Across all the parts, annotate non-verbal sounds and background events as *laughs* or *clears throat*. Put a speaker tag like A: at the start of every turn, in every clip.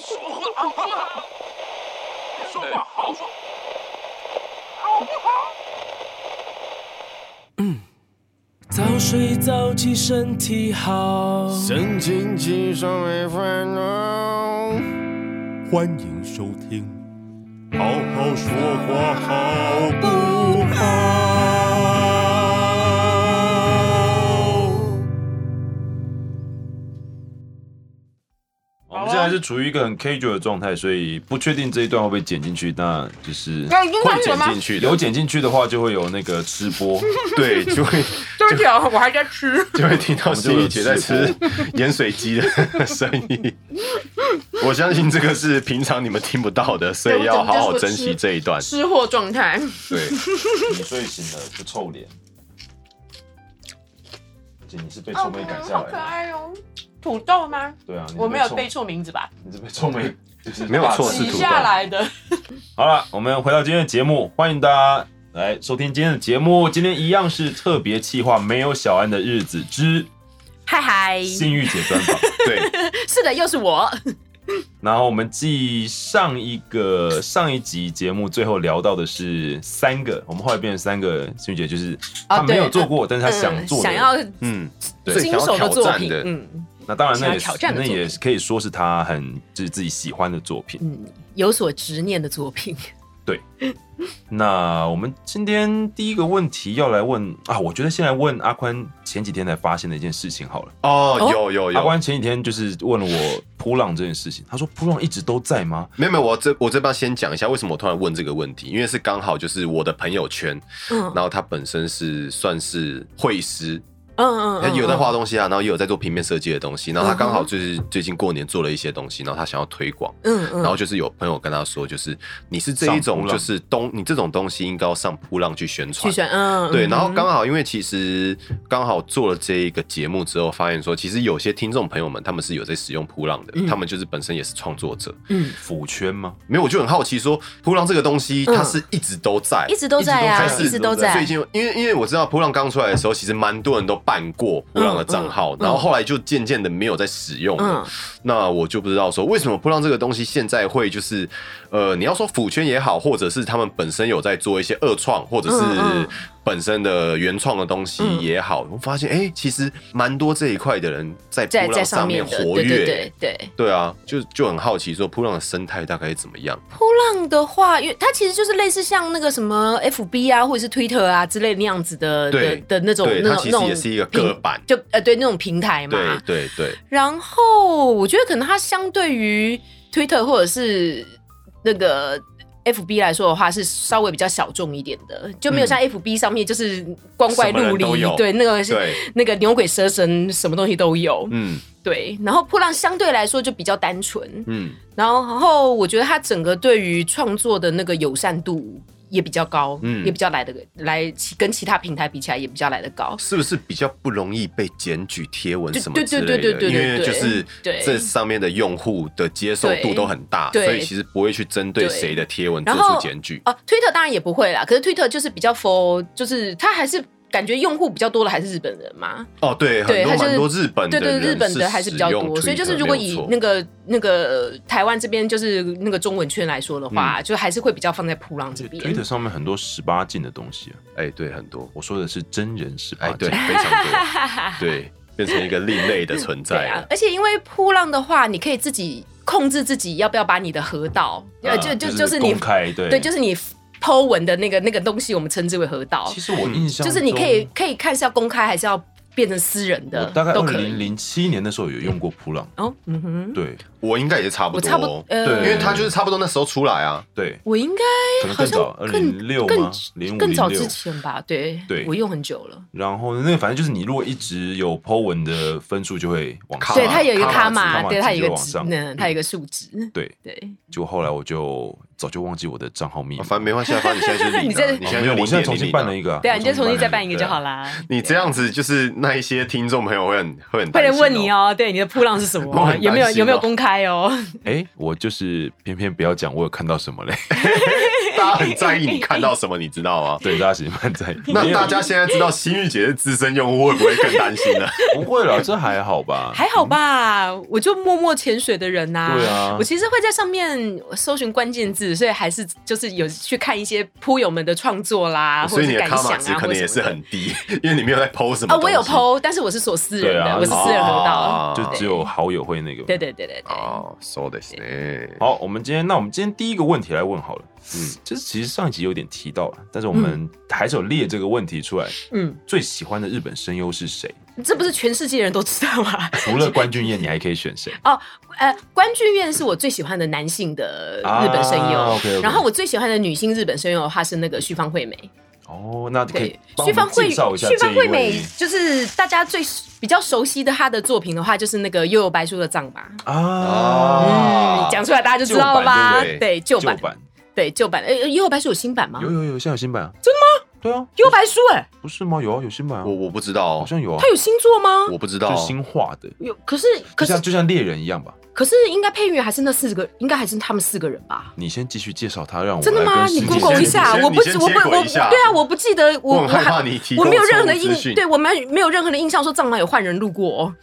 A: 好不好？说话好说，好不好？
B: 早睡早起身体好。
C: 神清气爽没烦恼。欢迎收听，好好说话好不好？
D: 我们现在是处于一个很 casual 的状态，所以不确定这一段会不会剪进去。那就是
A: 那已经开
C: 会
A: 始了
C: 剪
A: 吗？
C: 进去的，
D: 有剪进去的话，就会有那个吃播。
C: 对，就
D: *laughs*
C: 会
A: 对不起啊，我还在吃。
C: 就会听到心怡姐在
D: 我们
C: 吃盐水鸡的声音。我相信这个是平常你们听不到的， *laughs* 所以要好好珍惜这一段。
A: 吃货状
C: *laughs*
A: 态，
D: 对，你睡醒了就臭脸，而且你是被臭美赶下
A: 哦好
D: 来
A: 可
C: 哎
D: 的。
A: 爱哦！土豆吗？
D: 对啊，你是
A: 我没有
D: 臭
A: 背，错名字吧？
D: 你是被臭美就是
C: 没有错
D: 霸
C: 是
D: 凌
C: 土
A: 挤
C: 豆
A: 下来的，
D: 好了，我们回到今天的节目，欢迎大家来收听今天的节目。今天一样是特别企划，没有小安的日子之
A: 嗨嗨，
D: 性欲姐专访。
C: 对，
A: 是的，又是我。
D: 然后我们继上一个上一集节目最后聊到的是三个，我们后来变成三个性欲姐，就是
A: 啊
D: 她没有
A: 对
D: 做过，但是她想
A: 嗯
D: 做的
A: 想要
C: 嗯，对
A: 经手的
C: 想要挑
A: 作
C: 战
A: 品
C: 的，
A: 嗯
D: 那当然
A: 想
D: 那
A: 要
D: 也是
A: 挑战的
D: 那
A: 作品
D: 也是可以说是她很就是自己喜欢的作品。
A: 嗯，有所执念的作品。
D: 那我们今天第一个问题要来问啊，我觉得先来问阿宽前几天才发现的一件事情好了。
C: 哦，有有
D: 阿
C: 有，
D: 关前几天就是问了我扑浪这件事情，他说扑浪一直都在吗？
C: 没有没有，我这我这边要先讲一下为什么我突然问这个问题，因为是刚好就是我的朋友圈，
A: 嗯
C: 然后他本身是算是绘师，
A: 嗯嗯
C: 他
A: 嗯，
C: 有在
A: 嗯
C: 画东西啊，然后也有在做平面设计的东西，然后他刚
A: 嗯
C: 好
A: 哼
C: 就是最近过年做了一些东西，然后他想要推广，
A: 嗯嗯，
C: 然后就是有朋友跟他说，就是你是这一
D: 上
C: 种
D: 扑浪
C: 就是东你这种东西应该要上扑浪去宣
A: 去
C: 传。
A: 选，嗯，
C: 对，
A: 嗯
C: 然后刚好因为其实刚好做了这一个节目之后，发现说其实有些听众朋友们他们是有在使用扑浪的，
A: 嗯
C: 他们就是本身也是创作者，
A: 嗯，
D: 腐圈吗？
C: 没有，我就很好奇说，扑浪这个东西，
A: 嗯
C: 它是一直都在，
E: 一直都在啊
C: 开始
E: 一直都在
C: 最近，因为因为我知道扑浪刚出来的时候，其实蛮多人都办过扑浪的
E: 嗯
C: 账号，然后后来就渐渐的没有在使用了。
A: 嗯
C: 那我就不知道说为什么扑浪这个东西现在会就是，呃，你要说腐圈也好，或者是他们本身有在做一些恶创，或者
A: 嗯
C: 是
A: 嗯
C: 本身的原创的东西
E: 嗯
C: 也好，我发现哎、其实蛮多这一块的人在扑
E: 在
C: 浪
E: 在
C: 上
E: 上
C: 面
E: 面的，
C: 活
E: 对对
C: 跃。
E: 对对。
C: 对啊，就就很好奇说扑浪的生态大概是怎么样。
E: 波浪的话，因为它其实就是类似像那个什么 FB 啊，或者是 Twitter 啊之类那样子的
C: 对
E: 的的那种
C: 对，它
E: 那种
C: 其
E: 那
C: 实
E: 种
C: 也是一个个版。
E: 就呃对那种平台嘛。
C: 对对对，
E: 然后我觉得可能它相对于 Twitter 或者是那个 FB 来说的话，是稍微比较小众一点的，就没有像 FB 上面就是光
C: 嗯什
E: 怪
C: 么
E: 陆
C: 人都
E: 离
C: 有，
E: 对那个是
C: 对，
E: 那个牛鬼蛇神什么东西都有，
C: 嗯
E: 对。然后破浪相对来说就比较单纯，
C: 嗯，
E: 然后我觉得他整个对于创作的那个友善度也比较高，
C: 嗯
E: 也比较来的来其跟其他平台比起来也比较来的高。
C: 是不是比较不容易被检举贴文
E: 对
C: 什么之类的？
E: 对对对对对
C: 因为
E: 对
C: 就是
E: 对
C: 这上面的用户的接受度
E: 对
C: 都很大，
E: 对
C: 所以其实不会去针对
E: 对
C: 谁的贴文做
E: 然
C: 出
E: 后
C: 检举。
E: 哦、推特当然也不会啦，可是推特就是比较 for，就是他还是感觉用户比较多的还是日本人嘛，
C: 哦，对，很
E: 对
C: 多
E: 它就是
C: 蛮多日本的
E: 对对，
C: 人
E: 日本的还
C: 是
E: 是比较
C: 使用
E: 多，所以就是
C: Twitter，
E: 如果
C: 没有
E: 以
C: 错
E: 那个那个呃台湾这边就是那个中文圈来说的
C: 嗯
E: 话，就还是会比较放在扑浪这边。
D: Twitter 上面很多十八禁的东西啊、
C: 哎，对，很
E: *laughs*
C: 多，
D: 我说的是真人十八
C: 哎，对，
D: 禁，
C: 非常多，对，变成一个另类的存
E: 对
C: 在
E: 啊
C: 了，。
E: 而且因为扑浪的话，你可以自己控制自己要不要把你的河道，呃，
C: 啊
E: 就就
D: 就
E: 就是是你
D: 公开对
E: 对，就是你 Po 文的那个那个东西，我们称之为河道
D: 其，实我印象
E: 就是你可以
D: 中。
E: 可以看是要公开还是要变成私人
D: 我
E: 的，
D: 大概
E: 都
D: 二
E: 可
D: 零
E: 以。
D: 零七年的时候有用过扑浪，
E: 哦，嗯哼，
D: 对
C: 我应该也是差不
E: 我
C: 多
E: 差不多呃
C: 哦，，
D: 对
C: 因为他就是差不多那时候出来啊，
D: 对，
E: 我应
D: 可
E: 该
D: 能
E: 哎好
D: 更早
E: 像，
D: 二零零
E: 更
D: 六吗
E: 更？
D: 零五
E: 更早
D: 零
E: 之
D: 六。
E: 前吧，对，
D: 对
E: 我用很久了。
D: 然后那个反正就是你如果一直有 Po 文的分数就会往上，
C: 卡
E: 对，
C: 嘛
E: 它有一个
C: 卡
E: 卡
D: 嘛
E: 码，对，它有一
D: 就
E: 个
D: 往
E: 值
D: 上，
E: 嗯，它有一个数值，
D: 对，
E: 对，
D: 就后来我就早就忘记我的账号密
C: 啊
D: 码，哦
C: 反正没关系啊，反正你现在就是
E: 嗯 *laughs* 你
C: 零啊
E: 在
C: 你现在就
D: 我
C: 零
D: 现在
C: 点
D: 重
C: 零
D: 新
C: 零
D: 办
C: 啊
D: 了一个啊，
A: 对啊，你就重新再办
D: 了
A: 一个就好啦。
C: 你这样子就是那一些听众朋友会很会很担
E: 快点
C: 心
E: 问
C: 哦
E: 你。哦，对，你的扑浪
D: *laughs*
E: 是什
C: 我很
E: 么？
C: 担
E: 有没有
C: 心哦
E: 有没有公开哦？
D: 哎，我就是偏偏不要讲我有看到什么嘞， *laughs*
C: 大大家很在意你看到什么，你知道
E: *laughs*
C: 吗？
D: 对，大家其实蛮在意。
C: 那大家现在知道心玉姐是资深用户，会不会更担心呢？
D: 不会了，这还好吧？
E: 还好吧，我就默默潜水的人呐、
D: 啊嗯对啊
E: 我其实会在上面搜寻关键字，所以还是就是有去看一些铺友们的创作
D: 哦
E: 啦，
C: 所以你
E: 或
C: 的
E: 者是
C: 卡
E: 感
C: 玛
E: 想
C: 值
E: 啊，
C: 可
E: 或者
C: 能也是很低， *laughs* 因为你没有在 PO 什么
E: 啊、
C: 东西。啊
E: 我有 PO，但是我是锁私人的，
D: 对啊哦
E: 我是私人河道。
D: 就只有好友会那个。
E: 啊对对对对对，
C: 哦，そうですね。
D: 好，我们今天那我们今天第一个问题来问好了，嗯，就是其实上一集有点提到了，但是我们还是有列这个问题出来。
E: 嗯，
D: 最喜欢的日本声优是谁？
E: 这不是全世界人都知道吗？ *laughs*
D: 除了关俊彦，你还可以选谁？
E: 哦，呃，关俊彦是我最喜欢的男性的日本声优，
D: 啊，OK，OK
E: 然后我最喜欢的女性日本声优的话是那个旭方惠美。
D: 哦，那可以
E: 对，
D: 帮
E: 旭
D: 我
E: 方
D: 们
E: 惠
D: 介绍一下
E: 旭
D: 这
E: 方
D: 一
E: 惠美
D: 位
E: 就是大家最比较熟悉的她的作品的话，就是那个《幽游白书》的藏马。
D: 啊
E: 嗯，讲出来大家就知道了吧？
C: 啊旧版对不
E: 对，旧
D: 旧
E: 版，
D: 版
E: 对旧版。呃，《幽游白书》有新版吗？
D: 有
E: 《
D: 有有，现在有新版啊？真的吗？对啊，
E: 幽游白书》哎，
D: 不是吗？有啊，有新版啊
C: 我，我不知道
D: 好，像有啊
E: 它，有新作吗？
C: 我不知道
D: 就。新画的，
E: 有，可是可
D: 就是像就像猎人一样吧。
E: 可是应该配乐还是那四个，应该还是他们四个人吧？
D: 你先继续介绍他，让我
E: 真的
D: 来
E: 吗？
D: 跟
E: 你
D: 世界
E: Google 一下，
C: 你先
E: 我不
C: 你先
E: 我
C: 接
E: 不
C: 轨
E: 我
C: 一下
E: 对啊，我不记得我
C: 我很害怕
E: 还
C: 你提供
E: 我没有任何的
C: 错误
E: 印
C: 资，讯
E: 对我们没有任何的印象说藏马有换人路过、哦。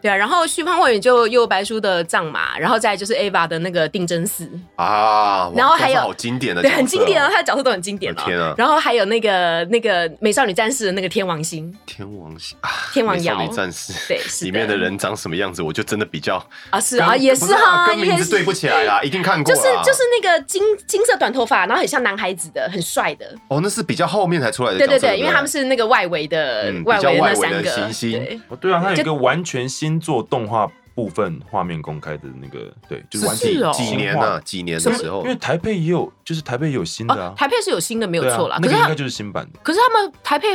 E: 对啊，然后旭方惠美就又白书的藏马，然后再就是 AVA 的那个定真寺，
C: 啊，哇
E: 然后还有
C: 都是好经典的角
E: 对，
C: 色哦，
E: 很经典啊，他的角色都很经典
C: 我
E: 哦。
C: 的天啊
E: 然后还有那个那个美少女战士的那个天王星，
C: 天王星啊，
E: 天王
C: 美少
E: 瑶
C: 女战士，
E: 对是的
C: 里面的人长什么样子，我就真的比较
E: 啊，是
C: 跟
E: 啊，也
C: 不
E: 是
C: 啊
E: 哈，
C: 跟名
E: 也
C: 字对不起啊来啦，一定看过
E: 就
C: 啦，
E: 是就是那个金金色短头发，然后很像男孩子的，很帅的。
C: 哦，那是比较后面才出来的角
E: 对
C: 色，
E: 对
C: 对
E: 对，
C: 不
E: 因为他们是那个外围的、
C: 嗯
E: 外
C: 比较
E: 围
C: 外
E: 那
C: 围
E: 三
C: 的
E: 个
C: 行星
E: 对
D: 哦，对啊，它有一
E: 就
D: 个完全新做动画部分画面公开的那个，对，就是完全
E: 是哦
C: 几年
D: 啊
C: 啊，，几年的时候
D: 因为，台配也有，就是台配也有新的
E: 哦
D: 啊，，
E: 台配是有新的，没有
D: 对啊
E: 错啦。
D: 那个
E: 可是
D: 应
E: 他
D: 该就是新版的。
E: 可是他们台配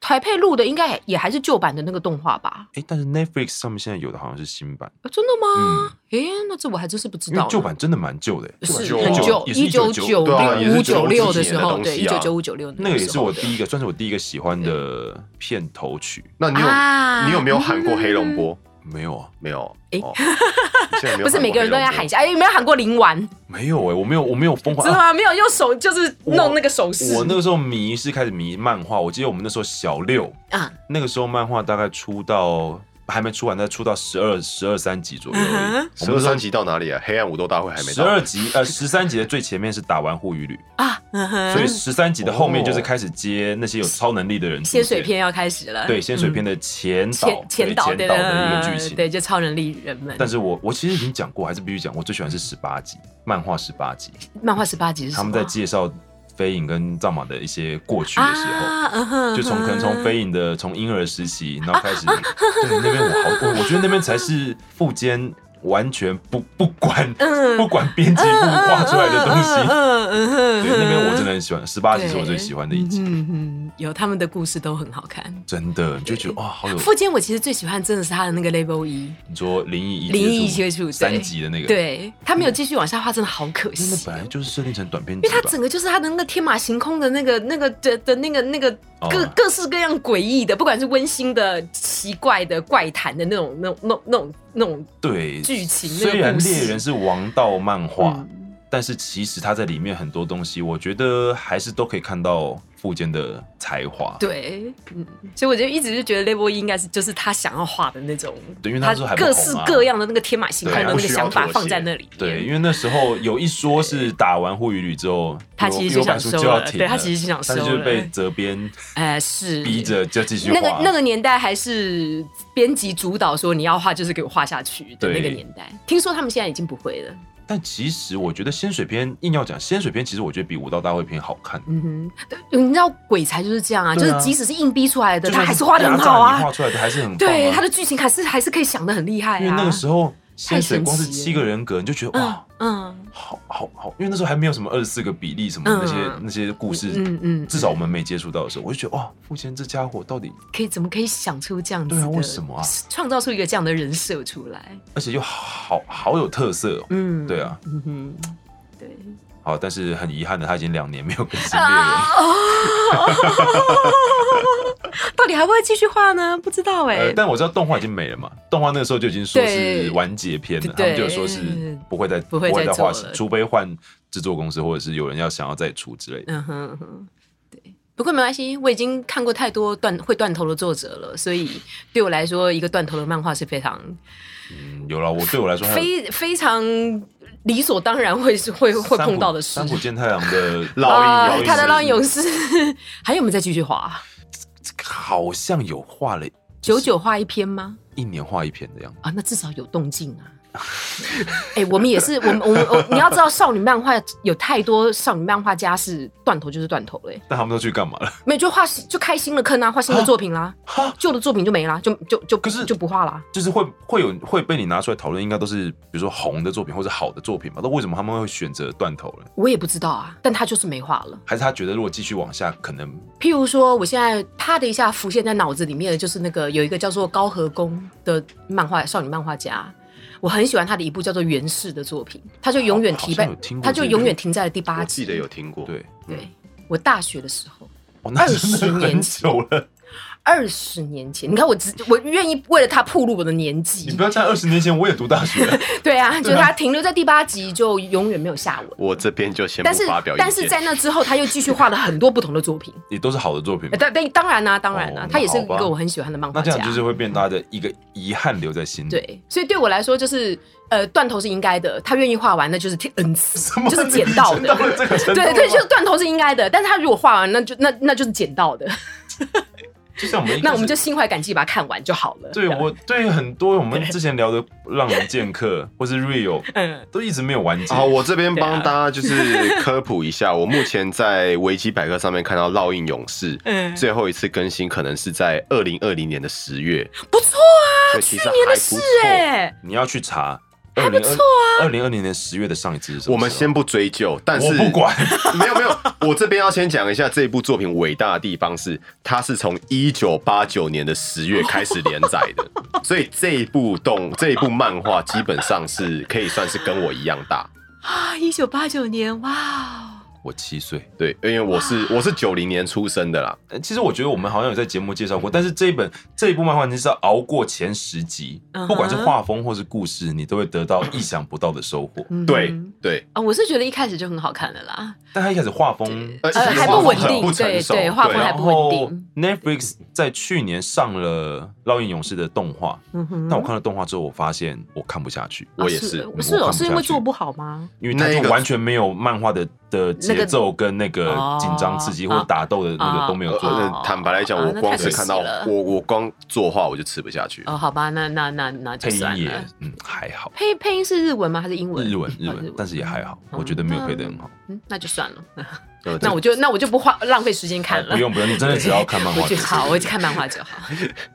E: 台配录的应该也还是旧版的那个动画吧？
D: 哎，但是 Netflix 上面现在有的好像是新版，
E: 呃真的
C: 嗯
E: 吗？诶，那这我还真是不知
D: 因为
E: 道。
D: 旧版真的蛮旧的，
E: 是
C: 旧
E: 很
C: 啊
E: 旧，
D: 也是
E: 一九九
D: 1996
C: 对啊也
E: 六
C: 是
E: 五九六的时候，
C: 1996
E: 对，一
C: 的东西啊
E: 九九五九六
D: 那个也是我第
E: 一
D: 一个，算是我第一个喜欢的片头曲。
C: 那你有
E: 啊
C: 你有没有喊过黑龙波？
D: 没有啊，
C: 没有，
E: 诶 *laughs*
C: 哦你竟然没有
E: 不是
C: 喊过
E: 每个人都
C: 黑龙
E: 要
C: 波
E: 喊一下，哎，有没有喊过灵丸？
D: 没有哎，我没有，我没有疯狂
E: 真的
D: 啊。
E: 吗？没有用手就是弄那个手势。
D: 我那个时候迷是开始迷漫画，我记得我们那时候小六，
E: 啊，
D: 那个时候漫画大概出到还没出完，再出到十二十二三集左右而已。
E: 嗯哼
D: 我
C: 十二
D: 们那时候
C: 三集到哪里啊？黑暗武斗大会还没
D: 十
C: 到。
D: 二集呃十三集的最前面是打完护鱼旅，
E: 啊，嗯
D: 所以
E: 哼，
D: 十三集的后面就是开始接那些有超能力的人。
E: 仙水，篇要开始了，
D: 对仙水篇的前导
E: 哦嗯前前导
D: 对前导的一个剧
E: 嗯
D: 情。
E: 对，就超能力人们。
D: 但是我我其实已经讲过，还是必须讲，我最喜欢是十八集漫画十八集，
E: 漫画十八集是什
D: 他
E: 么
D: 们在介绍飞影跟藏马的一些过去的时候。
E: 啊嗯哼
D: 就从可能从飞影的从婴儿时期，然后开始，
E: *laughs*
D: 对那边我好，我我觉得那边才是富坚完全
E: *laughs*
D: 不不管
E: 嗯
D: 不管编辑部画出来的东西，
E: 嗯嗯嗯
D: 对那边我真的很喜欢，十八集是我最喜欢的一集，
E: 嗯嗯，有他们的故事都很好看。
D: 真的你就觉得哇好有，
E: 富坚我其实最喜欢真的是他的那个 Level 一，
D: 你说灵异
E: 灵异
D: 接
E: 接触对
D: 三集的那个，，
E: 对他没有继续往下画，真的好可
D: 因为那
E: 惜
D: 本。来就是设定成短篇
E: 因
D: 集
E: 为他
D: 吧，
E: 整个就是他的那个天马行空的那个、那个的的那个、那个
D: 哦
E: 各、各式各样诡异的，不管是温馨的、奇怪的、怪谈的那种、那种、那种、那种、那种
D: 对
E: 剧情那个
D: 虽然
E: 故事嗯
D: 猎人是王道漫画，但是其实他在里面很多东西，我觉得还是都可以看到富坚的才华，
E: 对，
D: 哦
E: 嗯，所以我就一直就觉得 Level 一应该是就是他想要画的那种，
D: 对因为那
E: 他
D: 时候还不
E: 各
D: 红
E: 式
D: 啊
E: 各样的那个天马行空的
D: 对
E: 那
D: 不
E: 个
C: 需要
E: 想法
C: 妥协
E: 放在那里面。
D: 对，因为那时候有一说是打完护鱼旅之后，
E: 他其实就想
D: 收
E: 收
D: 就要
E: 了
D: 停
E: 对他其实就想收
D: 但是就
E: 了
D: 被责编
E: 哎，是
D: 逼着就继续画。
E: 那个那个年代还是编辑主导说你要画就是给我画下去的那个
D: 对
E: 年代。听说他们现在已经不会了。
D: 但其实我觉得仙水篇硬要讲仙水篇，其实我觉得比武道大会篇好看。
E: 嗯哼，对你知道鬼才就是这样啊，就
D: 对啊
E: 是即使是硬逼出来的，
D: 就
E: 他
D: 算
E: 还是画的很
D: 压榨
E: 好
D: 你
E: 啊
D: 画。出来的还是很棒啊
E: 对，他的剧情还是还是可以想的很厉害啊。
D: 因为那个时候仙水
E: 神
D: 光是
E: 奇
D: 七
E: 了
D: 个人格，你就觉得
E: 嗯
D: 哇，
E: 嗯
D: 好好好，因为那时候还没有什么二十四个比例什么
E: 嗯
D: 那些那些故事，
E: 嗯嗯，
D: 至少我们没接触到的时候，我就觉得哇，富坚这家伙到底，
E: 可以怎么可以想出这样子的？
D: 对啊为什么啊
E: 创造出一个这样的人设出来？
D: 而且又好好有特色哦。
E: 嗯，
D: 对啊，
E: 嗯哼，对，
D: 好，但是很遗憾的，他已经两年没有更新
E: 啊
D: 猎
E: *laughs*
D: 人。
E: 到底还会继续画呢？不知道哎、
D: 呃，但我知道动画已经没了嘛，动画那个时候就已经说
E: 对
D: 是完结篇了，他
E: 对
D: 们就有说是不会再
E: 不会再
D: 再画
E: 做了，
D: 除非换制作公司或者是有人要想要再出之类的。
E: 嗯哼嗯哼，对。不过没关系，我已经看过太多断会断头的作者了，所以对我来说，一个断头的漫画是非常
D: 嗯，有了，我对我来说还有
E: *laughs* 非非常理所当然会会会
D: 三浦
E: 碰到的事
D: 三。浦健太郎
E: *laughs*
D: 的
C: 老鹰
E: 啊
D: 老，鹰
E: 他的
D: 是
E: 浪勇士 *laughs* 还有没有再继续画？啊
D: 好像有画了
E: 九九画一篇吗？
D: 一年画一篇的样子。
E: 啊，那至少有动静啊。哎、我们也是，我们我们我，你要知道，少女漫画有太多少女漫画家是断头就是断头了、欸，
D: 但他们都去干嘛了？ *laughs*
E: 没有就画就开新的坑啊，画新的作品啦，
D: 哈，
E: 旧的作品就没啦，就就就
D: 可是
E: 就不画啦。
D: 就是会会有会被你拿出来讨论，应该都是比如说红的作品或者好的作品吧？那为什么他们会选择断头呢？
E: 我也不知道啊，但他就是没画了。
D: 还是他觉得如果继续往下，可能
E: 譬如说，我现在啪的一下浮现在脑子里面的就是那个有一个叫做高和宫的漫画少女漫画家，我很喜欢他的一部叫做《源氏》的作品，他就永远
D: 好好像
E: 停在
D: 有听，过
E: 他就
D: 这个
E: 永远停在了第八
C: 我
E: 集。
C: 记得有听过，
D: 对，
E: 对，我大学的时候。
D: 哦，那真的
E: 20
D: 很
E: 年
D: 久了。
E: 二十年前，你看我只我愿意为了他暴露我的年
D: 你
E: 纪
D: 不，要在二十年前我也读大学，
E: *laughs*
D: *laughs*
E: 对啊，就是他停留在第八集就永远没有下文。
C: 我这边就先不
E: 但是
C: 发表意见。
E: 但是在那之后，他又继续画了很多不同的作品。
D: 也都是好的作品嘛
E: 呃。但但当然啦、当然啦、啊
D: 哦
E: 他也是一
D: 那好吧
E: 个我很喜欢的漫
D: 那
E: 画
D: 这
E: 家
D: 样。就是会变大家的一个遗憾留在心里。，
E: 对，所以对我来说就是呃断头是应该的，他愿意画完那就是 N 次
D: 什，么
E: 就是捡到
D: 你 *laughs* 到了
E: 的。
D: 这个程度吗
E: 对对，就是断头是应该的，但是他如果画完，那就那那就是捡到的，
D: 就像我们一开始
E: 那我们就心怀感激把它看完就好了。
D: 对我对很多我们之前聊的《让人剑客》或是《Real》
E: 嗯，
D: 都一直没有完结。
C: 好，我这边帮
E: 对啊
C: 大家就是 *laughs* 科普一下，我目前在维基百科上面看到《烙印勇士》
E: 嗯
C: 最后一次更新可能是在二零二零年的十月，
E: 不错啊，
C: 所以
E: 去
C: 其实还
E: 年的
C: 不
E: 事
C: 错。
E: 哎、
D: 你要去查，
E: 还不错
D: 啊。二零二零年十月的上一次是什么时候
C: 我们先不追究，但是
D: 我不管，
C: 没有没有，我这边要先讲一下这部作品伟大的地方是，它是从一九八九年的十月开始连载的，所以这一部动这一部漫画基本上是可以算是跟我一样大。
E: 啊，一九八九年，哇哦！
D: *laughs* 我七岁。
C: 对，因为我是我是九零年出生的啦，
D: 呃其实我觉得我们好像有在节目介绍过，但是这一本这一部漫画，你是要熬过前十集
E: 嗯哼
D: 不管是画风或是故事，你都会得到意想不到的收获。
E: 嗯
C: 对对，
E: 啊，我是觉得一开始就很好看的啦，
D: 但他一开始画风
C: 而且
E: 呃，
C: 这个
E: 还
C: 画
E: 不
C: 风
E: 稳
C: 很
E: 定，
C: 不成
E: 对
C: 熟
E: 对，画风
C: 对
E: 还
D: 然
E: 不稳
D: 后
E: 定。
D: Netflix 在去年上了《烙印勇士》的动画，
E: 嗯哼
D: 但我看了动画之后，我发现我看不下去，
C: 我也是
D: 嗯
E: 啊是
D: 我看
E: 哦，
D: 不
E: 是因
D: 下
E: 为
D: 去
E: 做不好吗？
D: 因为它就
C: 那个
D: 完全没有漫画的的
E: 那
D: 节
E: 个
D: 奏跟那个
E: 哦
D: 紧张刺激或者打斗的那个都没有做
E: 哦
D: 到。
C: 呃坦白来讲，
E: 啊
C: 我
E: 那
C: 光
E: 太
C: 是
E: 可惜
C: 看到
E: 了
C: 我我光作画我就吃不下去。
E: 哦，好吧，那那那那就
D: 配
E: 算
D: 音
E: 了
D: 也。嗯还好，
E: 配配音是日文吗？还是英文？嗯
D: 日文
E: 哦
D: 日文，但是也还好，我觉得没有配的很好。
E: 嗯，那就算了。
C: 呃
E: 那我就那我就不花浪费时间看
D: 哎哦
E: 了。
D: 不用不用，你真的只要看漫画
E: *laughs* 我
D: 就可
E: 就
D: 以。
E: 好，我就看漫画就
D: *laughs*
E: 好。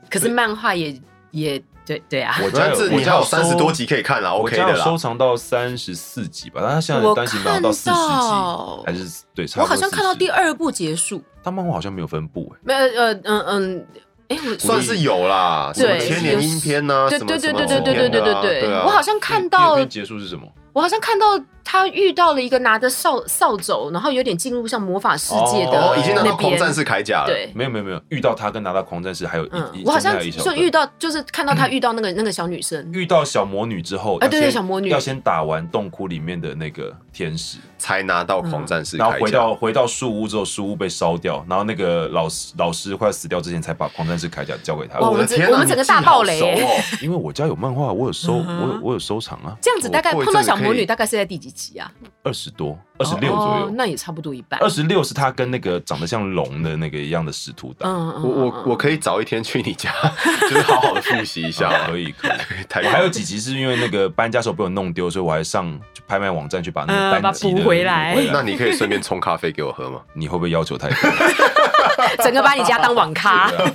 E: 可是漫画也也对对啊，
D: 我家
C: 但
D: 有
C: 是你
D: 家
C: 还有
D: 收
C: 三十多集可以看啦
D: 我
C: ，OK
D: 家
C: 的
D: 有收
C: 啦。
D: 藏到三十四集吧，但他现在很担心拿到
E: 我
D: 四
E: 看
D: 十
E: 到
D: 集还是对，差
E: 我
D: 不多
E: 好像看到
D: 40
E: 第，二部结束，
D: 他漫画好像没有分部哎。
E: 没有呃嗯嗯，哎我
C: 算是有啦，什么
E: 对
C: 千年阴篇
D: 啊
C: 呐，
E: 对
C: 什么
E: 对对
C: 什么
E: 对对对
C: 什么
E: 对对对
C: 片的啊
E: 我好像看
D: 第
E: 到
D: 二篇结束是什么？
E: 我好像看到他遇到了一个拿着扫扫帚，然后有点进入像魔法世界的、
C: 哦，已经拿到
E: 那
C: 狂
E: 边
C: 战士铠甲了。
E: 对。
D: 没有没有没有，遇到他跟拿到狂战士还有一
E: 嗯，
D: 一，
E: 我好
D: 中间
E: 像
D: 还有一小
E: 就
D: 段
E: 遇到，就是看到他遇到那个那个小女
D: *clears throat*
E: 生，
D: 遇到小魔女之后，
E: 啊对对
D: 要先
E: 小魔女
D: 要先打完洞窟里面的那个天使，
C: 才拿到狂战士
D: 嗯然后
C: 铠
D: 回
C: 甲。
D: 到回到树屋之后，树屋被烧掉，然后那个老师老师快要死掉之前才把狂战士铠甲交给他。
E: 哇
D: 呃我
E: 哦我们整
C: 天哪
E: 我们整个大爆雷欸
C: 你记好熟哦
D: 因为我家有漫画，我有
E: 嗯
D: 收，我有我有收藏啊，
E: 这样子大概
C: 我过一
E: 碰到
C: 阵子
E: 小魔
C: 可
E: 女
C: 以
E: 大概是在第几集啊？
D: 二十多，二十六左
E: 哦
D: 右。
E: 那也差不多一半。
D: 二十六是他跟那个长得像龙的那个一样的使徒打，
E: 嗯，嗯，
C: 我我我可以早一天去你家， *laughs* 就是好好的复习一下
D: 啊
C: 啊。
D: *laughs* 可以可以。
C: 太
D: 我还
C: 好
D: 有
C: 了
D: 几集是因为那个搬家时候被我弄丢，所以我还上拍卖网站去把那
E: 呃
D: 个单集的
E: 把它补回来
D: 补回
C: 那你可以顺便冲咖啡给我喝吗？ *laughs*
D: 你会不会要求太
E: *laughs*
D: 高？
E: 嗯 *laughs* 整个把你家当
D: *laughs*
E: 网咖。
D: 啊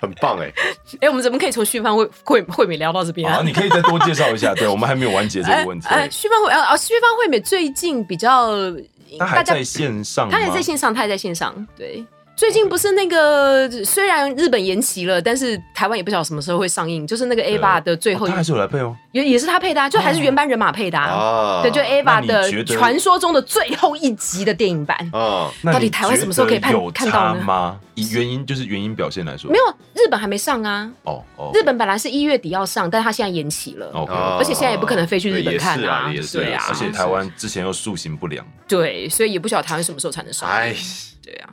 C: 很棒哎，
E: *laughs* 哎、我们怎么可以从续番会会会美聊到这边
D: 好，
E: 啊？
D: 你可以再多介绍一下。对，我们还没有完结这个问题。
E: 呃呃，续番会呃啊，续番会美最近比较
D: 他
E: 大
D: 还
E: 家
D: 在线上吗？哦
E: 他也在线上，他也在线上，对。最近不是那个，虽然日本延期了，但是台湾也不晓得什么时候会上映，就是那个 AVA 的最后
D: 哦他还是有来哦配哦。
E: 也也是他配的、啊，就还是原班人马配的、啊。
C: 啊
E: 对，就 AVA
D: 呃那你觉
E: 的
D: 得哦
E: 传说中的最后一集的电影版，
C: 啊，
D: 那
E: 到底
D: 你
E: 台湾
D: 觉
E: 什么时候可以
D: 得
E: 看
D: 有
E: 看到
D: 差
E: 呢
D: 吗？以原因就是原因表现来说，
E: 没有日本还没上啊。
D: 哦哦，
E: 日本本来是一月底要上，但是他现在延期了。
D: OK，
C: 啊
E: 嗯而且现在也不可能飞去日本看啊
C: 也是
E: 哦对啊
C: 也是
D: 而且台湾之前又塑形不良，
E: 对，所以也不晓得台湾什么时候才能上。
C: 哎，
E: 对啊，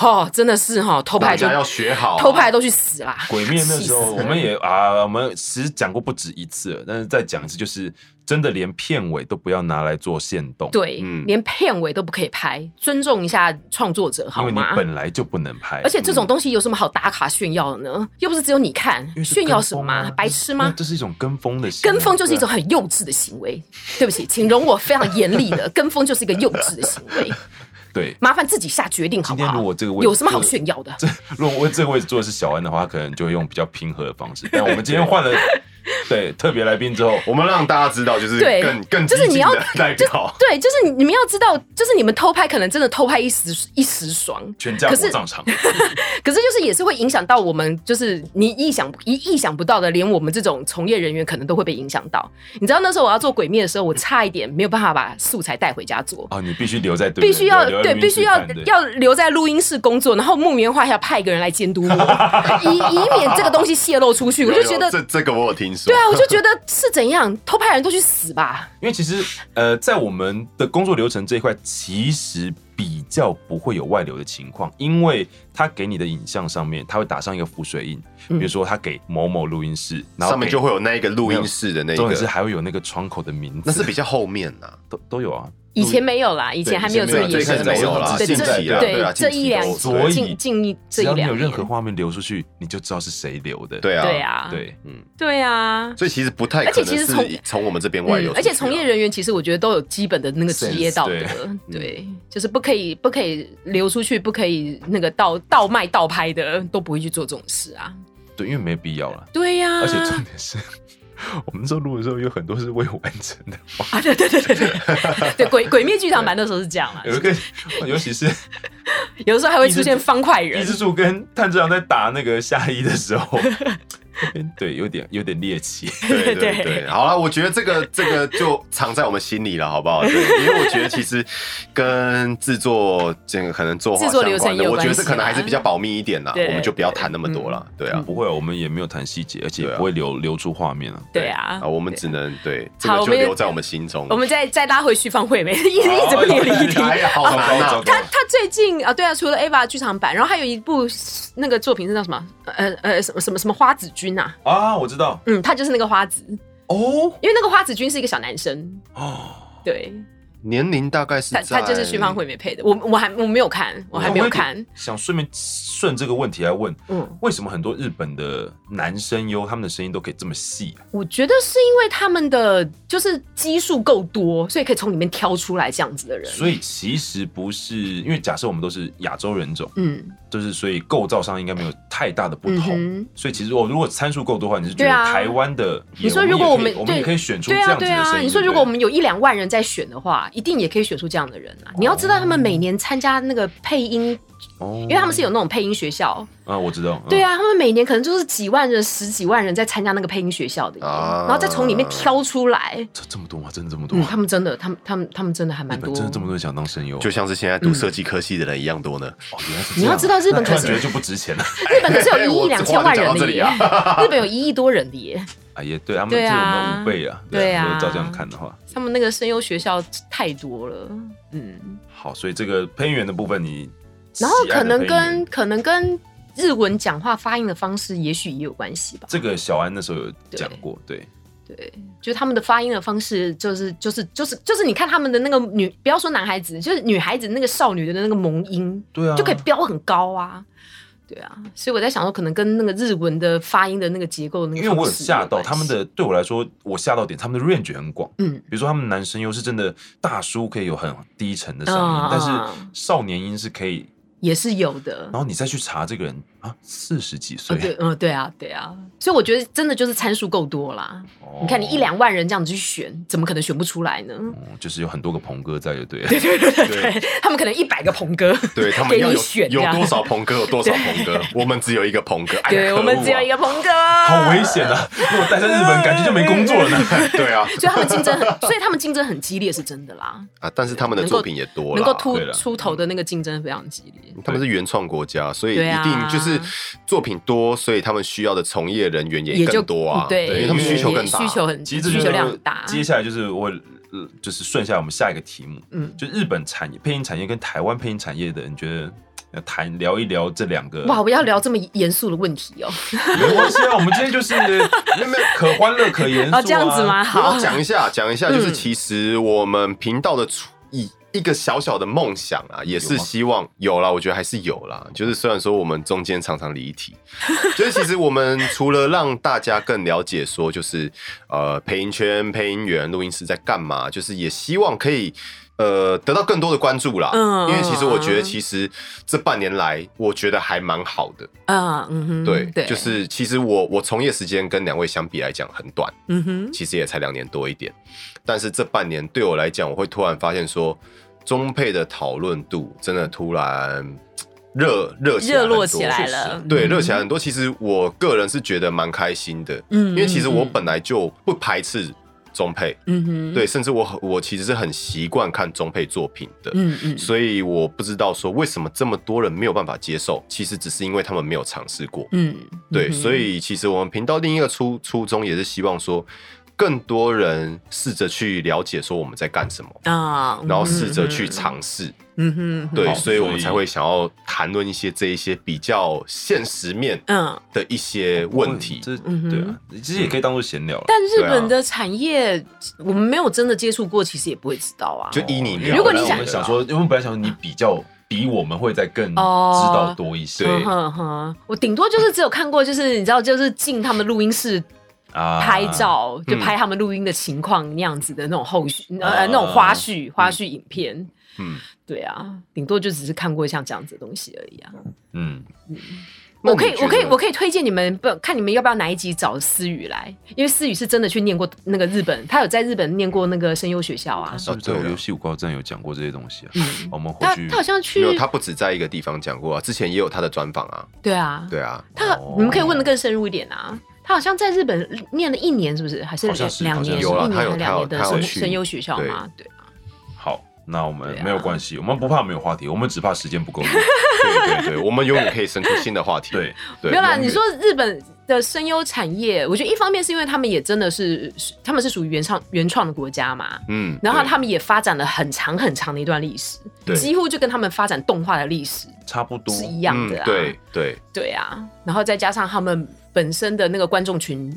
E: 哦，真的是哈、哦，偷
C: 大
E: 拍就
C: 家要学好啊
E: 偷拍都去死啦。
D: 鬼灭那时
E: *laughs* 气
D: 候
E: 死
D: 我
E: 了
D: 们也啊，我们其实讲过不止一次了，但是再讲一次，就是真的连片尾都不要拿来做限动，，
E: 对，
C: 嗯
E: 连片尾都不可以拍，尊重一下创作者
D: 因
E: 好
D: 为你
E: 吗？
D: 本来就不能拍，
E: 而且这种东西有什么好打卡炫耀的呢？又不是只有你看，
D: 因为是
E: 炫耀什
D: 跟
E: 么、
D: 风啊
E: 啊？白痴
D: 那
E: 吗？
D: 这是一种跟风的啊行为，
E: 跟风就是一种很幼稚的行为，对不起，请容我非常严厉
D: *laughs*
E: 的，跟风就是一个幼稚的行为，
D: 对。
E: 麻烦自己下决定
D: 今
E: 好不
D: 天
E: 好？
D: 如果这个位置
E: 有什么好炫耀的？
D: 这 *laughs* 如果我这个位置坐的是小安的话，他可能就会用比较平和的方式。但我们今天
E: *laughs*
D: 换了对特别来宾之后，
C: 我们让大家知道，就是
E: 对
C: 更更
E: 就是
C: 激
E: 你
C: 进
E: 要
C: 的代表，
E: *laughs* 对，就是你们要知道，就是你们偷拍可能真的偷拍一时一时爽，
D: 全家
E: 可
D: 火
E: 是
D: 葬场，
E: 可是就是也是会影响到我们，就是你意想一意想不到的，连我们这种从业人员可能都会被影响到。你知道那时候我要做鬼灭的时候，我差一点没有办法把素材带回家做。
D: 哦，你必须留在对不对，
E: 必须要
D: 留在
E: 对，
D: 录音
E: 必须
D: 室
E: 要
D: 看对
E: 要留在录音室工作，然后木棉花要派一个人来监督
D: *laughs*
E: 我，以以免这个东西泄露出 *laughs* 去。我就觉
C: 有有
E: 得，
C: *laughs* 这这个我有听说，
E: 对啊，我就觉得是怎样，偷拍人都去死吧。
D: 因为其实呃，在我们的工作流程这一块，其实比较不会有外流的情况，因为他给你的影像上面，他会打上一个浮水印，比如说他给某某录音室，然后
C: 上面
D: 给
C: 就会有那一个录音室的那
D: 重点是
C: 个，
D: 还会有那个窗口的名字，
C: 那是比较后面呐，
D: 都都有啊。
E: 以前没有啦，以前还没有这
C: 对
E: 个
C: 以
E: 意
C: 前
E: 识
C: 没有最开始没有啦
E: 对
C: 近
E: 这
C: 期啦对
E: 对
C: 啊
E: 这
C: 近期
E: 一两
C: 都
D: 所以
E: 近近一
D: 只
E: 这一
D: 要
E: 两
D: 你
E: 年，
D: 有任何画面流出去，你就知道是谁流的。
C: 对啊，
E: 对，啊，
D: 对，
E: 对啊，
C: 所以其实不太
E: 而
C: 可
E: 且
C: 能
E: 其实从嗯
C: 是从我们这边外流出去啊，
E: 而且从业人员其实我觉得都有基本的那个职业
D: Sense，
E: 道德，对，就是不可以不可以流出去，不可以那个倒倒卖倒拍的都不会去做这种事啊。
D: 对，因为没必要了。
E: 对呀、
D: 而且重点是， *laughs* 我们那时候录的时候有很多是未完成的话，
E: 啊，对对对对对，对鬼鬼灭剧场版那时候是这样啊，
D: 有一个，尤其是
E: 有的时候还会出现方块
D: 伊
E: 人
D: 之，助跟炭治郎在打那个夏伊的时候， *laughs* 对，有点有点猎奇。
E: *laughs*
C: 对对
E: 对
C: 对，好了，我觉得这个这个就藏在我们心里了，好不好？对，因为我觉得其实跟制作这个可能作画
E: 制作
C: 相
E: 流程
C: 关
E: 也
C: 的，
E: 有
C: 我觉得
E: 关系
C: 这可能还是
E: 啦
C: 比较保密一点啦，
E: 对嗯
C: 我们就不要谈那么多了，对啊。
D: 不会，我们也没有谈细节，而且也不会流流出画面啊。
E: 啊对啊
C: 啊，。我们只能对这
E: 好
C: 个
E: 我
C: 就
E: 们也
C: 留在我们心中。
E: 我们再再拉回旭方惠美，一直一直不离离题。
C: *laughs* 哎呀，好
D: 糟
C: 难
D: 糕糟
C: 啊！
D: 糕
E: 他他最近啊，对啊，除了 AVA 剧场版，然后还有一部那个作品是叫什么？呃呃，什么什么什么花子君啊？
D: 啊！我知道
E: 嗯，他就是那个花子。
D: 哦
E: 因为那个花子君是一个小男生，
D: 哦，
E: 对
C: 年龄大概是
E: 他他就是旭方惠美配的。我我还我没有看，我还
D: 哦
E: 没有看。
D: 想顺便顺这个问题来问，
E: 嗯，
D: 为什么很多日本的男声优他们的声音都可以这么细啊？
E: 我觉得是因为他们的就是基数够多，所以可以从里面挑出来这样子的人。
D: 所以其实不是，因为假设我们都是亚洲人种，
E: 嗯，
D: 就是所以构造上应该没有太大的不同。
E: 嗯哼
D: 所以其实我如果参数够多的话，你是觉
E: 对
D: 得
E: 啊
D: 台湾的也，
E: 你说如果
D: 我
E: 我
D: 们也
E: 们
D: 可以我们也
E: 对
D: 可以选出这
E: 对啊
D: 样子
E: 对
D: 的声音。
E: 啊，你
D: 对不
E: 说
D: 对
E: 如果我们有一两万人在选的话，一定也可以选出这样的人啊。你要知道他们每年参加那个配音，
D: 哦，
E: 因为他们是有那种配音学校，
D: 啊，我知道，嗯
E: 对，啊，他们每年可能就是几万人、十几万人在参加那个配音学校的耶，
C: 啊
E: 然后再从里面挑出来。
D: 这这么多吗？啊真的这么多
E: 嗯，
D: 吗？
E: 他们真的，他们他们他们真的还蛮
D: 日
E: 多
D: 本，真的这么多人想当声优啊？
C: 就像是现在读
E: 嗯
C: 设计科系的人一样多呢。
D: 哦原来是这样
E: 你要知道日本
D: 那突然
E: 可是
D: 觉得
E: *laughs*
D: 就不值钱了。 *laughs*
E: 日本可是
C: 哎
E: 有一
C: 我
E: 亿两千万人
C: 话就讲到这
E: 的
C: 里
E: 耶，
C: 啊
E: 日本有一亿多人的耶，
D: 哎呀，对他们
E: 对
D: 是我
E: 啊
D: 们的五倍啊，
E: 对啊
D: 如果照这样看的话，
E: 他们那个声优学校太多了，嗯，
D: 好，所以这个配音员的部分你喜
E: 然
D: 爱的配音员，
E: 后可能跟可能跟日文讲话发音的方式也许也有关系吧，
D: 这个小安那时候有讲过，对，
E: 对，就是他们的发音的方式就是就是就是就是你看他们的那个女，不要说男孩子，就是女孩子那个少女的那个萌音，
D: 对啊
E: 就可以飙很高啊。对啊，所以我在想说，可能跟那个日文的发音的那个结构那个
D: 因为我有
E: 方式
D: 吓到
E: 关系
D: 他们，的，对我来说，我吓到点，他们的 range 很广。
E: 嗯，
D: 比如说，他们男生又是真的大叔，可以有很低沉的声音，
E: 嗯
D: 但是少年音是可以。
E: 也是有的
D: 哦然。后你再去查这个人，啊，四十几
E: 哦
D: 岁，
E: 对，嗯，对啊，对啊，所以我觉得真的就是参数够多啦。
D: 哦
E: 你看，你一两万人这样子去选，怎么可能选不出来呢？ *laughs*
D: 嗯就是有很多个鹏哥在，就对了。
C: 对
E: 他们可能一百个鹏哥，
C: 对他们
E: 给
C: 要
E: 你
C: 有
E: 选这
C: 有
E: 样
C: 多少鹏
E: *laughs*
C: 哥有多少鹏哥，我们只有一个鹏哥，哎呀
E: 对我们只有一，个鹏哥，
D: 好危险
E: *laughs*
D: 啊！如果待在日本，感觉就没工作了呢。
C: 可恶啊对啊
E: 所以他们竞争很， *laughs* 所以他们竞争很激烈是真的啦，
C: 啊，但是他们的
E: 能够
C: 作品也多了，
E: 能够突
D: 对啦
E: 出头的那个竞争非常激烈。
C: 他们是原创国家，所以
E: 对
C: 一
E: 啊
C: 定就是作品多，所以他们需要的从业人员也
E: 也就嗯
C: 更多啊，
E: 对，
C: 因为他们需求更大，
E: 需求很，
D: 其实
E: 需
D: 这就是
E: 求量很大。
D: 接下来就是我，呃就是顺下我们下一个题目，
E: 嗯，
D: 就日本产业配音产业跟台湾配音产业的，你觉得呃谈聊一聊这两个？
E: 哇，我要聊这么严肃的问题哦，
D: 没关系啊，我们今天就是
E: *laughs*
D: 没有没有可欢乐可严肃啊
E: 哦，这样子吗？？
C: 我
E: 好
C: 要，讲一下，讲一下，就是
E: 嗯
C: 其实我们频道的初一一个小小的梦想啊，也是
D: 有吗
C: 希望有啦，我觉得还是有啦。就是虽然说我们中间常常离题， *laughs* 就是其实我们除了让大家更了解说，就是呃配音圈、配音员、录音师在干嘛，就是也希望可以。呃，得到更多的关注啦，
E: 嗯
C: 因为其实我觉得，
E: 嗯
C: 其实这半年来，我觉得还蛮好的，
E: 嗯嗯哼，
C: 对，
E: 对，
C: 就是其实我我从业时间跟两位相比来讲很短，
E: 嗯哼，
C: 其实也才两年多一点，但是这半年对我来讲，我会突然发现说，中配的讨论度真的突然嘖热热起来
E: 热
C: 很多
E: 络起来了，
C: 对，热起来很多。其实我个人是觉得蛮开心的，
E: 嗯
C: 因为其实我本来就不排斥中配，
E: 嗯哼，
C: 对，甚至我很我其实是很习惯看中配作品的，
E: 嗯嗯，
C: 所以我不知道说为什么这么多人没有办法接受，其实只是因为他们没有尝试过。
E: 嗯，
C: 对，
E: 嗯哼
C: 所以其实我们频道另一个初初衷也是希望说，更多人试着去了解说我们在干什么，
E: 啊，
C: 然后试着去
E: 嗯
C: 尝试。
E: 嗯哼，嗯
C: 对，
D: 好
C: 所以我
D: 所
C: 们
D: 以
C: 才会想要谈论一些这一些比较现实面
E: 嗯，
C: 的一些问题。
D: 哦这
E: 嗯哼
D: 对啊，其实也可以当做闲聊了。
E: 但日
C: 对啊
E: 本的产业，我们没有真的接触过，其实也不会知道啊。
C: 就依
D: 哦
C: 你聊
E: 如果你
D: 本来
E: 想
D: 我们想说，因为我们本来想说你比较比我们会再更知
E: 哦
D: 道多一些
E: 嗯哼哼，我顶多就是只有看过，就是你知道，就是进他们录音室
D: 啊
E: 拍照，就
C: 嗯
E: 拍他们录音的情况那样子的那种后续，呃，
D: 啊
E: 那种花絮花絮影片。
C: 哦嗯，
E: 对啊，顶多就只是看过像这样子的东西而已啊。
D: 嗯，
C: 那
E: 我
C: 你
E: 可以，
C: 觉
E: 我可以，
C: 得
E: 我可以推荐你们，不看你们要不要哪一集找思雨来，因为思雨是真的去念过那个日本，他有在日本念过那个声优学校啊
D: 他。是不是在
C: 对啊
D: 《游戏五高站》有讲过这些东西啊？
E: 嗯
D: 我们回
E: 他
D: 去
E: 他好像
C: 没
E: 去
C: 有，他不止在一个地方讲过啊，之前也有他的专访啊。
E: 对啊，
C: 对
E: *laughs*
C: 啊，
E: 他
D: 哦
E: 你们可以问的更深入一点啊。他好像在日本念了一年，是不是？还是
D: 好像是
E: 两
D: 好像
E: 年？
D: 是
E: 一
D: 有
C: 啊
E: 年
C: 他有
E: 还两年的
C: 他有
E: 声
C: 去
E: 声优学校嘛？对啊，
D: 好，那我们
E: 对啊
D: 没有关系，我们不怕没有话题，我们只怕时间不够
E: *laughs*
D: 用。
C: 对对对，我们永远可以生出新的话题。
D: 对，
C: 对，
E: 没有啦。
C: 永远
E: 你说日本的声优产业，我觉得一方面是因为他们也真的是，是他们是属于原创原创的国家嘛。
C: 嗯，
E: 然后
C: 对
E: 他们也发展了很长很长的一段历史，
C: 对
E: 几乎就跟他们发展动画的历史
D: 差不多
E: 是一样的啊。
C: 嗯对对，
E: 对啊，然后再加上他们本身的那个观众群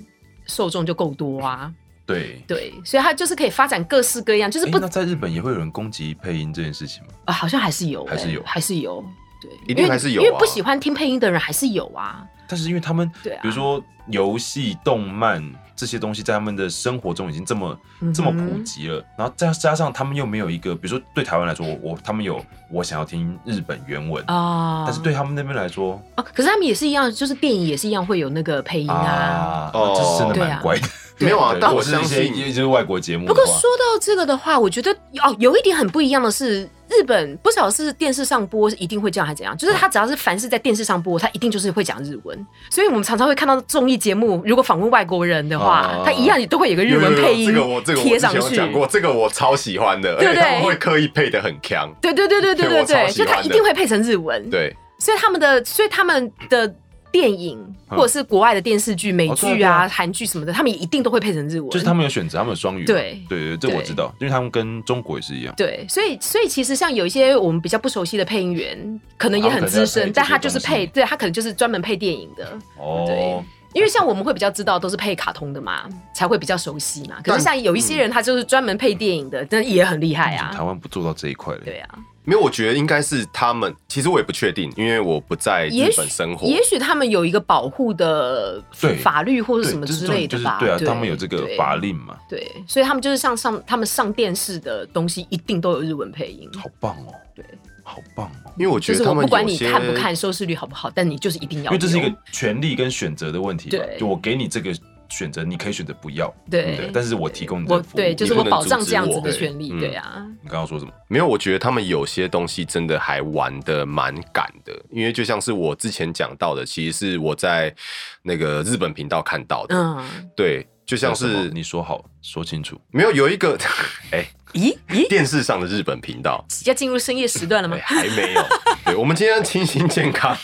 E: 受众就够多啊，
D: 对。哎
E: 对，所以他就是可以发展各式各样，就是
D: 诶
E: 不、
D: 那在日本也会有人攻击配音这件事情吗？
E: 啊，好像还是有、
D: 还是
E: 欸
D: 有
E: 还是有，对，
C: 一定
E: 因为
C: 还是有
E: 因
C: 啊
E: 为不喜欢听配音的人还是有啊，
D: 但是因为他们，
E: 对啊
D: 比如说游戏、动漫这些东西，在他们的生活中已经这么
E: 嗯哼
D: 这么普及了，然后再加上他们又没有一个，比如说对台湾来说，我我他们有我想要听日本原文，
E: 啊，
D: 但是对他们那边来说
E: 啊，可是他们也是一样，就是电影也是一样会有那个配音啊。
D: 啊，
C: 哦
D: 这是真的
E: 对
D: 蛮
E: 啊
D: 怪的。
C: 没有啊，
D: 对
C: 但
D: 如
C: 我
D: 果是
C: 相
D: 一些
C: 信
D: 一些外国节目的
E: 不
D: 话，
E: 过说到这个的话，我觉得哦，有一点很不一样的是，日本不晓得是电视上播一定会这样，还是怎样？就是他只要是凡是在电视上播，他一定就是会讲日文。所以我们常常会看到综艺节目，如果访问外国人的话，
C: 哦
E: 他一样也都会有个日
C: 有有
E: 文
C: 有
E: 配音
C: 这个我这个我
E: 贴
C: 之
E: 上
C: 前有
E: 去。
C: 讲过，这个我超喜欢的，
E: 对
C: 而且
E: 对
C: 他们会刻意配的很强，
E: 对对对对对
C: 对
E: 对
C: 我超
E: 对，
C: 喜
E: 就
C: 欢的
E: 他一定会配成日文。，
C: 对
E: 所以他们的，所以他们的电影或者是国外的电视剧、美
D: 哦对啊
E: 剧
D: 对啊
E: 啊、韩剧什么的，他们也一定都会配成日文。
D: 就是他们有选择，他们有双语嘛。
E: 对
D: 对对，这我
E: 对
D: 知道，因为他们跟中国也是一样。
E: 对，所以所以其实像有一些我们比较不熟悉的配音员，可能也很资深，
D: 他们可能
E: 但他
D: 在配这些
E: 就是
D: 东西
E: 配，对他可能就是专门配电影的，
D: 哦
E: 对，因为像我们会比较知道都是配卡通的嘛，才会比较熟悉嘛。可
C: 但
E: 是像有一
D: 嗯
E: 些人他就是专门配电影的，但也很厉
D: 台
E: 害啊。
D: 湾不做到这一块嘞。
E: 对啊，
C: 没有，我觉得应该是他们，其实我也不确定，因为我不在
E: 也
C: 日
E: 许
C: 本生活，
E: 也许他们有一个保护的
D: 对
E: 法律或者
D: 对，
E: 什么
D: 这是
E: 之
D: 重
E: 类
D: 点就
E: 的
D: 是
E: 吧？
D: 对啊，他们有这个法。
E: 对
D: 令嘛，
E: 对，所以他们就是上上他们上电视的东西一定都有日文配音。
D: 好棒哦。
E: 对，
D: 好棒哦！
C: 因为我
E: 就
C: 觉
E: 是
C: 得他
E: 我
C: 们
E: 不管
C: 有
E: 你
C: 些
E: 看不看收视率好不好，但你就是一定要
D: 因为
E: 有，
D: 这是一个权利跟选择的问题吧，
E: 对
D: 就我给你这个选择，你可以选择不要，
E: 对，
D: 嗯但是我
C: 嗯
D: 提供你这
E: 我
D: 个服务，
E: 对，就是
D: 你
E: 我
D: 不能
E: 保障这样子
C: 阻止
E: 的
C: 我嗯
E: 权利，
D: 对
E: 对啊，
D: 你刚刚说什么？
C: 没有，我觉得他们有些东西真的还玩的蛮赶的，因为就像是我之前讲到的，其实是我在那个日本频道看到的，
E: 嗯，
C: 对，就像
D: 有什
C: 是
D: 么你说好说清楚，
C: 没有有一个， *laughs* 哎、
E: 咦咦，
C: 电视上的日本频道，
E: 要进入深夜时段了吗
C: 对，？啊还没有。对，我们今天清新健康，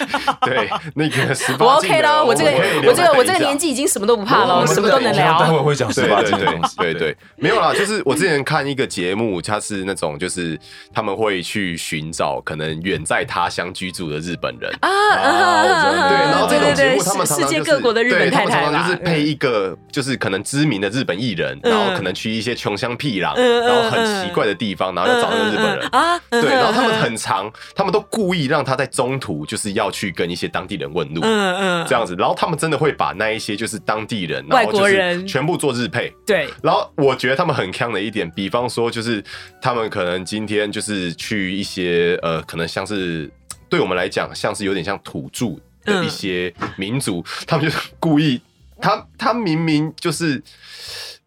C: 对那个十
E: 我
C: 八禁
E: OK
C: 的
E: 啊了，我这个
C: 们可以聊
E: 我这个我
C: 等
E: 这个
C: 一下
E: 年纪已经什么都不怕了，
D: 我
E: 什么都能
D: 待会
E: 聊。
D: 会讲十
C: 对
D: 八
C: 对
D: 禁的
C: 对
D: 东西，
C: 对对，没有啦，就是我之前看一个节目，它是那种就是他们会去寻找可能远在他乡居住的日本人。
E: 啊
D: 啊我知道
E: 啊！
C: 哦对，然后这种
E: 对对
C: 节
E: 对
C: 目他们
E: 世
C: 常
E: 世
C: 常
E: 界
C: 就是
E: 各国的日
C: 对
E: 本
C: 他
E: 太太
C: 们常
E: 啦
C: 常
E: 嗯
C: 就是配一个就是可能知名的日本艺人，然后可能去一些穷乡僻壤，
E: 嗯嗯
C: 然后很奇怪的地方，然后要找那个日本人
E: 嗯嗯嗯啊，
C: *laughs*
E: 嗯
C: 对，然后他们
E: 嗯 *laughs*
C: 很长，他们都故意让他在中途就是要去跟一些当地人问路，
E: 嗯嗯，
C: 这样子，然后他们真的会把那一些就是当地人，然后
E: 外国
C: 就是
E: 人
C: 全部做日配。
E: 对，
C: 然后我觉得他们很坑的一点，比方说就是他们可能今天就是去一些呃，可能像是对我们来讲，像是有点像土著的一些民族，他们就是故意，他他明明就是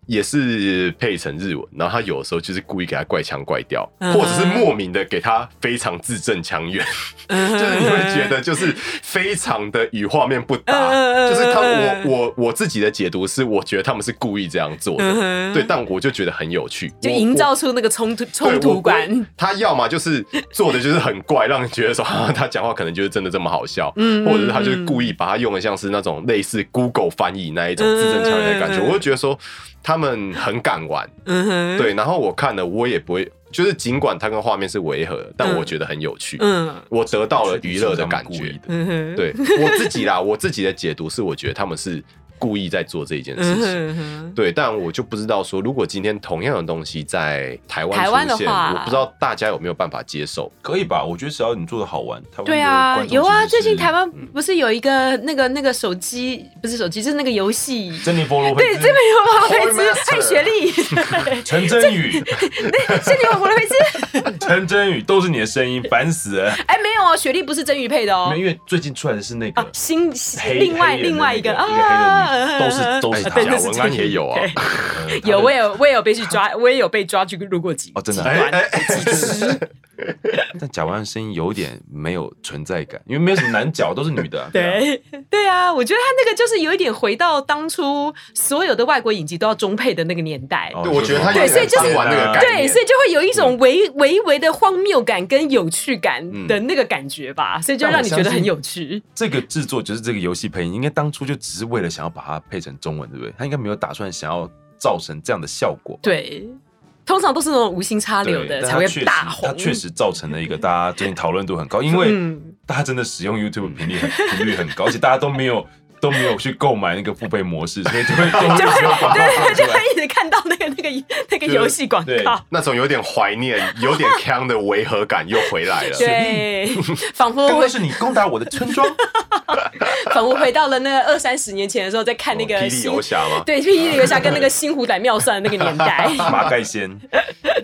C: 也是配成日文，然后他有的时候就是故意给他怪腔怪调，
E: 嗯
C: 或者是莫名的给他非常字正腔圆。
E: 就
C: 就是你会觉得就是非常的与画面不搭，
E: 嗯嗯
C: 就
E: 嗯
C: 是他
E: 嗯
C: 我
E: 嗯
C: 我我自己的解读是，我觉得他们是故意这样做的，
E: 嗯哼
C: 对，但我就觉得很有趣，
E: 就
C: 我
E: 营造出那个冲突
C: 我
E: 冲突
C: 对我
E: 感嗯
C: 我。 *laughs* 他要么就是做的就是很怪，让你觉得说、啊、他讲话可能就是真的这么好笑，
E: 嗯
C: 或者是他就是故意把它用的像是那种类似 Google 翻译那一种字正腔圆的感觉，
E: 嗯嗯嗯
C: 我就觉得说他们很敢玩，
E: 嗯哼，
C: 对，然后我看了我也不会，就是尽管它跟画面是违和的，但
E: 嗯
C: 我觉得很有趣，
E: 嗯
C: 我得到了娱乐的感
D: 是他们故
C: 觉
D: 意。的，
E: 嗯哼，
C: 对我自己啦，我自己的解读是，我觉得他们是故意在做这一件事
E: 嗯
C: 情。
E: 哼哼，
C: 对，但我就不知道说，如果今天同样的东西在台湾
E: 台湾的
C: 出现，
E: 话
C: 我不知道大家有没有办法接受。
D: 可以吧？我觉得只要你做的好玩，台湾
E: 对
D: 的
E: 啊，
D: 观众
E: 有啊，
D: 其实
E: 最
D: 是嗯
E: 近台湾不是有一个那个那个手机，不是手机，就是那个游戏。
D: 珍妮佛罗
E: 对，
D: 佩
E: 这
D: 兹
E: 边、有王菲兹
C: Toymaster
E: 爱雪
D: *laughs*
E: 莉，哎对，
D: 陈真宇、
E: 这里有王菲兹。
D: 陈真宇都是你的声音，烦死了。
E: 哎，没有哦，雪莉不是真鱼配的
D: 没有，。
E: 哦
D: 因为最近出来的是那
E: 啊
D: 个，
E: 新
D: 黑
E: 另外
D: 黑人
E: 另外
D: 的
E: 一个
D: 那一个黑人
E: 啊，
D: 都是都是
E: 啊
D: 他
E: *laughs* 对
C: 贾
E: 都是哎
C: 文
E: 这
C: 安
E: 个
C: 也有啊
D: *laughs*
E: 对
D: 呃他
E: *laughs* 有
D: 的
E: 我也我也有被去抓，我也有被抓去录过几
D: 哦真的
E: 几
D: 哎
E: 关
C: 哎哎
E: 几只，
D: 但贾万安声音有点没有存在感，因为没有什么男角，都是女的啊、啊。
E: 对 *laughs* 对啊，我觉得他那个就是有一点回到当初所有的外国影集都要中配的那个年代。
D: 哦
C: 对，我觉得他
E: 对
C: 有
E: 所以
C: 点
E: 就是
C: 贪玩那个概
E: 对，
C: 念。
E: 所以就会有一种微微微的荒谬感跟有趣感的那个感觉吧，所以就让你觉得很有趣。
D: 这个制作就是这个游戏配音，应该当初就只是为了想要把它配成中文，对不对？他应该没有打算想要造成这样的效果。
E: 对，通常都是那种无心插
D: 对
E: 柳的
D: 但
E: 才
D: 它
E: 会
D: 确实
E: 大红。
D: 它确实造成了一个大家最近讨论度很高，因为
E: 嗯
D: 大家真的使用 YouTube 频率很频率很高，而且大家都没有都没有去购买那个付费模式，所以就会就
E: *laughs* 就会
D: 会
E: 对，就会一直看到那个那个那个游戏广
D: 对
E: 告。
C: 那种有点怀念、 *laughs* 有点腔的违和感又回来了。
E: 对，仿佛
D: 刚
E: 回
D: 刚是你攻打我的村庄，
E: 仿佛回到了那二三十年前的时候，在看那
C: 哦
E: 个
C: 霹雳
E: 新
C: 游侠
E: *laughs*
C: 嘛，
E: 对，霹雳游侠跟那个新虎胆妙算的那个年代，
D: 马盖先，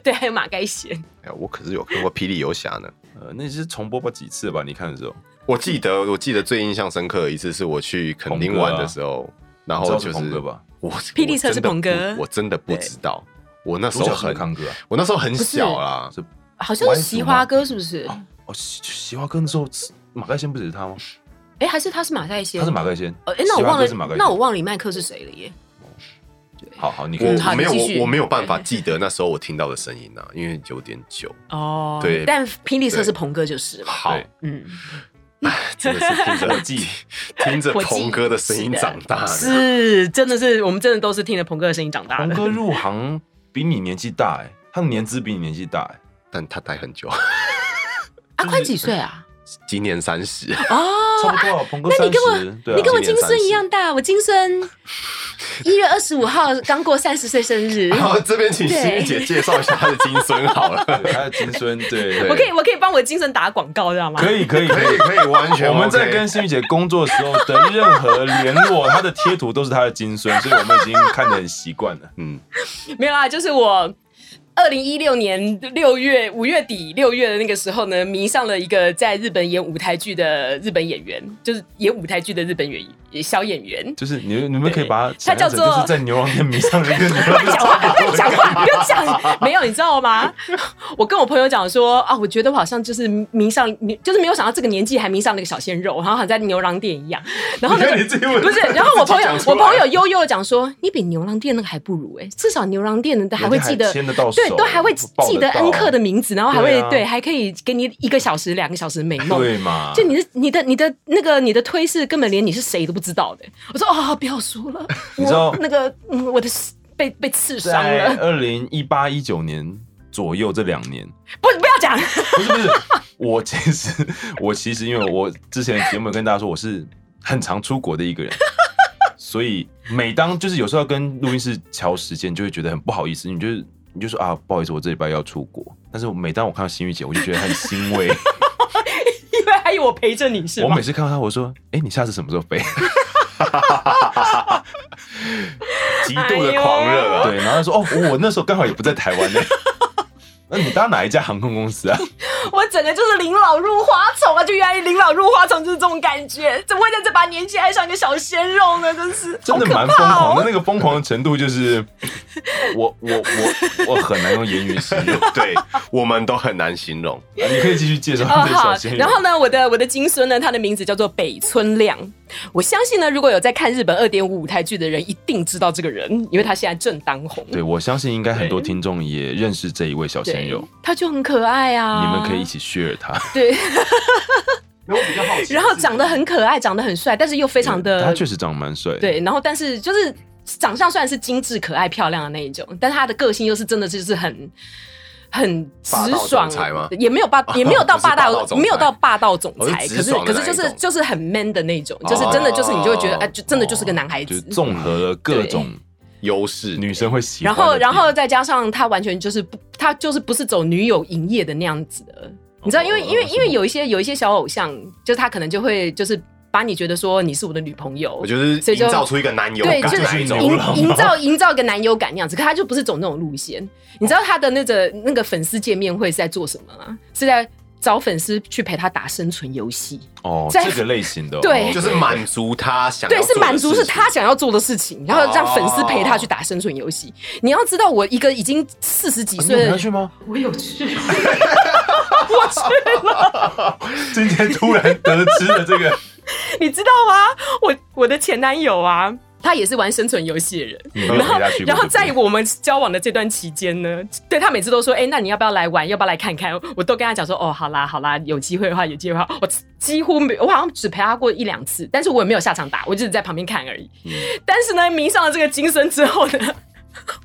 E: 对，还有马盖先，
C: 哎我可是有看过《霹雳游侠》呢。
D: 呃，那是重播过几次吧？你看的时候，
C: 我记得，我记得最印象深刻的一次是我去垦丁玩的时候，然
D: 知
C: 后
D: 道
C: 哦就是
D: 鹏哥吧？
C: 我
E: 霹雳车是鹏哥
C: 我真的不我真的不知道。我那时
D: 主
C: 候
D: 角是
C: 很，
D: 康哥啊，
C: 我那时候很小啊啦
D: 是，
E: 好像是奇花哥是不是？
D: 哦，西西瓜哥那时候马盖先不只是他吗？
E: 哎，还是他是马盖先？
D: 他是马盖先，
E: 呃，哎，那
D: 西
E: 我忘
D: 瓜哥是马盖
E: 了，
D: 先
E: 那我忘了李麦克是谁了耶？
D: 好好，你可以
E: 嗯好
C: 我没有
E: 你继续
C: 我我没有办法记得那时候我听到的声音啊，因为有点久。
E: 哦
C: 对
E: 但霹雳车是鹏哥就是了。
C: 好，
D: 对
E: 嗯，
C: 真的是
E: *laughs*
C: 听
D: 我
C: 着
D: 记
C: 听着
E: 我记
C: 鹏哥的声音长大的。
E: 是，真的是，我们真的都是听了鹏哥的声音长大
D: 鹏
E: 的。
D: 哥入行比你年纪大哎、他的年资比你年纪大哎、
C: 但他待很久，
E: 阿宽几岁啊？
C: 今年三
E: *laughs*
C: 十，
E: 哦，
D: 差不多啊。鹏哥三十，对啊，
E: 你跟我
C: 今
E: 金
C: 年
E: 孙一样大，我金
D: *laughs*
E: 孙一月二十五号刚过三十岁生日。
C: 然后这边请
E: 对
C: 心怡姐介绍一下他的金孙好了。
E: *laughs*
D: 对啊他的金孙， *laughs* 对，
E: 我可以，我可以帮我金孙打广告，知道吗？
D: *laughs* 可以，可以，
C: 可以可以，完全 OK。
D: 我们在跟心雨姐工作的时候的任何联络，她的贴图都是她的金孙，所以我们已经看得很习惯了。
C: 嗯，
E: 没有啦，就是我二零一六年六月五月底六月的那个时候呢，迷上了一个在日本演舞台剧的日本演员，就是演舞台剧的日本演小演员。
D: 就是你们你们可以把它
E: 它叫
D: 想象成就是
E: 做
D: 在牛郎店迷上了一个牛郎
E: 讲 *laughs* 话，不要讲话，不
D: *laughs*
E: 要讲，没有，你知道吗？我跟我朋友讲说啊，我觉得我好像就是迷上，就是没有想到这个年纪还迷上了一个小鲜肉，然后好像在牛郎店一样。然后那
D: 你
E: 个
D: 看你自己问
E: 不是，然后我朋
C: 自己
E: 友
C: 讲出
E: 我
C: 来
E: 朋友悠悠的讲说，你比牛郎店那个还不如哎、至少牛郎店的还会记得，
D: *laughs* 牵得到手，
E: 对，都还会
D: 抱
E: 记得
D: 到
E: 恩客的，名字，然后还会
D: 对啊
E: 对，还可以给你一个小时、两个小时的美梦。
D: 对啊嘛？
E: 就你的、你的、你的那个、你的推是根本连你是谁都不知道的。我说啊、不要说了，
D: 你知道
E: 我那个、嗯、我的被被刺伤
D: 在
E: 了，
D: 二零一八一九年左右这两年， *laughs*
E: 不不要讲， *laughs*
D: 不是不是，我其实 *laughs* 我其实因为我之前节目有跟大家说我是很常出国的一个人， *laughs* 所以每当就是有时候要跟录音室调时间，就会觉得很不好意思，你就是你就说啊不好意思，我这礼拜要出国，但是我每当我看到心玉姐，我就觉得很欣慰。
E: 因为还有我陪着你 *laughs* 是
D: 我
E: 吗
D: 每？次看到她，我说哎、你下次什么时候飞？ *laughs*
C: 极度的狂热
E: 哎
C: 啊！
D: 对，然后她说哦我我那时候刚好也不在台湾呢、 *laughs* 那你搭哪一家航空公司啊？
E: 我整个就是临老入花丛啊！就原来临老入花丛就是这种感觉，怎么会在这把年纪爱上一个小鲜肉呢？真是
D: 真的蛮疯
E: 哦
D: 狂的，那个疯狂的程度
E: *laughs*
D: 就是，我我我我很难用言语形容。
C: 哦对，我们都很难形容。
D: 啊你可以继续介绍
E: 哦，
D: 这
E: 好
D: 小鲜，肉。
E: 然后呢，我的我的金孙呢，他的名字叫做北村亮。我相信呢，如果有在看日本二点五舞台剧的人，一定知道这个人，因为他现在正当红。
D: 对我相信应该很多听众也认识这一位小
E: 对，
D: 鲜肉，
E: 他就很可爱啊。
D: 你们可以一起 share 他。
E: 对，
C: 我比较好奇
E: 然后长得很可爱，长得很帅，但是又非常的
D: 他确实长得蛮帅。，
E: 对，然后但是就是长相虽然是精致可爱漂亮的那一种，但是他的个性又是真的就是很。很直
C: 霸道总
E: 爽
C: 裁吗
E: 也没
C: *laughs*
E: 有霸，也没有到
C: 不是
E: 霸
C: 霸道
E: 道，
C: 总裁哦
E: 没有到霸道总
C: 我是
E: 裁，
C: 直
E: 可是
C: 爽的
E: 可
C: 那
E: 是就
C: 一
E: 是
C: 种
E: 就是很 man 的那种，就是真的就是你就会觉得，
C: 哦
E: 哎，就真的就是个男孩
D: 哦就是
E: 子。
D: 综合了各种
C: 优势
D: 女生会喜
E: 然
D: 欢的
E: 后，
D: 点。
E: 然后再加上他完全就是不，他就是不是走女友营业的那样子的，
C: 哦
E: 你知道，因为因为因为有一些有一些小偶像，就是他可能就会就是把你觉得说你是我的女朋友，
C: 我就是
E: 所以就
C: 营造出一个男友
E: 对，
C: 感
E: 就
C: 那
E: 是
C: 一种
E: 营营造营造个男友感那样子，可他就不是走那种路线。你知道他的那个那个粉丝见面会是在做什么吗？是在找粉丝去陪他打生存游戏。
D: 哦，
E: 在
D: 这个类型的哦
E: 对
C: 就是满足他想要
E: 对，
C: 做
E: 是
C: 的
E: 满足
C: 事
E: 是
C: 情
E: 他想要做的事情，然后让粉丝陪他去打生存游戏。你要知道，我一个已经四十
C: 哦
E: 几
D: 啊你有
E: 岁
D: 陪他
E: 的，
D: 去吗？
E: 我有去，
D: *laughs* 今天突然得知了这个，
E: 你知道吗？我我的前男友啊，他也是玩生存游戏的人。
D: 你没有
E: *laughs* 然后
D: 陪他去过，
E: 然后
D: 对不对
E: 在我们交往的这段期间呢，对他每次都说：“哎、那你要不要来玩？要不要来看看？”我都跟他讲说：“哦，好啦，好啦，有机会的话，有机会的话。”我几乎没，我好像只陪他过一两次，但是我也没有下场打，我就只是在旁边看而已。
D: 嗯
E: 但是呢，迷上了这个金身之后呢，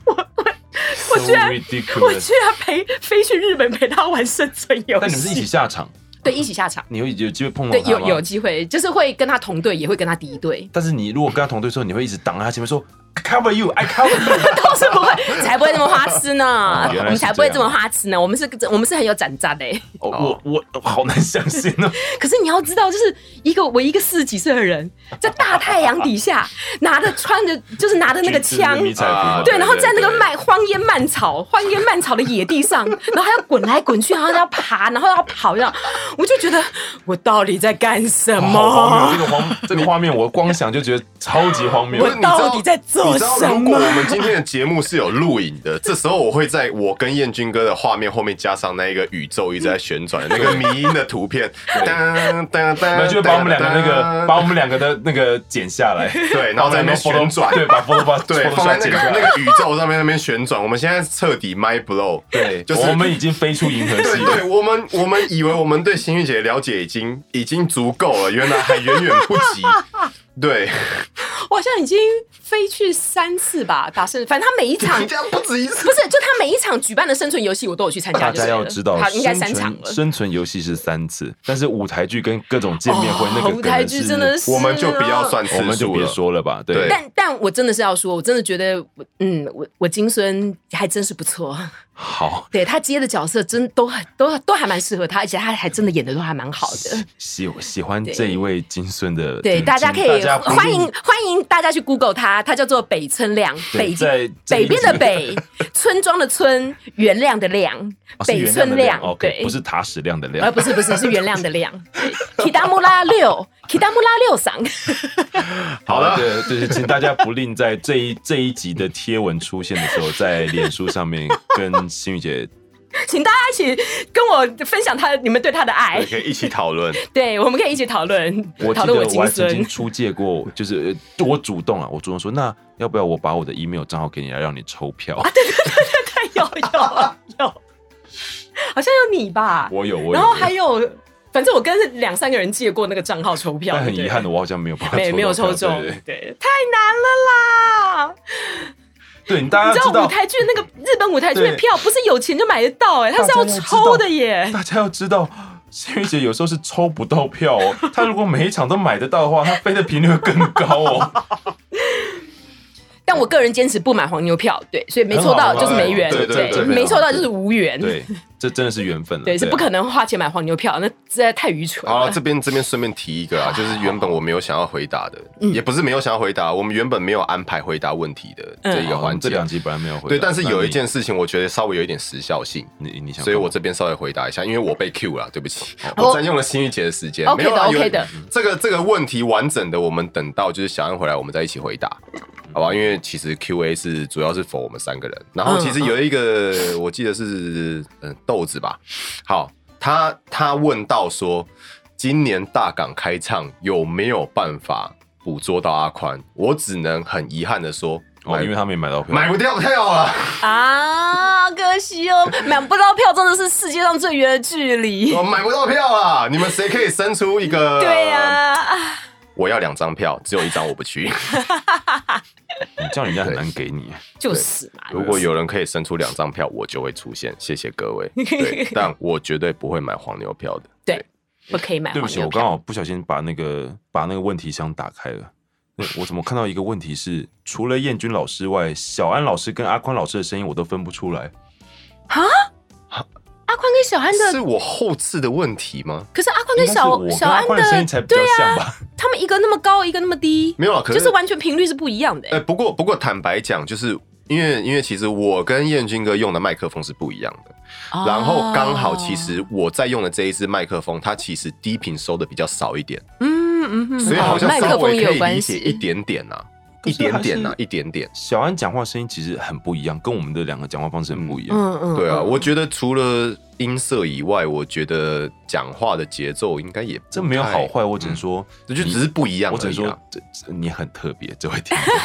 E: 我我我
D: So
E: 居然。我
D: ridiculous。
E: 居然陪飞去日本陪他玩生存游戏，
D: 哦但你们是一起下场，
E: 对一起下场，
D: 你会有机会碰到
E: 对
D: 他
E: 有
D: 吗
E: 有机会，就是会跟他同队，也会跟他敌
D: *laughs*
E: 对，
D: 但是你如果跟他同队的时候，你会一直挡在他前面说 "I cover you, I cover
E: *laughs*
D: you 。
E: 倒是不会，才不会那么花痴呢，
D: 哦原来
E: 我们
D: 是这样
E: 才不会这么花痴呢，我们是，我们是很有斩扎的欸。
D: 哦我我好难相信哦，
E: 可是你要知道，就是一个我一个四十几岁的人，在大太阳底下拿着穿着就是拿 *laughs* 着那个枪
D: 就是。迷彩服嘛
C: 啊
E: 对，然后在那个
C: 对对
E: 漫荒烟蔓草、荒烟蔓草的野地上，然后还要滚来滚去，然后要爬，然后要跑，这样，我就觉得我到底在干什
D: 好荒 *laughs* 谬！这
E: 么？
D: 个荒这个画面，我光想就觉得超级荒谬
C: 不。是
E: 我到底在做
C: 你知道
E: 什么
C: 如果我们今天的节目是有录影的，这时候我会在我跟燕君哥的画面后面加上那一个宇宙一直在旋转的那个迷音的图 *laughs* 片，当当当，
D: 那就会把我们两个那个，把
C: 当
D: 我们两个的那个剪下来，
C: 对， *laughs* 然后在那边旋转，
D: 对，
C: *laughs*
D: 把 photo bar
C: 对，放
D: photoshop
C: 在那
D: 剪下
C: 个那
D: 来。
C: 个宇宙上面那边旋转。我们现在彻底 my blow，
D: 对，
C: 就是
D: 我们已经飞出银河
C: 对
D: 系
E: *laughs*
C: 对，
D: 了。
C: 我们我们以为我们对邢玉姐的了解已经已经足够了，原来还远远不 *laughs* 及。对，
E: 我好像已经飞去三次吧，打生，反正他每
D: *laughs*
E: 一场
C: 你这样不止一次。
E: 不是，就他每一场举办的生存游戏，我都有去参加
D: 大
E: 就对了。
D: 家要知道
E: 他，应该
D: 生
E: 三场
D: 存
E: 了。
D: 生存游戏是三次，但是舞台剧跟各种见面会
E: 哦
D: 那个
E: 舞台剧真的
D: 是，
E: 是，啊
C: 我们就不要算次数
D: 我
C: 了，
D: 们就别说了吧。对
C: 对，
E: 但但我真的是要说，我真的觉得我，嗯，我我金孙还真是不错， *laughs*
D: 好，
E: 对他接的角色真都很都都还蛮适合他，而且他还真的演的都还蛮好的。
D: 喜喜欢这一位金孙的，
E: 对，
D: 金
E: 大家可以
D: 大家不
E: 欢迎欢迎大家去 Google 他，他叫做北村亮，
D: 对
E: 北京
D: 在这一
E: 北边的
D: 集
E: 北，村庄的村，原谅的亮，
D: 哦是
E: 北
D: 原
E: 村
D: 的
E: 亮，
D: ，OK，
E: 对，
D: 不是塔矢亮的
E: 呃，
D: 亮。
E: 不是不是，是原谅的亮。k i t a m u r a 六 k i t a m u r a 六嗓，
D: 好了，对对，请大家不吝在这一这一集的贴文出现的时候，在脸书上面跟心雨
E: *laughs*
D: 姐
E: *laughs* 请大家一起跟我分享他你们对他的爱
D: 哎
C: 对，可以一起讨
D: *laughs*
C: 论。
E: 对，我们可以一起讨论
D: 我，
E: 讨
D: 记
E: 论
D: 得我
E: 金
D: 还曾经
E: 孙。
D: 出借过，就是呃我主动啊，我主动说，那要不要我把我的 email 账号给你，来让你抽票？
E: 啊对， *laughs* 有有有，好像有你吧？
D: 我有，我有。
E: 然后还有，反正我跟两三个人借过那个账号抽票，
D: 但很
E: 对
D: 遗憾的，我好像没有办法
E: 没没有
D: 到票
E: 抽中
D: 对对，
E: 对，太难了啦！
D: 对，你大
E: 你
D: 家
E: 知
D: 知
E: 道
D: 道，
E: 舞台剧那个日本舞台剧的
D: 对
E: 票不是有钱就买得到哎，它是
D: 大家
E: 要
D: 要知道
E: 抽的耶。
D: 大家要知道，心雨姐有时候是抽不到票 *laughs* 哦。她如果每一场都买得到的话，她飞的频率会更高 *laughs* 哦。
E: 但我个人坚持不买黄牛票，对，所以没抽
D: 很好
E: 到
D: 很好
E: 就是没缘，
D: 对对对对
E: 没抽到就是无缘，
D: 对，这真的是缘分了。
E: 对，是
D: 啊
E: 不可能花钱买黄牛票，那实在太愚蠢
C: 好
E: 了
C: 了，。这边这边顺便提一个啊，就是原本我没有想要回答的，
D: 嗯
C: 也不是没有想要回答，我们原本没有安排回答问题的这一个
D: 好我
C: 环
D: 们嗯哦这
C: 节。啊
D: 两集本来没有回答。
C: 对，但是有一
D: 那
C: 件事情，我觉得稍微有一点时效性，
D: 你，你你想干嘛，
C: 所以我这边稍微回答一下，因为我被 Q 了，对不起，
E: 哦
C: 我占用了心玉姐的时间。
E: OK
C: 没有啦
E: 的
C: 有
E: OK 的
C: 这个这个问题完整的，我们等到就是小安回来，我们再一起回答，好吧？因为其实 Q&A 是主要是否我们三个人，然后其实有一个、我记得是嗯豆子吧，好，他他问到说，今年大港开唱有没有办法捕捉到阿宽？我只能很遗憾的说，
D: 哦，
C: 买
D: 因为他没买到票，
C: 买不掉票啊。
E: 啊，可惜哦，买不到票真的是世界上最远的
D: *laughs*
E: 距
C: *laughs*
E: 离。
C: 我买不到票啊！你们谁可以生出一个？
E: 对呀、啊，
C: 我要两张票，只有一张我不
E: *laughs*
C: 去。
D: 你这样人家很难给你。
E: 就是嘛。
C: 如果有人可以生出两张票，我就会出现。谢谢各
E: *laughs*
C: 位。对，但我绝对不会买黄牛票的。
E: 对，不可以买
D: 对不
E: 黄
D: 起，
E: 牛
D: 我刚
E: 票。
D: 好不小心把那个把那个问题箱打开了。对我怎么看到一个问题是，除了燕君老师外，小安老师跟阿宽老师的声音我都分不出来。
E: 阿宽跟小安
C: 是
E: 的，
C: 我后置的问题吗？
E: 可是阿宽
D: 应
E: 跟
D: 该是我
E: 小
D: 跟
E: 小
D: 阿
E: 安
D: 宽的声音才
E: 的，
D: 比较
E: 对
D: 像
E: 啊，
D: 吧？
E: 他们一个那么高，一个那么低，
C: 没有啊，可
E: 就是是完全频率是不一样的、
D: 呃
C: 哎、不过不过坦白讲，就是因为因为其实我跟燕军哥用的麦克风是不一样的，
E: 哦
C: 然后刚好其，实我在用的这一支麦克风，它其实低频收的比较少一点，
E: 嗯嗯嗯，
C: 所以好像
E: 麦
C: 稍
E: 克风
C: 微
E: 也
C: 可
E: 有
C: 以理
E: 关
C: 解
E: 系
C: 一点点啊，
D: 可
C: 一
D: 是还
C: 点
D: 是
C: 点啊，一点点。
D: 小安讲话声音其实很不一样，跟我们的两个讲话方式很不一样。
E: 嗯嗯，
C: 对啊，
E: 嗯
C: 我觉得除了音色以外，我觉得讲话的节奏应该也不
D: 这没有好
C: 太，
D: 坏，我只能说，
C: 这嗯就只是不一样而已啊
D: 我只能说，这这你很特别，这位听众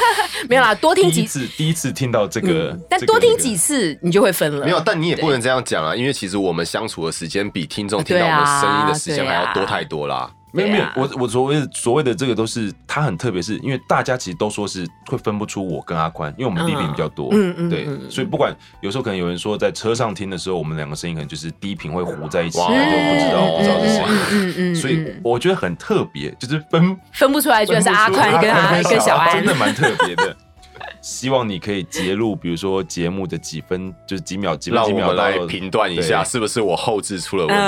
E: 没有啦，多 *laughs* 听
D: 第一
E: 几，嗯
D: 次第一次听到这个，
E: 但
D: 这个
E: 多听
D: 那个
E: 几次你就会分了。
C: 没有，但你也不能这样讲啊，因为其实我们相处的时间比听众听
E: 啊
C: 到我们声音的时间还要多太多啦。
D: 没有没
E: 对
D: 有
E: 啊，
D: 我我所谓的所谓的这个都是它很特别，是因为大家其实都说是会分不出我跟阿宽，因为我们低频比较多，
E: 嗯嗯
D: 对
E: 嗯，嗯
D: 所以不管有时候可能有人说在车上听的时候，我们两个声音可能就是低频会糊在一起，啊
C: 哇
D: 我就不知道
C: 嗯
D: 不知道是谁，
E: 嗯嗯
D: 所以我觉得很特别，就是分
E: 分不出来，居然是阿宽
C: *laughs*
E: 跟阿
D: *laughs* 分不出
E: 跟小安
D: 真。的蛮特别的。希望你可以揭露，比如说节目的几分，就是几秒、几分、
C: 让
D: 几
C: 我
D: 秒
C: 们
D: 到
C: 来评断一下，是不是我后置出了问题。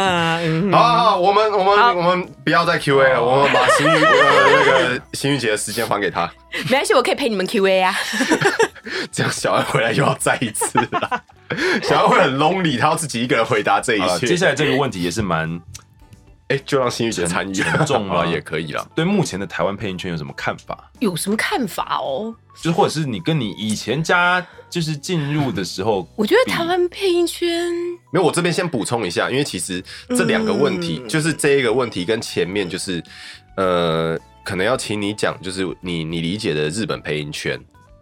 E: 嗯，
C: 好好，好，我们我
E: 好
C: 们我们不要再 Q A 了，我们把心玉呃那个心玉姐的时间还给他，
E: 没关系，我可以陪你们 Q A 啊。
C: 这样小安回来又要再一次了。 *laughs* 小安会很 lonely，他要自己一个人回答这一
D: *laughs* 好了
C: 切。
D: 接下来这个问题也是蛮
C: 哎，就让心玉姐
D: 沉
C: 参与
D: 沉重
C: *laughs*
D: 吗
C: 啊，也可以啦。
D: 对目前的台湾配音圈有什么看法？
E: 有什么看法哦？
D: 就是或者是你跟你以前家就是进入的时 *laughs* 候，
E: 我觉得台湾配音圈
C: 没有，我这边先补充一下，因为其实这两个问题，
E: 嗯
C: 就是这一个问题跟前面就是，呃，可能要请你讲，就是你你理解的日本配音圈，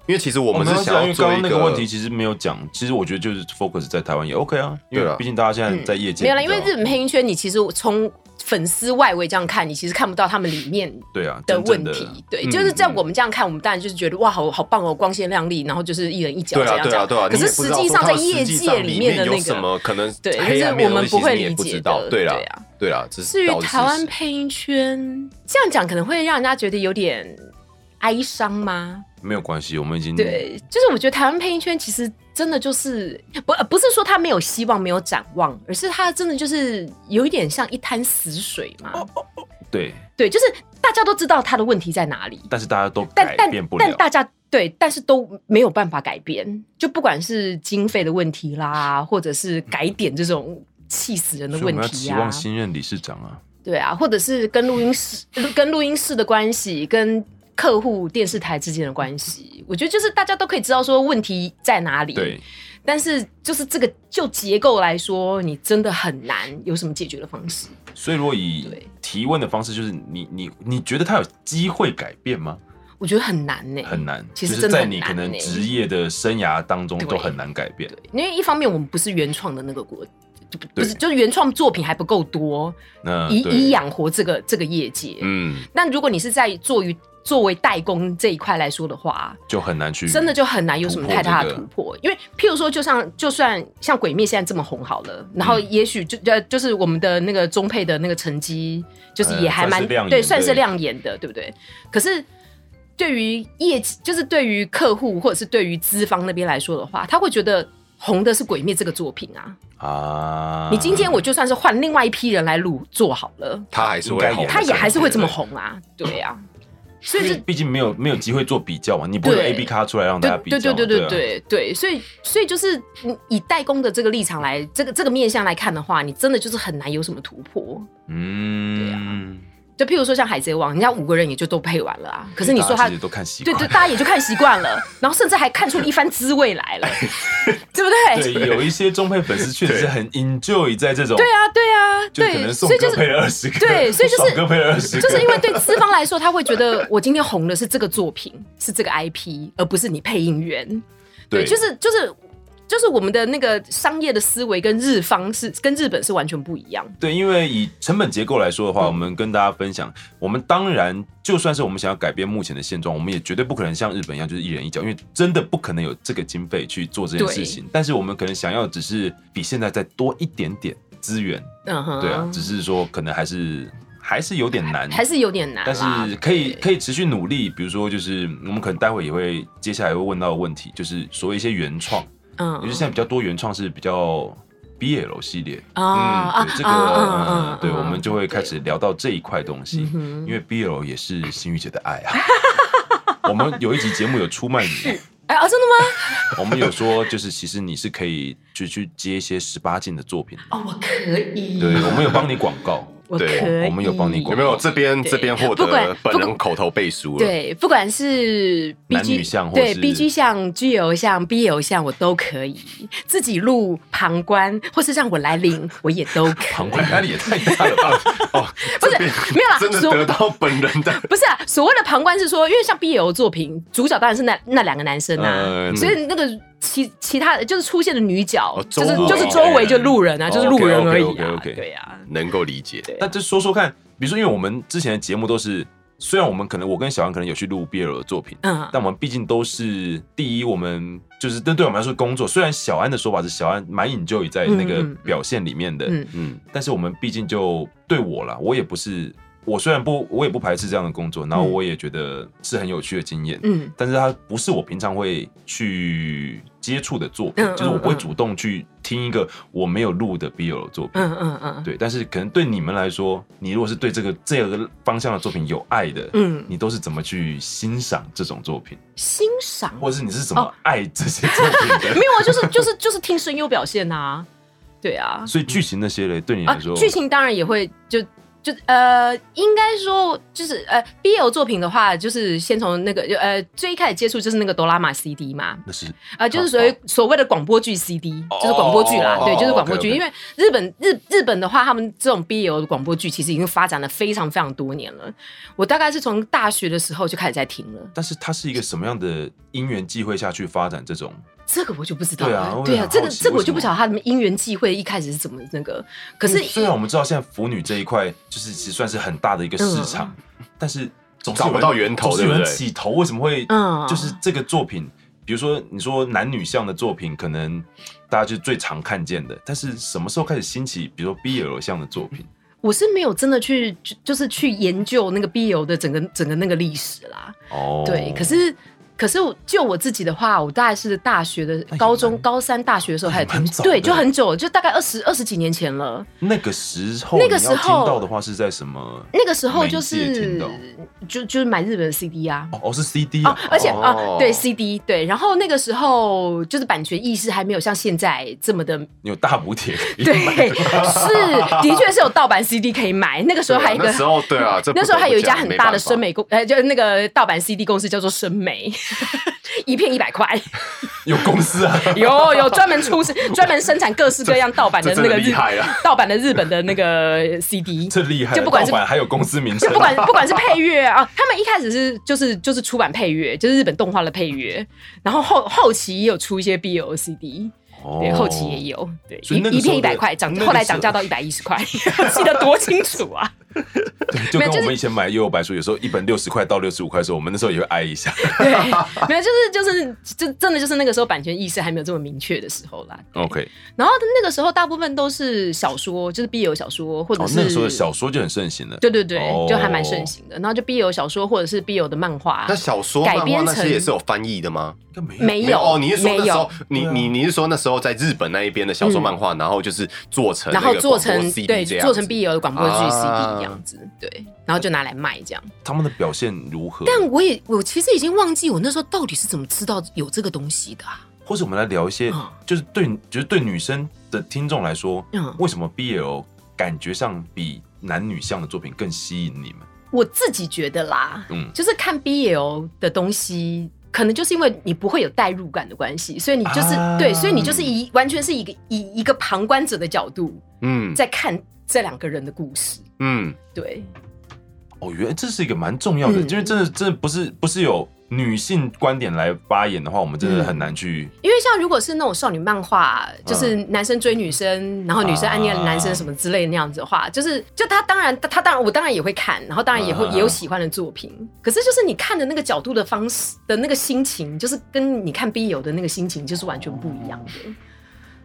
C: 因为其实我
D: 我
C: 们是想要
D: 啊刚
C: 做一
D: 刚那
C: 个
D: 个问题，其实没有讲。其实我觉得就是 focus 在台湾也 OK 啊，因
C: 对
D: 为
C: 啊
D: 毕竟大家现在在业界
E: 没有啦，
D: 比
E: 因
D: 较
E: 为日本配音圈，你其实从粉丝外围这样看，你其实看不到他们里面
D: 对啊
E: 的
D: 真正
E: 问
D: 的
E: 题。对，
D: 嗯
E: 就是在我们这样看，我们当然就是觉得哇，好好棒哦，光鲜亮丽，然后就是一人一脚
C: 对
E: 这
C: 啊
E: 样
C: 对
E: 这
C: 啊
E: 样。
C: 对啊，
E: 可
C: 你也
E: 是
C: 不
E: 实
C: 知道
E: 际
C: 说
E: 上
C: 它
E: 在
C: 实际
E: 业界
C: 里
E: 面的
C: 有
E: 那
C: 什
E: 个，
C: 么可能
E: 对
C: 黑暗
E: 就是
C: 面
E: 我们
C: 的东西
E: 不会
C: 其实你也不
E: 理解
C: 知道，
E: 的
C: 对啦
E: 对啊
C: 对啦，这是
E: 至于
C: 倒是
E: 台湾
C: 事实
E: 配音圈，这样讲可能会让人家觉得有点哀伤吗？
D: 没有关系，我们已经
E: 对，就是我觉得台湾配音圈其实真的就是不呃不是说他没有希望、没有展望，而是他真的就是有一点像一滩死水嘛。
D: 哦对，
E: 对，就是大家都知道他的问题在哪里，
D: 但是大家都
E: 但
D: 改
E: 但
D: 变不了
E: 但。大家对，但是都没有办法改变，就不管是经费的问题啦，或者是改点这种气死人的
D: 所以我
E: 问
D: 们要
E: 题
D: 期
E: 啊
D: 望，新任理事长啊，
E: 对啊，或者是跟录音室、 *laughs* 跟录音室的关系，跟客户、电视台之间的关系，我觉得就是大家都可以知道说问题在哪里，
D: 对，
E: 但是就是这个就结构来说，你真的很难有什么解决的方式。
D: 所以如果以
E: 对
D: 提问的方式，就是你你你觉得他有机会改变吗？
E: 我觉得很难呢、
D: 很难，
E: 其实
D: 就
E: 真
D: 是
E: 的
D: 在
E: 很
D: 你
E: 难
D: 可能
E: 欸
D: 职业的生涯当中
E: 对
D: 都很难改变。
E: 因为一方面我们不是原创的那个国，就不不
D: 对
E: 是就是原创作品还不够多，
D: 那
E: 以
D: 对
E: 以养活这个这个业界。
C: 嗯，
E: 但如果你是在做于作为代工这一块来说的话，
D: 就很难去
E: 真的就很难有什么太大的突
D: 突
E: 破，因为譬如说，就像就算像《鬼灭》现在这么红好
D: 嗯
E: 了，然后也许就呃就是我们的那个中配的那个成绩，就是也
D: 呃
E: 还蛮、
D: 算是亮眼
E: 对，
D: 的
E: 算是亮眼的，对不对？可是对于业绩，就是对于客户或者是对于资方那边来说的话，他会觉得。红的是《鬼灭》这个作品啊！
D: 啊。
E: 你今天我就算是换另外一批人来录做好了，
C: 他还是
D: 应该
C: 会红
D: 也
C: 的，
E: 他也还是会这么
D: 对
E: 红啊！对啊，所以
D: 因
E: 这
D: 为毕竟没有没有机会做比较嘛，你不会有
E: 对
D: A B 咖出来让大家比较
E: 对
D: 嘛，
E: 对对对
D: 啊
E: 对对，所以所以就是你以代工的这个立场来，这个这个面向来看的话，你真的就是很难有什么突破。
D: 嗯，
E: 就譬如说像海贼王，人家五个人也就都配完了
D: 哎
E: 啊，可是你说
D: 大家
E: 他
D: 其。实都看习
E: 对
D: 惯，
E: 对，大家也就看习惯了，然后甚至还看出一番滋味
D: *laughs*
E: 来了，对不对？
D: 对，有一些中配粉丝确实是很 enjoy 在这种，
E: 对啊，对啊，
D: 就可
E: 对，
D: 能宋
E: 所以就
D: 哥
E: 是
D: 配了二十个，
E: 对所以就是
D: 爽哥配了二 *laughs* 十个，
E: 就是因为对资方来说，他会觉得我今天红的是这个作品，是这个 IP，而不是你配音员。对，
D: 对
E: 就是就是就是我们的那个商业的思维跟日方是跟日本是完全不一样。
D: 对，因为以成本结构来说的
E: 嗯
D: 话，我们跟大家分享，我们当然就算是我们想要改变目前的现状，我们也绝对不可能像日本一样就是一人一脚，因为真的不可能有这个经费去做这件事情。但是我们可能想要只是比现在再多一点点资源，
E: 嗯哼，
D: 对啊，只是说可能还是还是有点难，
E: 还是有点难
D: 但
E: 啦，
D: 是可以
E: 对
D: 可以持续努力，比如说就是我们可能待会也会接下来会问到的问题，就是所谓一些原创，
E: 嗯
D: 也就是现在比较多原创是比较 BL 系列，
E: 啊
D: 嗯，
E: 啊
D: 对这个，呃对，我们就会开。
E: 啊啊啊啊嗯
D: 始聊到这一块东西，因为 BL 也是心雨姐的爱啊。 *laughs* 我们有一集节目有出卖你，
E: 哎啊，真的吗？
D: 我们有说就是其实你是可以去去接一些十八禁的作品，
E: 哦，我可以，
D: 对，我们有帮你广告，
E: 我
C: 对
E: 可以，
D: 我们有帮你
C: 有
D: 管
C: 没有这边
E: 对
C: 这边获
E: 不管
C: 得本人口头背书了？，
E: 对，不管是 B
D: 男
E: G
D: 女向或
E: 对
D: 是
E: B G 项、G O 项、B L 项，我都可以自己录旁观，或是让我来
D: *laughs*
E: 领，我也都可
D: 旁
E: 以。
D: 观压力也太大了吧？
C: 哦，
E: 不是
C: 这边
E: 没有啦
C: 真的
E: 说
C: 得到本人的
E: *laughs* 不是啊，所谓的旁观是说，因为像 BL 作品，主角当然是那那两个男生啊，
D: 嗯
E: 所以那个其其他的就是出现的女角，
C: 哦
E: 就是
C: 周围
E: 就是周围就路人啊，
D: 哦
E: 就是路人而已啊
D: OK，OK，OK，OK
E: 对啊，
C: 能够理解，
E: 对啊
D: 那就说说看，比如说因为我们之前的节目都是，虽然我们可能我跟小杨可能有去录 BL 的作品，
E: 嗯，
D: 但我们毕竟都是第一，我们就是这对我们来说是工作。虽然小安的说法是小安蛮 enjoy 在那个
E: 嗯嗯嗯
D: 表现里面的，
E: 嗯
C: 嗯，
D: 但是我们毕竟就对我啦，我也不是，我虽然不，我也不排斥这样的工作，然后
E: 嗯
D: 我也觉得是很有趣的经验，
E: 嗯
D: 但是它不是我平常会去接触的作品，
E: 嗯嗯
D: 就是我不会
E: 嗯
D: 主动去听一个我没有录的 BL 作品。
E: 嗯嗯嗯，
D: 对，但是可能对你们来说，你如果是对这个这个方向的作品有爱的，
E: 嗯
D: 你都是怎么去欣赏这种作品？
E: 欣赏
D: 或者是你是怎
E: 哦
D: 么爱这些作品的？
E: 没 *laughs* 有啊，就是就是就是听声优表现啊，对啊，
D: 所以剧情那些嘞，对你
E: 啊
D: 来说，，
E: 剧情当然也会就就呃，应该说就是呃，BL 作品的话，就是先从那个就呃最一开始接触就是那个哆啦 A CD 嘛，
D: 那是
E: 啊，就是所谓所谓的广播剧 CD，就是广播剧啦，
D: 哦
E: 对，就是广播剧。
D: OK，OK
E: 因为日本日日本的话，他们这种 BL 的广播剧其实已经发展了非常非常多年了。我大概是从大学的时候就开始在听了，
D: 但是它是一个什么样的因缘际会下去发展这种？
E: 这个我就不知道
D: 对啊
E: 了。
D: 我也
E: 对啊，
D: 很好
E: 这个
D: 奇
E: 这个我
D: 为什
E: 就
D: 么
E: 不晓得他们因缘际会一开始是怎么那个，可
D: 因
E: 是
D: 为虽然我们知道现在腐女这一块就是其实算是很大的一个市场，
E: 嗯
D: 但是总是
C: 找
D: 有人
C: 不到源头
D: 总是有人
C: 对不对
D: 起头为什么会？
E: 嗯
D: 就是这个作品，比如说你说男女向的作品，可能大家就最常看见的，但是什么时候开始兴起？比如说 BL 向的作品，
E: 我是没有真的去就就是去研究那个 BL 的整个整个那个历史啦。
D: 哦，
E: 对，可是可是我就我自己的话，我大概是大学的
D: 也
E: 高中
D: 蛮
E: 高三大学的时候
D: 那
E: 开
D: 也
E: 始听
D: 蛮早，的
E: 对，就很久了，就大概二十二十几年前了。
D: 那个时候
E: 那个
D: 你要
E: 时候
D: 听到的话是在什么？
E: 那个时候就
D: 媒介听
E: 是
D: 到
E: 就就是买日本的 CD 啊，
D: 哦哦，是 CD
E: 哦
D: 啊，，
E: 而且
D: 哦
E: 啊、
C: 哦
E: 对 CD 对，然后那个时候就是版权意识还没有像现在这么的，
D: 你有大补贴， *laughs*
E: 对，是的确是有盗版 CD 可以买。那个时候还有一个嗯
C: 那时候对啊，这不
E: 那时候还有一家很大的
C: 声
E: 生
C: 明，
E: 美公，呃，就是那个盗版 CD 公司叫做生美， *laughs* 一片一百块，
D: 有公司啊， *laughs*
E: 有有专门出专门生产各式各样盗版的
C: 这
E: 那
C: 真的
E: 个日
C: 厉害啊
E: 盗版的日本的那个 CD，
D: *laughs* 这厉害，
E: 就不管是
D: 盗版还有公司名
E: 就
D: 称，啊
E: 不管不管是配乐啊，他们一开始是就是就是出版配乐，就是日本动画的配乐，然后后后期也有出一些 BL CD，对，
D: 哦
E: 后期也。有，对，
D: 所以那个
E: 一一
D: 时候
E: 片一百块涨
D: 那，个
E: 后来
D: 时候
E: 涨价到一百一十块， *laughs* 记得多清楚啊！
D: 就
E: 没有
D: 跟
E: 就是
D: 我们以前买悠悠白书，有时候一本六十块到六十五块的时候，我们那时候也会挨一
E: *laughs*
D: 下。
E: 对，没有，就是就是就真的就是那个时候版权意识还没有这么明确的时候啦。对
D: OK，
E: 然后那个时候大部分都是小说，就是 BL 小说或者
D: 哦，
E: 是、
D: 那个时候的小说就很盛行了。
E: 对对对，
D: 哦
E: 就还蛮盛行的。然后就 BL 小说或者是 BL 的漫画
C: 那，小说、
E: 啊改
C: 漫画
E: 编
C: 那
E: 成
C: 些也是有翻译的吗？
D: 应该没有。
E: 没有
C: 哦，你是说那
E: 没
C: 时
E: 有
C: 候，你你你是说那时候在日本那一边的小说漫画，然后就是做成那
E: 嗯然
C: 个
E: 后做成
C: 广播 CD
E: 对
C: 这样
E: 做成
C: 子
E: BL 的广播剧 CD
C: 啊
E: 这样子，对，然后就拿来卖这样。
D: 他们的表现如何？
E: 但我也我其实已经忘记我那时候到底是怎么知道有这个东西的、啊。
D: 或者我们来聊一些
E: 嗯，
D: 就是对，就是对女生的听众来说
E: 嗯，
D: 为什么 BL 感觉上比男女向的作品更吸引你们？
E: 我自己觉得啦，
D: 嗯
E: 就是看 BL 的东西。可能就是因为你不会有代入感的关系，所以你就是、
D: 啊
E: 对，所以你就是以完全是一个以一个旁观者的角度
C: 嗯
E: 在看这两个人的故事，
C: 嗯，
E: 对，
D: 哦，原来这是一个蛮重要的，
E: 嗯
D: 因为真的真的不是不是有女性观点来发言的话，我们
E: 嗯
D: 真的很难去。
E: 因为像如果是那种少女漫画，就是
D: 嗯
E: 男生追女生，然后女生暗恋男生什么之类的那样子的
D: 啊
E: 话，就是就他当然他当然我当然也会看，然后当然也会、
D: 啊
E: 也有喜欢的作品，可是就是你看的那个角度的方式的那个心情，就是跟你看 BL 的那个心情就是完全不一样的。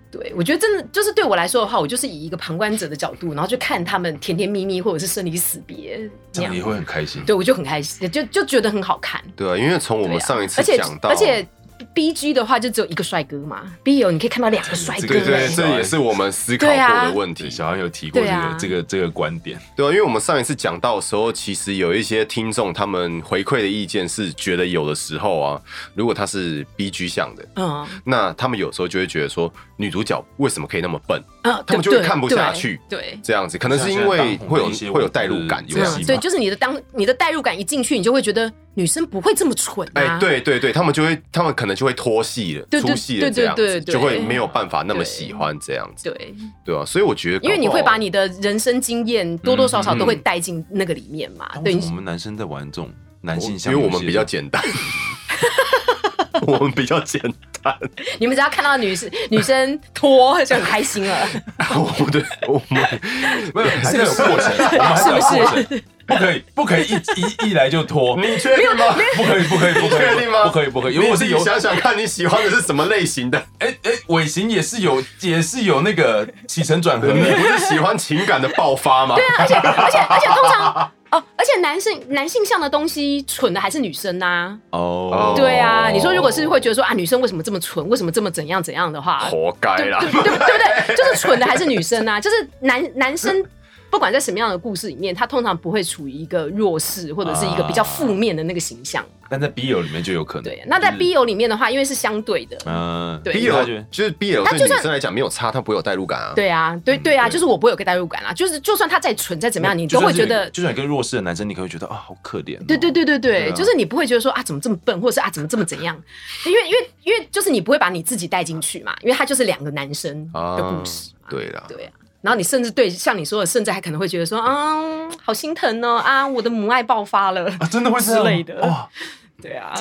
E: 对，我觉得真的就是对我来说的话，我就是以一个旁观者的角度，然后去看他们甜甜蜜蜜或者是生离死别
D: 这
E: 那
D: 样
E: 样
D: 也，会很开心。
E: 对我就很开心，就就觉得很好看。
C: 对啊，因为从我
E: 对
C: 们
E: 啊
C: 上一次
E: 而且
C: 讲到，
E: 而且 B G 的话就只有一个帅哥嘛，B 友你可以看到两个帅哥
C: 对
E: 欸，
C: 对，这也是我们思考
E: 对啊
C: 过的问题
D: 对，。小安有提过这
E: 对
D: 个、
E: 啊
D: 这个这个观点，
C: 对啊，因为我们上一次讲到的时候，其实有一些听众他们回馈的意见是觉得有的时候啊，如果他是 B G 向的，
E: 嗯
C: 那他们有时候就会觉得说女主角为什么可以那么笨，
E: 嗯，
C: 他们就
E: 对
C: 会看不下
E: 对
C: 去
E: 对。
C: 这样子，可能是因为会有
D: 像现在当红的一些
C: 会有代入感
D: 文
C: 这
D: 字游
C: 样
D: 戏
C: 子
E: 嗯，。对，就是你的当你的代入感一进去，你就会觉得女生不会这么蠢
C: 哎、
E: 啊。
C: 对对对，他们就会，他们可能就会脱戏了，
E: 对对
C: 出戏了，这样子
E: 对对对对
C: 就会没有办法那么喜欢这样子，
E: 对，
C: 对啊，所以我觉得搞不
E: 因
C: 好，
E: 为你会把你的人生经
C: 哦
E: 验多多少
C: 嗯
E: 少都会带进那个里面嘛。
D: 但
E: 啊对，
D: 为什么我们男生在玩这种男性
C: 哦因
D: 向
C: 为
D: 游戏，
C: 我们比较简
E: *laughs*
C: 单，我们比较简单，
E: 你们只要看到女生女生脱就很开心了，
C: 我们对，我们 *laughs*
D: 没有，还是有过程，我
E: *laughs*
D: 们还是有过程，不可以不可以一一一来就拖，
C: *laughs* 你确定吗？
D: 不可以不可以不可以
C: 确定吗
D: 不可以不可以，因为我是
C: 你自
D: 有
C: 己想想看，你喜欢的是什么类型 *laughs* 的？
D: 哎哎尾行也是有也是有
C: *laughs*
D: 那个起承转合
C: 你
D: 的，
C: 不是喜欢情感的爆发吗？
E: 而且而且而且通常哦，而且男性男性向的东西蠢的还是女生啊呐、
D: 哦
E: 对啊，你说如果是会觉得说啊，女生为什么这么蠢，为什么这么怎样怎样的话，
C: 活该
E: 对
C: 啦！
E: 对对对不
D: *laughs*
E: 对？就是蠢的还是女生啊？就是男男生。不管在什么样的故事里面，他通常不会处于一个弱势或者是一个比较负面的那个形象。
D: 但在 B 友里面就有可能，
E: 对，那在
D: 就是
E: BL 里面的话，因为是相对的，
D: 嗯
E: 对
D: BL
C: ，BL 就是 BL
E: 他
C: 对
E: 就算
C: 女生来讲没有差，她不会有代入感啊。
E: 对啊，对对啊，
C: 对
E: 就是我不会有个代入感啦。就是就算他再蠢再怎么样，你
D: 嗯就
E: 都
D: 算
E: 会
D: 是
E: 觉得，
D: 就算一个弱势的男生，你可能会觉得啊好可怜哦，
E: 对对对对对，
D: 啊
E: 就是你不会觉得说啊怎么这么笨，或者是啊怎么这么怎样，因为因为因为就是你不会把你自己带进去嘛，因为他就是两个男生
D: 啊
E: 的故事嘛。
C: 对啦，
E: 对啊。然后你甚至对像你说的，甚至还可能会觉得说，啊，好心疼哦，啊，我的母爱爆发
D: *laughs*
E: 了，
D: 啊真的会这哦
E: 之
D: 样
E: 类的。 *laughs*
D: 哇
E: 对啊，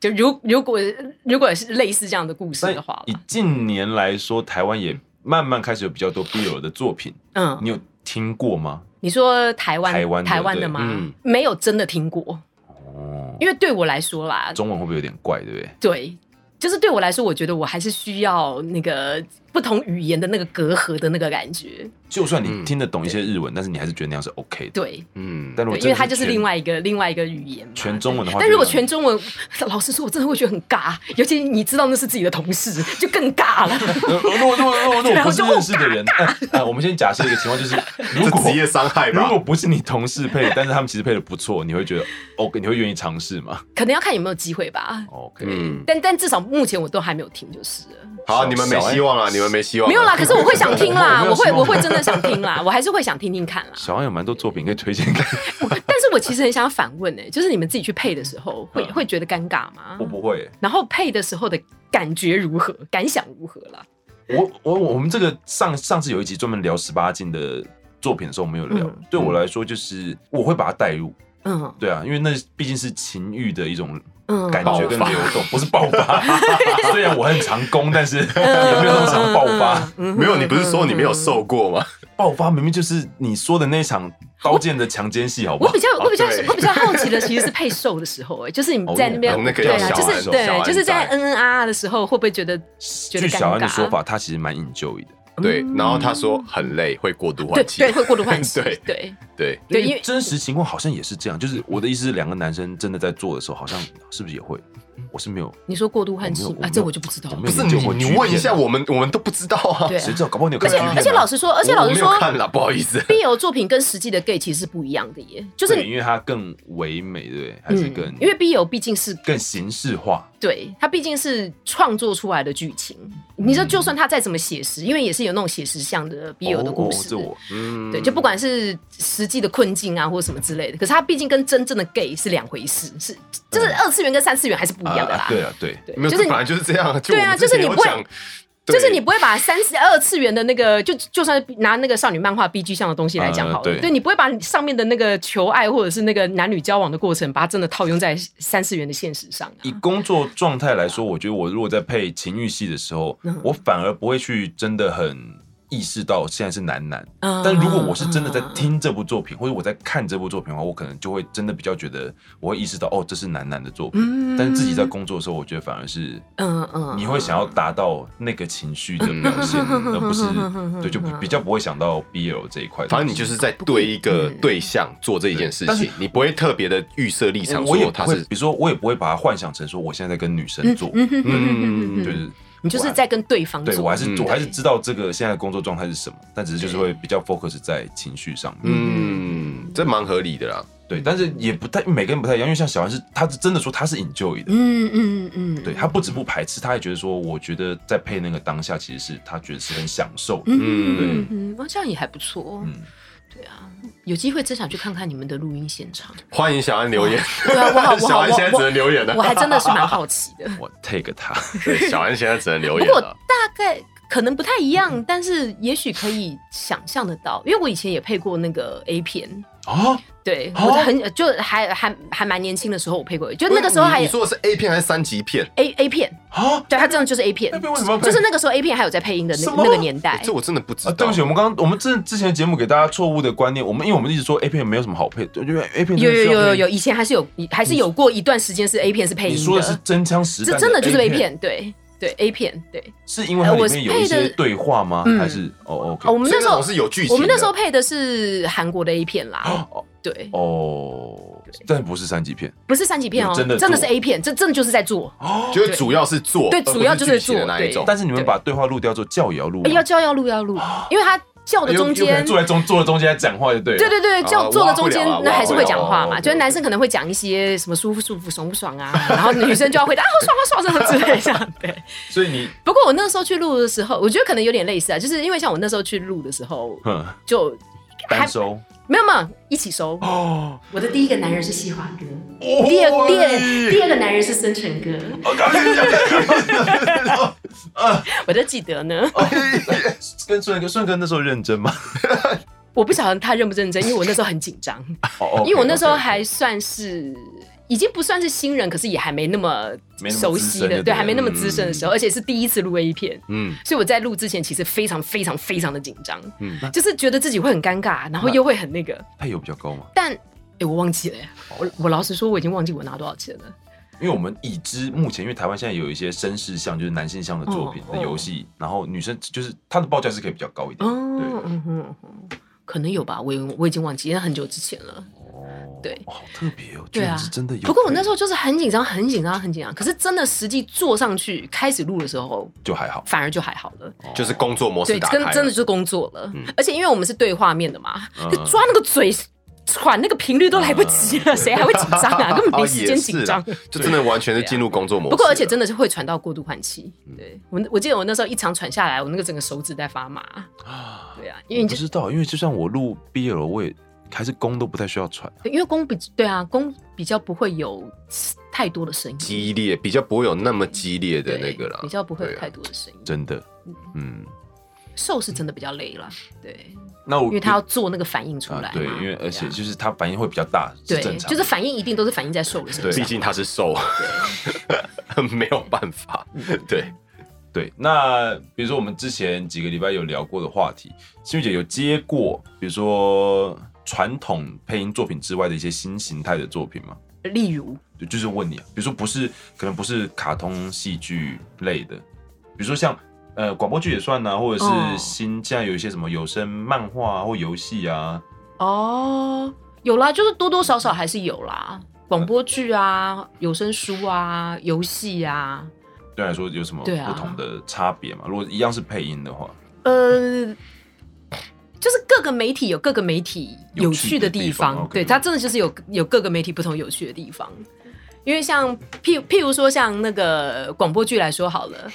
E: 就如如果如果是类似这样的故事
D: 但
E: 的话
D: 以
E: 啦，
D: 近年来说，台湾也慢慢开始有比较多 BL 的作品，
E: 嗯，
D: 你有听过吗？
E: 你说台湾
D: 台湾的
E: 的吗
C: 对嗯？
E: 没有真的听过，
D: 哦，
E: 因为对我来说啦，
D: 中文会不会有点怪，对不对？
E: 对。就是对我来说，我觉得我还是需要那个不同语言的那个隔阂的那个感觉。
D: 就算你听得懂一些日文，但是你还是觉得那样是 OK 的。
E: 对，
C: 嗯，
D: 但如果
E: 对因为它
D: 它
E: 就是另外一个另外一个语言嘛。
D: 全中文的话，
E: 但如果
D: 就让
E: 全中文， *laughs* 老实说，我真的会觉得很尬，尤其你知道那是自己的同事，就更尬了。 *laughs*
D: 呃如果如果如果如果
E: 然
D: 不
E: 后
D: 是
E: 就
D: 认识的人， *laughs* 呃，呃我们先假设一个情况， *laughs* 就是如
C: 这
D: 果
C: 职业伤害
D: 如
C: 吧
D: 果。不是你同事配，但是他们其实配的不错，你会觉得 OK，你会愿意尝试吗
E: 可能要看有没有机会吧。
D: ？OK，
C: 嗯，
E: 但但至少目前我都还没有听，就是了
C: 好，你们没希望了，你们没希望。
E: 没有啦。可是我会想听啦，
D: 哦我没有
E: 我会
D: 希望
E: 我会真的想听啦， *laughs* 我还是会想听听看
D: *laughs*
E: 啦。
D: 小安有蛮多作品可以推荐给
E: 但是我其实很想反问哎、就是你们自己去配的时候，会
D: 嗯
E: 会觉得尴尬
D: *laughs*
E: 吗
D: 我，？不会。
E: 然后配的时候的感觉如何？感想如何啦？
D: 我我我们这个上上次有一集专门聊十八禁的作品的时候，我们有聊。
E: 嗯
D: 对我来说，就是我会把它带入，
E: 嗯
D: 对啊，因为那毕竟是情欲的一种
E: 嗯，
D: 感觉跟流动，不是爆
E: *laughs*
D: 发。虽然我很常攻，但 *laughs* 是也
E: 嗯
D: 没有那么常爆发。
C: 没有，你不是说你没有受过吗？
D: 爆发明明就是你说的那场刀剑的强奸戏，好不
E: 我
D: 好
E: 比？较我比较
C: 哦对
E: 我比较好奇的其实是配售的时候、哎，就是你在那边、
D: 哦
C: 那个
E: 对
C: 叫
E: 啊，
C: 小
E: 就
C: 安
E: 是
C: 手，小
E: 对，
C: 安
E: 就是在
C: 仔
E: 嗯嗯啊啊的时候，会不会觉得觉得
D: 据
E: 尴
D: 小安
E: 尬？
D: 的
E: 啊
D: 说法，他其实蛮 enjoy 的，
C: 对，然后他说很累，会过度
E: 对
C: 换气
E: 对，。会
D: *laughs*
E: 过度换气，
C: 对
E: 对
C: 对，
E: 对，因为
D: 真实情况好像也是这样。就是我的意思是，两个男生真的在做的时候，好像是不是也会？
E: 嗯
D: 我是没有，
E: 你说过度换气
D: 我没有
E: 啊，这我就不知道
D: 我
E: 了
D: 没
C: 不
D: 有
C: 是
D: 研究
C: 你
D: 过，
C: 你问一下，我们我们都不知道啊。
E: 对啊
D: 谁知道？搞不好你有
E: 而
D: 看
E: 且
D: 过 G 片啊
E: 而且老实说，而且
C: 我
E: 老
C: 我
E: 实
C: 没
E: 说
C: 有看了，不好意思。
E: ，BL 作品跟实际的 gay 其实是不一样的耶，就是嗯
D: 对，因为它更唯美，对不对？还是更、
E: 因为 BL 毕竟是
D: 更形式化，
E: 对它毕竟是创作出来的剧情，你说就算它再怎么写实，因为也是有那种写实向的 BL 的
D: 嗯
E: 故
D: 哦哦
E: 事
D: 这，我
C: 嗯，
E: 对，就不管是实际的困境啊，或者什么之类的，可是它毕竟跟真正的 gay 是两回事，是就是二次元跟三次元还是不一样的啦。
D: 嗯啊对啊，对。
E: 对
C: 没有，
E: 就
C: 这本
E: 是你
C: 来就是这样。
E: 对啊
C: 我们之前
E: 就是你
C: 有
E: 不会
C: 讲，
E: 就
C: 对
E: 是你不会把三十二次元的那个，就就算拿那个少女漫画 B G 上的东西来讲好了，
D: 呃对
E: 对你不会把上面的那个求爱或者是那个男女交往的过程，把它真的套用在三次元的现实上、啊。
D: 以工作状态来说，我觉得我如果在配情欲戏的时候，
E: 嗯
D: 我反而不会去真的很意识到现在是男男。
E: 嗯
D: 但如果我是真的在听这部作品，或者我在看这部作品的话，我可能就会真的比较觉得，我会意识到哦，这是男男的作品。
E: 嗯
D: 但是自己在工作的时候，我觉得反而是
E: 嗯嗯
D: 你会想要达到那个情绪的表现，
E: 嗯
D: 而不是
E: 嗯
D: 对，就不比较不会想到 BL 这一块。
C: 反正你就是在对一个对象做这一件事
D: 嗯但是
C: 情，你不会特别的预设立场，
D: 我也
C: 说
D: 不
C: 他
D: 会，
C: 是
D: 比如说我也不会把它幻想成说我现在在跟女
E: 嗯
D: 生做，嗯，就是
E: 你就是在跟对方
D: 对
E: 做
D: 我还是
C: 嗯
D: 我还是知道这个现在的工作状态是什么，但只是就是会比较 focus 在情绪上面。
C: 嗯，这蛮合理的啦。
D: 对，但是也不太每个人不太一样，因为像小安是他是真的说他是 enjoy 的，
E: 嗯嗯嗯，
D: 对他不止不排斥，他还觉得说，我觉得在配那个当下，其实是他觉得是很享受的。
E: 嗯嗯，哦，这样也还不错。
D: 嗯
E: 对啊，有机会真想去看看你们的录音现
D: *laughs*
E: 场。
C: 欢迎小安留言，
E: 对啊，我好，我
C: 小
E: 好，
C: 安现在只
E: 我
C: 能留言了
E: 我我还真的是蛮好奇
D: *laughs*
E: 的。
D: 我 take 他，
C: 对，小安现在只能留
E: 不
C: 言
E: 过
C: 了。
E: 大概可能不太一
D: 嗯
E: 样，但是也许可以想象得到，因为我以前也配过那个 A 片，
D: 哦，
E: 对、
D: 哦
E: 我很就还还还蛮年轻的时候我配过，就那个时候
C: 你
E: 还
C: 你说的是 A 片还是三级片？
E: A A 片，
D: 啊，
E: 对，它真的就是 A 片
D: A 片为什么要配
E: 就是那个时候 A 片还有在配音的
D: 什
E: 那
D: 么
E: 那个年代
C: 欸，这我真的不知
D: 啊，
C: 道。
D: 对不起，我们刚刚我们之之前的节目给大家错误的观念，我们因为我们一直说 A 片没有什么好配，对，因为 A 片
E: 有
D: 真的
E: 有
D: 需要
E: 有有
D: 配
E: 有，以前还是有还是有过一段时间是 A 片是配
D: 你
E: 音
D: 说的是真枪实弹，
E: 这真的就是
D: A
E: A，片，对对 A 片，对。
D: 是因为它
E: 呃我
D: 里
E: 是
D: 面有一
E: 配
D: 些
E: 的
D: 对话吗？
E: 嗯
D: 还是哦
E: 哦，我
D: ，OK，
E: 们
C: 所以
E: 那时候
C: 种是有剧情的，
E: 我们那时候配的是韩国的 A 片啦，
D: 哦
E: 对，
D: 哦，但不是三级片
E: 不是三级片哦，
D: 真的
E: 真的是
D: 做
E: A 片，这真的就是在做，
D: 哦，
C: 就是主要是做，
E: 对
C: 而不
E: 主要就
C: 剧
E: 是
C: 情的
E: 做
C: 那一种
E: 对。
D: 但是你们把哦对话录掉之后，叫也要录吗，
E: 哎要叫要录要录，因为他叫的
D: 有
E: 中
D: 有哦可能
E: 间，
D: 哎坐在中坐在中间在讲话就对了，
E: 对对对，叫
C: 啊
E: 坐
C: 挖
E: 的
C: 不
E: 中间
C: 了啊
E: 那
C: 挖
E: 还是
C: 不
E: 会
C: 了
E: 讲
C: 啊
E: 话
C: 哦
E: 嘛，
C: ，OK，
E: 就是男生可能会讲一些什么舒服舒服爽不爽啊，然后女生就要回答啊好爽好爽什么之类这样对。
D: 所以你
E: 不过我那时候去录的时候，我觉得可能有点类似啊，就是因为像我那时候去录的时候
D: 哼
E: 就
D: 嗯单收
E: 没有没有一起收。
D: 哦，
E: 我的第一个男人是西华哥，第二第
D: 哦
E: 二第二个男人是森辰哥， *laughs* 哦我都记得呢。
D: 跟顺哥，顺哥那时候认真吗？
E: 我不晓得他认不认真，因为我那时候很紧 *laughs* 张，
D: 哦
E: 因为我那时候还算是。已经不算是新人，可是也还没那么
D: 没那么
E: 熟
D: 资
E: 悉
D: 深
E: 的，
D: 就对
E: 对，嗯
D: 了
E: 还没那么资深的时候，而且是第一次录 A 片，
C: 嗯，
E: 所以我在录之前其实非常非常非常的紧张，
C: 嗯
E: 就是觉得自己会很尴尬，然后又会很那个，
D: 配有比较高吗？
E: 但哎、诶我忘记了耶，我我老实说我已经忘记我拿多少钱了，
D: 因为我们已知目前，因为台湾现在有一些绅士向，就是男性向的作品
E: 哦
D: 的游戏，然后女生就是它的报价是可以比较高一点。
E: 哦，
D: 对，
E: 嗯哼，嗯哼可能有吧，我也我已经忘记，那很久之前了。对
D: 哦，好特别哦，居
E: 对啊
D: 然是真的有。
E: 不过我那时候就是很紧张，很紧张，很紧张。可是真的实际坐上去开始录的时候，
D: 就还
E: *laughs*
D: 好，
E: 反而就还好了。
C: 哦
D: 哦
C: 就是工作模式
E: 对，
C: 打
E: 真
C: 开了， *laughs* 嗯
E: 真的就是工作了，而且因为我们是对画面的嘛，
D: 嗯
E: 就抓那个嘴喘那个频率都来不及了，谁还会紧张
C: *laughs*
E: 啊？根本
C: 嗯哦
E: 没时间紧张。
C: 也是啦就真的完全是嗯进入工作模式了。
E: 不过，而且真的是会喘到过度换气。对我，我记得我那时候一场喘下来，我那个整个手指在发麻。对啊，因
D: 我
E: 为你
D: 不
C: 哦
E: 就
D: 知道，因为就算我录 BL，我也还是弓都不太需要喘。
E: 因为弓比对啊，弓比较不会有太多的声音，
C: 激烈，比较不会有那么激烈的
E: 对
C: 那个啦，
E: 比较不会有
C: 对啊
E: 太多的声音。
D: 真的，嗯，
E: 瘦是真的比较累了，对，
D: 那我
E: 因为他要做那个反应出来嘛、
D: 啊，对，因为而且
E: 对啊
D: 就是他反应会比较大，是
E: 对，
D: 正常的，
E: 就是反应一定都是反应在瘦的身
D: 对
E: 上。
C: 毕竟他是
E: *laughs*
C: 瘦，没有办法。对，
D: 对。那比如说我们之前几个礼拜有聊过的话题，心雨姐有接过，比如说传统配音作品之外的一些新形态的作品吗？
E: 例如，
D: 就就是问你啊，比如说不是，可能不是卡通戏剧类的，比如说像呃广播剧也算呐、或者
E: 哦
D: 是新现在有一些什么有声漫画啊或游戏啊，
E: 哦，有啦，就是多多少少还是有啦，广播剧啊、有声书啊、游戏啊，
D: 对来说有什么
E: 对啊
D: 不同的差别嘛？如果一样是配音的话，
E: 呃，就是各个媒体有各个媒体有趣的地
D: 有
E: 方，
D: 趣的地方，OK
E: 对，它真的就是有有各个媒体不同有趣的地方。因为像譬譬如说像那个广播剧来说好了。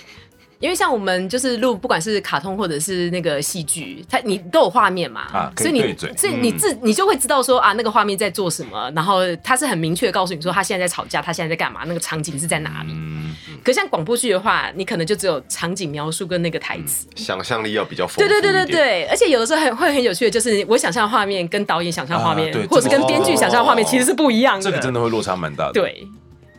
E: 因为像我们就是录，不管是卡通或者是那个戏剧，它你都有画面嘛，
D: 啊可以
E: 所以你
D: 对嘴
E: 所以你
D: 嗯
E: 自、你就会知道说啊，那个画面在做什么，然后它是很明确地告诉你说他现在在吵架，他现在在干嘛，那个场景是在哪里。
D: 嗯，
E: 可像广播剧的话，你可能就只有场景描述跟那个台
D: 嗯
E: 词，
C: 想象力要比较丰富
E: 对
C: 一
E: 对
C: 点。
E: 对对对，而且有的时候很会很有趣的，就是我想象的画面跟导演想象的画面，
D: 啊对
E: 或者是跟编剧想象的哦画面
D: 这个
E: 其实是不一样的。
D: 这个真的会落差蛮大的。，
E: 对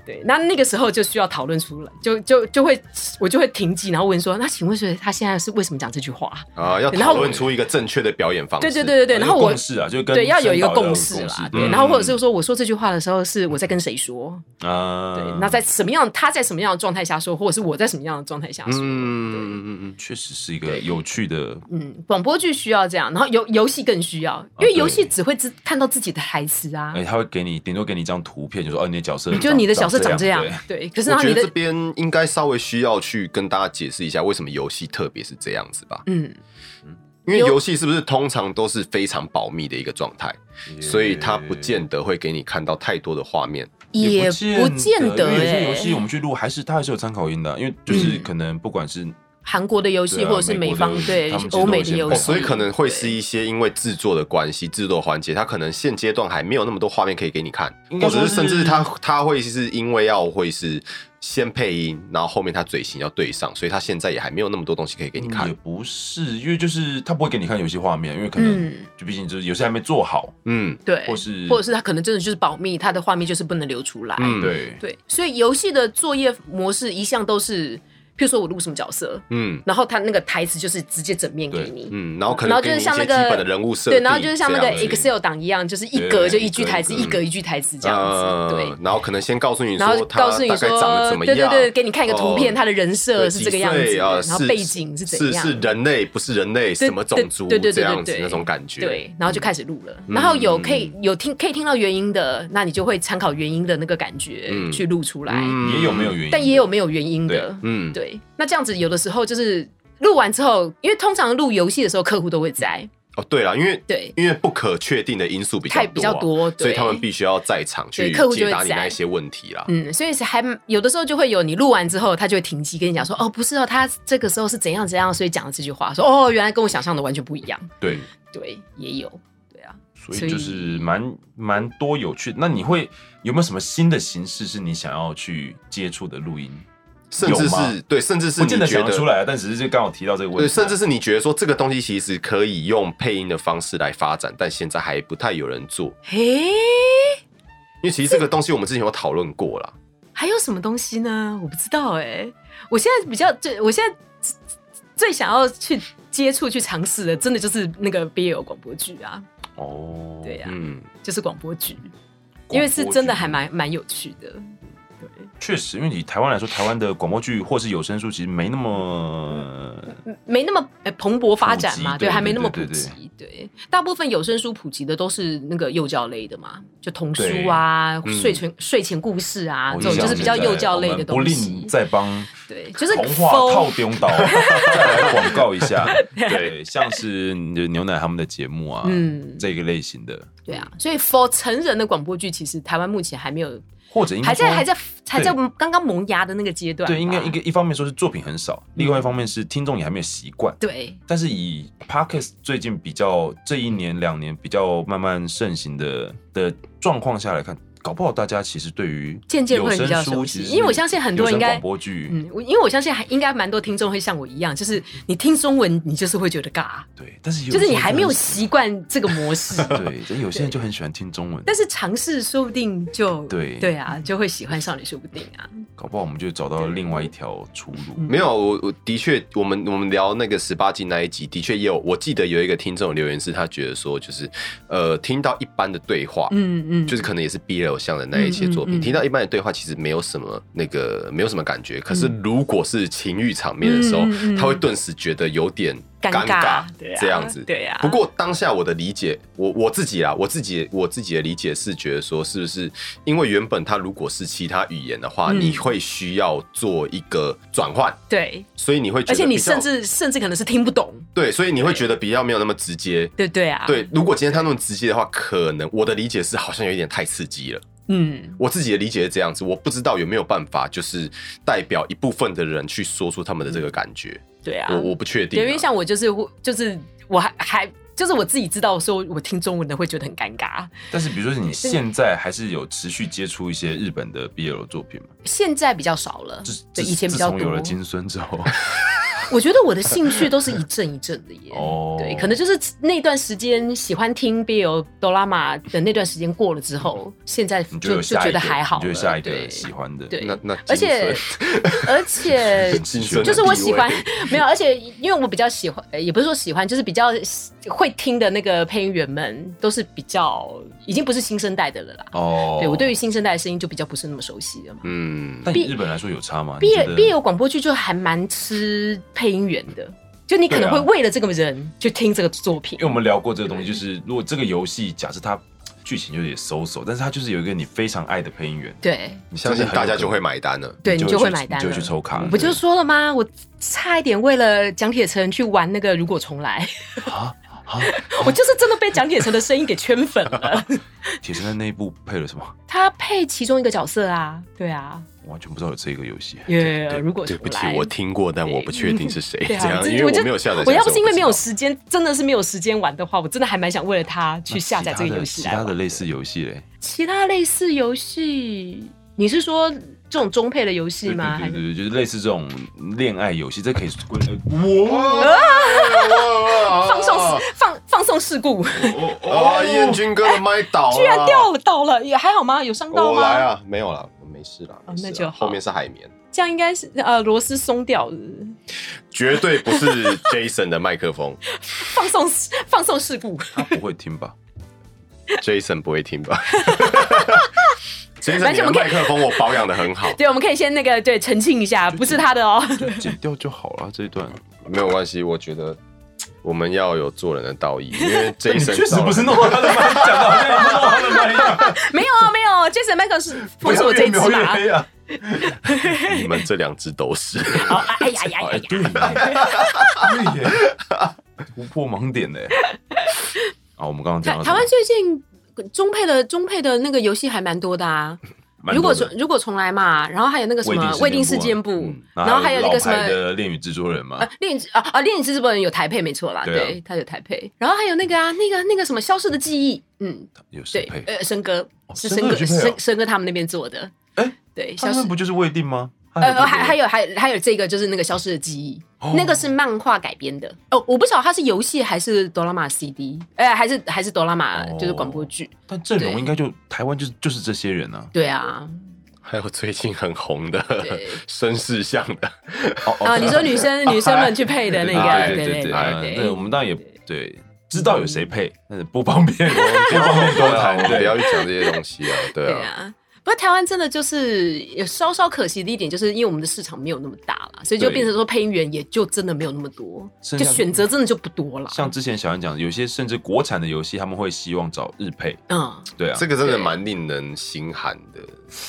E: 对，那那个时候就需要讨论出来，就就就会我就会停机，然后问说：“那请问是他现在是为什么讲这句话
C: 啊，要
E: 然后
C: 讨论出一个正确的表演？”方式。
E: 对对对对对，然后我
D: 共识啊，就跟
E: 对要有一个
D: 声导要
E: 共
D: 有
E: 识啦，嗯
D: 共
E: 对，
D: 嗯
E: 然后或者是说我说这句话的时候是我在跟谁说，
D: 啊，
E: 对，那在什么样他在什么样的状态下说，或者是我在什么样的状态下说，
C: 嗯，嗯嗯
D: 确实是一个有趣的，
E: 嗯，广播剧需要这样，然后游游戏更需要，因为游戏
D: 对
E: 只会只看到自己的台词啊，
D: 哎，他会给你顶多给你一张图片，就说哦，你的角色长，
E: 就是你的角色长这样
D: 对，
E: 对。可
C: 嗯，
E: 是然
C: 我
E: 后
C: 觉
E: 你
C: 得这
E: 的，
C: 边应该稍微需要去跟大家解释一下，为什么游戏特别是这样子吧？
E: 嗯，
C: 因为
E: 有
C: 游戏是不是通常都是非常保密的一个状态，所以它不见得会给你看到太多的画面。
E: 也不见得
D: 因为有些
E: 哎、
D: 游戏我们去录还是它还是有参考音的啊，因为就是
E: 嗯
D: 可能不管是
E: 韩国的游戏
D: 对啊
E: 或者是
D: 美国
E: 美
D: 的
E: 方
D: 游戏
E: 对
D: 他们其实
E: 欧美
D: 都有一些
E: 的游
D: 不同
E: 戏，
C: 哦所以可能会是
E: 对
C: 一些因为制作的关系、制作环节，它可能现阶段还没有那么多画面可以给你看，
D: 应该
C: 或
D: 说
C: 者是甚至
D: 是
C: 它它会是因为要会是先配音，然后后面它嘴型要对上，所以它现在也还没有那么多东西可以给你看
D: 也。不是，因为就是他不会给你看游戏画面，因为可能
E: 嗯，
D: 就毕竟就是游戏还没做好，
C: 嗯，
E: 对，
D: 或是
E: 或者是他可能真的就是保密，他的画面就是不能流出来。
C: 嗯
D: 对，
E: 哎对，所以游戏的作业模式一向都是，譬如说我录什么角色，
C: 嗯
E: 然后他那个台词就是直接整面给
D: 对
E: 你，
C: 嗯，然后可
E: 然
C: 能
E: 后
C: 给
E: 就
C: 你一
E: 是
C: 些
E: 像那
C: 基
E: 个
C: 本的人物设定，
E: 对，然后就是像那个
C: 这样子
E: Excel 档一样，就是一
D: 对
E: 格就
D: 一
E: 一句
D: 格
E: 台
D: 一
E: 词，
D: 格
E: 一格一句台词这样
C: 嗯
E: 子，对。
C: 然后可能先告诉你
E: 然后
C: 说
E: 就
C: 它
E: 告诉你
C: 大概
E: 说
C: 长得怎，么
E: 对
C: 样，
E: 对对，给你看一个图片，
C: 哦
E: 他的人设
C: 对
E: 是
C: 几
E: 这个样子
C: 岁
E: 的，
C: 啊
E: 然后
C: 是
E: 背景是怎
C: 是
E: 样，
C: 是人类不是人类，
E: 对
C: 什么种
E: 对
C: 族
E: 对对
C: 这
E: 对
C: 样子
E: 对对
C: 那种感觉，
E: 对，然后就开始录了。然后有可以
C: 嗯
E: 有听可以听到原音的，那你就会参考原音的那个感觉
C: 嗯
E: 去录出来，
C: 嗯
D: 也有没有原因，
E: 但也有没有原音的，
C: 嗯，
E: 对。那这样子有的时候就是录完之后，因为通常录游戏的时候客户都会在，
C: 哦，对了，因为
E: 对
C: 因为不可确定的因素比较
E: 太
C: 多、啊，
E: 比较多对
C: 所以他们必须要在场去
E: 对客户就
C: 解
E: 会
C: 答你那
E: 在
C: 一些问题啦。
E: 嗯，所以是还有的时候就会有你录完之后，他就会停机跟你讲说，哦，不是哦，他这个时候是怎样怎样，所以讲了这句话，说哦，原来跟我想象的完全不一样。
D: 对，
E: *laughs* 对，也有，对啊，
D: 所以就是蛮蛮多有趣的。那你会有没有什么新的形式是你想要去接触的录音？
C: 甚至
D: 有吗
C: 是对，甚至是
D: 不
C: 你
D: 见得
C: 觉
D: 想得出
C: 得。
D: 来啊，但只是就刚好提到这个问
C: 对，
D: 题，
C: 甚至是你觉得说这个东西其实可以用配音的方式来发展，但现在还不太有人做，
E: 嘿，
C: 因为其实这个东西我们之前有讨论过啦。
E: 还有什么东西呢？我不知道哎、我现在比较最，我现在最最想要去接触、去尝试的，真的就是那个 BL 广播剧啊，
D: 哦，
E: 对啊
C: 嗯，
E: 就是广播剧，
D: 播剧
E: 因为是真的还蛮蛮有趣的。
D: 确实，因为以台湾来说，台湾的广播剧或是有声书其实没那么
E: 没那么呃蓬勃发展嘛，
D: 普及对
E: 还没那么普
D: 对对对
E: 及。对，大部分有声书普及的都是那个幼教类的嘛，就童书啊、
D: 对嗯
E: 睡前睡前故事啊
D: 我
E: 这种，
D: 印象
E: 就是比较
D: 现在
E: 幼教类
D: 我
E: 的
D: 们
E: 东
D: 不吝
E: 西。
D: 再帮
E: 对，就是
D: 童话套
E: folk
D: 丢
E: *laughs*
D: 岛再来广告一下，
C: 对
D: 对，像是牛奶他们的节目啊，
E: 嗯
D: 这个类型的，
E: 对啊，所以 for 成人的广播剧，其实台湾目前还没有，
D: 或者应该
E: 还在
D: 说
E: 还在还在刚刚萌芽的那个阶段吧。嗯
D: 对，应该一个一方面说是作品很少，另外一方面是听众也还没有习惯。
E: 对
D: 但是以 podcast 最近比较这一年两年比较慢慢盛行的的状况下来看，搞不好大家其实对于
E: 渐渐会
D: 有声
E: 比较
D: 书
E: 熟
D: 其
E: 悉
D: 实
E: 因为我相信很多人
D: 有声
E: 应该
D: 广播剧，
E: 嗯，我因为我相信还应该蛮多听众会像我一样，就是你听中文，你就是会觉得尬，
D: 对，但是有
E: 就是
D: 些
E: 你
D: 人
E: 还没有
D: 很
E: 习惯这个
D: *laughs*
E: 模式。
D: 对，但有些人就很喜欢听中文，
E: 但是尝试说不定就
D: 对
E: 对啊，就会喜欢上你，说不定啊。
D: 搞不好我们就找到另外一条出
E: 嗯
D: 路。
C: 没有，我我的确，我们我们聊那个十八禁那一集，的确也有，我记得有一个听众留言是他觉得说，就是呃，听到一般的对话，
E: 嗯嗯，
C: 就是可能也是 BL 像的那一些作品，
E: 嗯嗯嗯
C: 听到一般的对话，其实没有什么那个没有什么感觉。可是如果是情欲场面的时候，
E: 嗯嗯嗯
C: 他会顿时觉得有点
E: 尴
C: 尬，
E: 尬对啊
C: 这样子。
E: 对啊
C: 不过当下我的理解，我我自己啦，我自己我自己的理解是觉得说，是不是因为原本他如果是其他语言的话，
E: 嗯
C: 你会需要做一个转换，
E: 对，
C: 所以你会觉得
E: 而且你
C: 比较
E: 甚至甚至可能是听不懂，
C: 对，所以你会觉得比较没有那么直接。
E: 对对啊，
C: 对，，如果今天他那么直接的话，可能我的理解是好像有一点太刺激了。
E: 嗯，
C: 我自己的理解是这样子，我不知道有没有办法，就是代表一部分的人去说出他们的这个感觉，
E: 对啊，
C: 我我不确定、
E: 对，
C: 啊。
E: 因为像我就是就是我还还就是我自己知道，说我听中文的会觉得很尴尬。
D: 但是比如说你现在还是有持续接触一些日本的 BL 作品嘛？
E: 现在比较少了
D: 自，
E: 对，
D: 自
E: 以前比较
D: 自从有
E: 多
D: 了。金孙之后，
E: 我觉得我的兴趣都是一阵一阵的耶。
D: *laughs* 哦
E: 对，可能就是那段时间喜欢听 BL、哆啦 A 的那段时间过了之后，现在
D: 你
E: 就
D: 就有
E: 就
D: 下一
E: 觉
D: 个
E: 得还好
D: 你就
E: 了。
D: 有下一个
E: 对
D: 喜欢的。
E: 对
C: 那那
E: 而且
D: *laughs*
E: 而且
C: 金孙
E: 就是我喜欢
C: 金孙的地位，
E: 没有，而且因为我比较喜欢，呃也不是说喜欢，就是比较会听的那个配音员们都是比较已经不是新生代的了啦。
D: 哦，
E: 对我对于新生代的声音就比较不是那么熟悉了嘛。
C: 嗯，
D: 但以日本来说有差吗？
E: 毕
D: 你觉
E: 业
D: 得
E: 毕业有广播剧就还蛮吃配音员的，就你可能会
D: 对啊
E: 为了这个人去听这个作品
D: 因为。我们聊过这个东西，就是如果这个游戏假设它剧情有点收手，但是它就是有一个你非常爱的配音员，
E: 对
D: 你
C: 相
D: 相信
C: 信
D: 很有
C: 大家
D: 可能
C: 就会买单了。
E: 对，
D: 你
E: 你
D: 就
E: 就
D: 会
E: 会
D: 去
E: 买单了，
D: 你就会去抽卡
E: 我不就说了吗？我差一点为了蒋铁成去玩那个《如果重来》 *laughs*
D: 啊啊！
E: 我就是真的被蒋铁成的声音给圈粉
D: *laughs*
E: 了。
D: 铁神的那一部配了什么？
E: 他配其中一个角色啊，对啊，
D: 我完全不知道有这个游戏。
E: 耶、如果
C: 对不起
E: 重，来
C: 我听过，但我不确定是谁。这
E: 对啊，
C: 样，
E: 这
C: 因为
E: 我就
C: 没有下载。
E: 我要不是因为没有
C: 所
E: 时间，真的是没有时间玩的话，我真的还蛮想为了他 *laughs* 去下载这个游戏
D: 其
E: 来
D: 他的
E: 玩。
D: 类似游戏嘞，
E: 其他类似游戏，你是说这种中配的游戏吗？
D: 对对
E: 还是
D: 对，就是类似这种恋爱游戏，这可以归
C: 以不知道哇
E: 放送事放放送事故，居
D: 哦
C: 啊！燕军哥的麦倒了，
E: 然掉了，倒了，也还好吗？有伤到
C: 我来
E: 吗？
C: 啊，没有啦，我没事啦，没事啦
E: 那就好
C: 后面是海绵，
E: 这样应该是呃螺丝松掉了， *laughs*
C: 绝对不是 Jason 的麦克风
E: 放送放送事故。
D: 他呃不会听吧？
C: ，Jason 不会听 *laughs* 吧？Jason
E: 反
C: 你的
E: 正我们可
C: 麦
E: 以
C: 克风我保养的很好，
E: 对，我们可以先那个对澄清一下，不是他的哦。 *laughs*
D: 就剪掉就好了这一段。
C: *laughs* 没有关系，我觉得我们要有做人的道 *laughs* 义，因为
D: 你
C: Jason
D: 确实不是弄他的麦，讲的好像你弄他的麦一样。
E: 没有啊，没有，Jason 麦克是不 *laughs* 是我这一只
D: 不要越描越
E: 嘛？
D: 黑啊！
C: 你们这两只都 *laughs* 是。
E: 好，哎呀呀呀
D: 哎，
E: 呀！
D: 对耶，对耶，突破盲点嘞！啊，我们刚刚讲
E: 台
D: 到
E: 台湾最近中配的中配的那个游戏还蛮多的啊。
D: 嗯
E: 如果重
D: 说
E: 如果重来嘛，然后还有那个什么
D: 未
E: 未
D: 定
E: 定
D: 事
E: 事
D: 件
E: 件
D: 簿
E: 簿，
D: 啊，
E: 然后还有那个什
D: 老牌
E: 么
D: 的恋与制作人嘛
E: 呃，恋啊啊恋与制作人有台配没错啦，
D: 对啊
E: 对，他有台配，然后还有那个啊那个那个什么消失的记忆，嗯，
D: 有谁
E: 对
D: 配，？
E: 呃，生哥
D: 哦
E: 是
D: 森
E: 生
D: 哥
E: 哥
D: 有去配哦
E: 生生哥他们那边做的，
D: 哎，
E: 对，
D: 他
E: 消失
D: 们不就是未定吗？
E: 呃，还还
D: 有
E: 有还有还有这个就是那个消失的记忆，那个是漫画改编的。哦，我不晓得它是游戏还是哆啦 A 梦 CD，哎、还是还是哆啦 A
D: 哦
E: 梦就是广播剧。
D: 但阵容
E: 对
D: 应该就台湾就是就是这些人啊。
E: 对啊，
C: 还有最近很红的
E: 对
C: 绅士像的，
D: 哦
E: 啊，你说女生女生们去配的那
C: 哎
E: 个，
D: 对
E: 对
D: 对
E: 对
D: 对，
E: 对
D: 那我们当然也对知道 *laughs* 哦有谁配，但是不方便，不方便多
C: 对啊
D: 谈。
C: 我们不 *laughs*
D: 对
C: 要去讲这些东西啊，对
E: 对
C: 啊，
E: 啊。不过台湾真的就是也稍稍可惜的一点，就是因为我们的市场没有那么大啦，所以就
D: 对
E: 变成说配音员也就真的没有那么多，
D: 剩
E: 就
D: 下
E: 选择真的就不多了。
D: 像之前小安讲的，有些甚至国产的游戏，他们会希望找日配，
E: 嗯，
D: 对啊，
C: 这个真的蛮令人心寒的。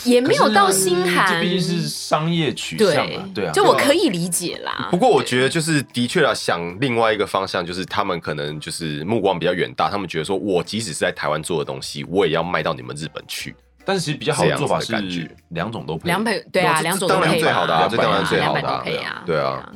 E: 也没有到心
D: 这
E: 寒，
D: 毕竟是商业取
E: 对
D: 向嘛，对啊，
E: 就我可以理解啦。
C: 不过我觉得就是的确啊，想另外一个方向，就是他们可能就是目光比较远大，他们觉得说我即使是在台湾做的东西，我也要卖到你们日本去。
D: 但是其实比较好的做法
C: 这样子的感
D: 是
C: 觉
D: 两种都配，
E: 两百对啊，
C: 这
E: 两种
C: 当然
E: 都可以
C: 最好的啊
E: 嘛
C: 这当然最好的啊
E: 两百都可以啊，
C: 对啊。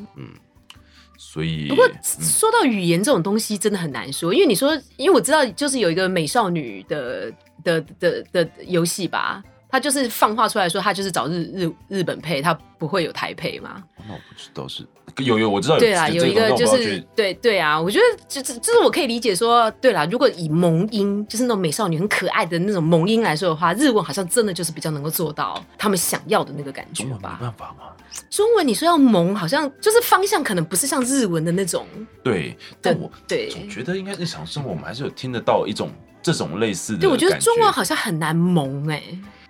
D: 所以哦
E: 不过说到语言这种东西，真的很难说，因为你说，因为我知道，就是有一个美少女的的的的的游戏吧，它就是放话出来说，它就是找日日日本配，它不会有台配嘛？
D: 那我不知道是有有我知道有
E: 对啦，有一个就
D: 呃这种
E: 是对对啊，我觉得就是就是我可以理解说，对啦，如果以萌音，就是那种美少女很可爱的那种萌音来说的话，日文好像真的就是比较能够做到他们想要的那个感觉
D: 中文没
E: 吧。
D: 办法嘛？
E: 中文你说要萌，好像就是方向可能不是像日文的那种，
D: 对，但我
E: 对
D: 总觉得应该日常生活我们还是有听得到一种这种类似的。
E: 对，我觉得中文。好像很难萌哎、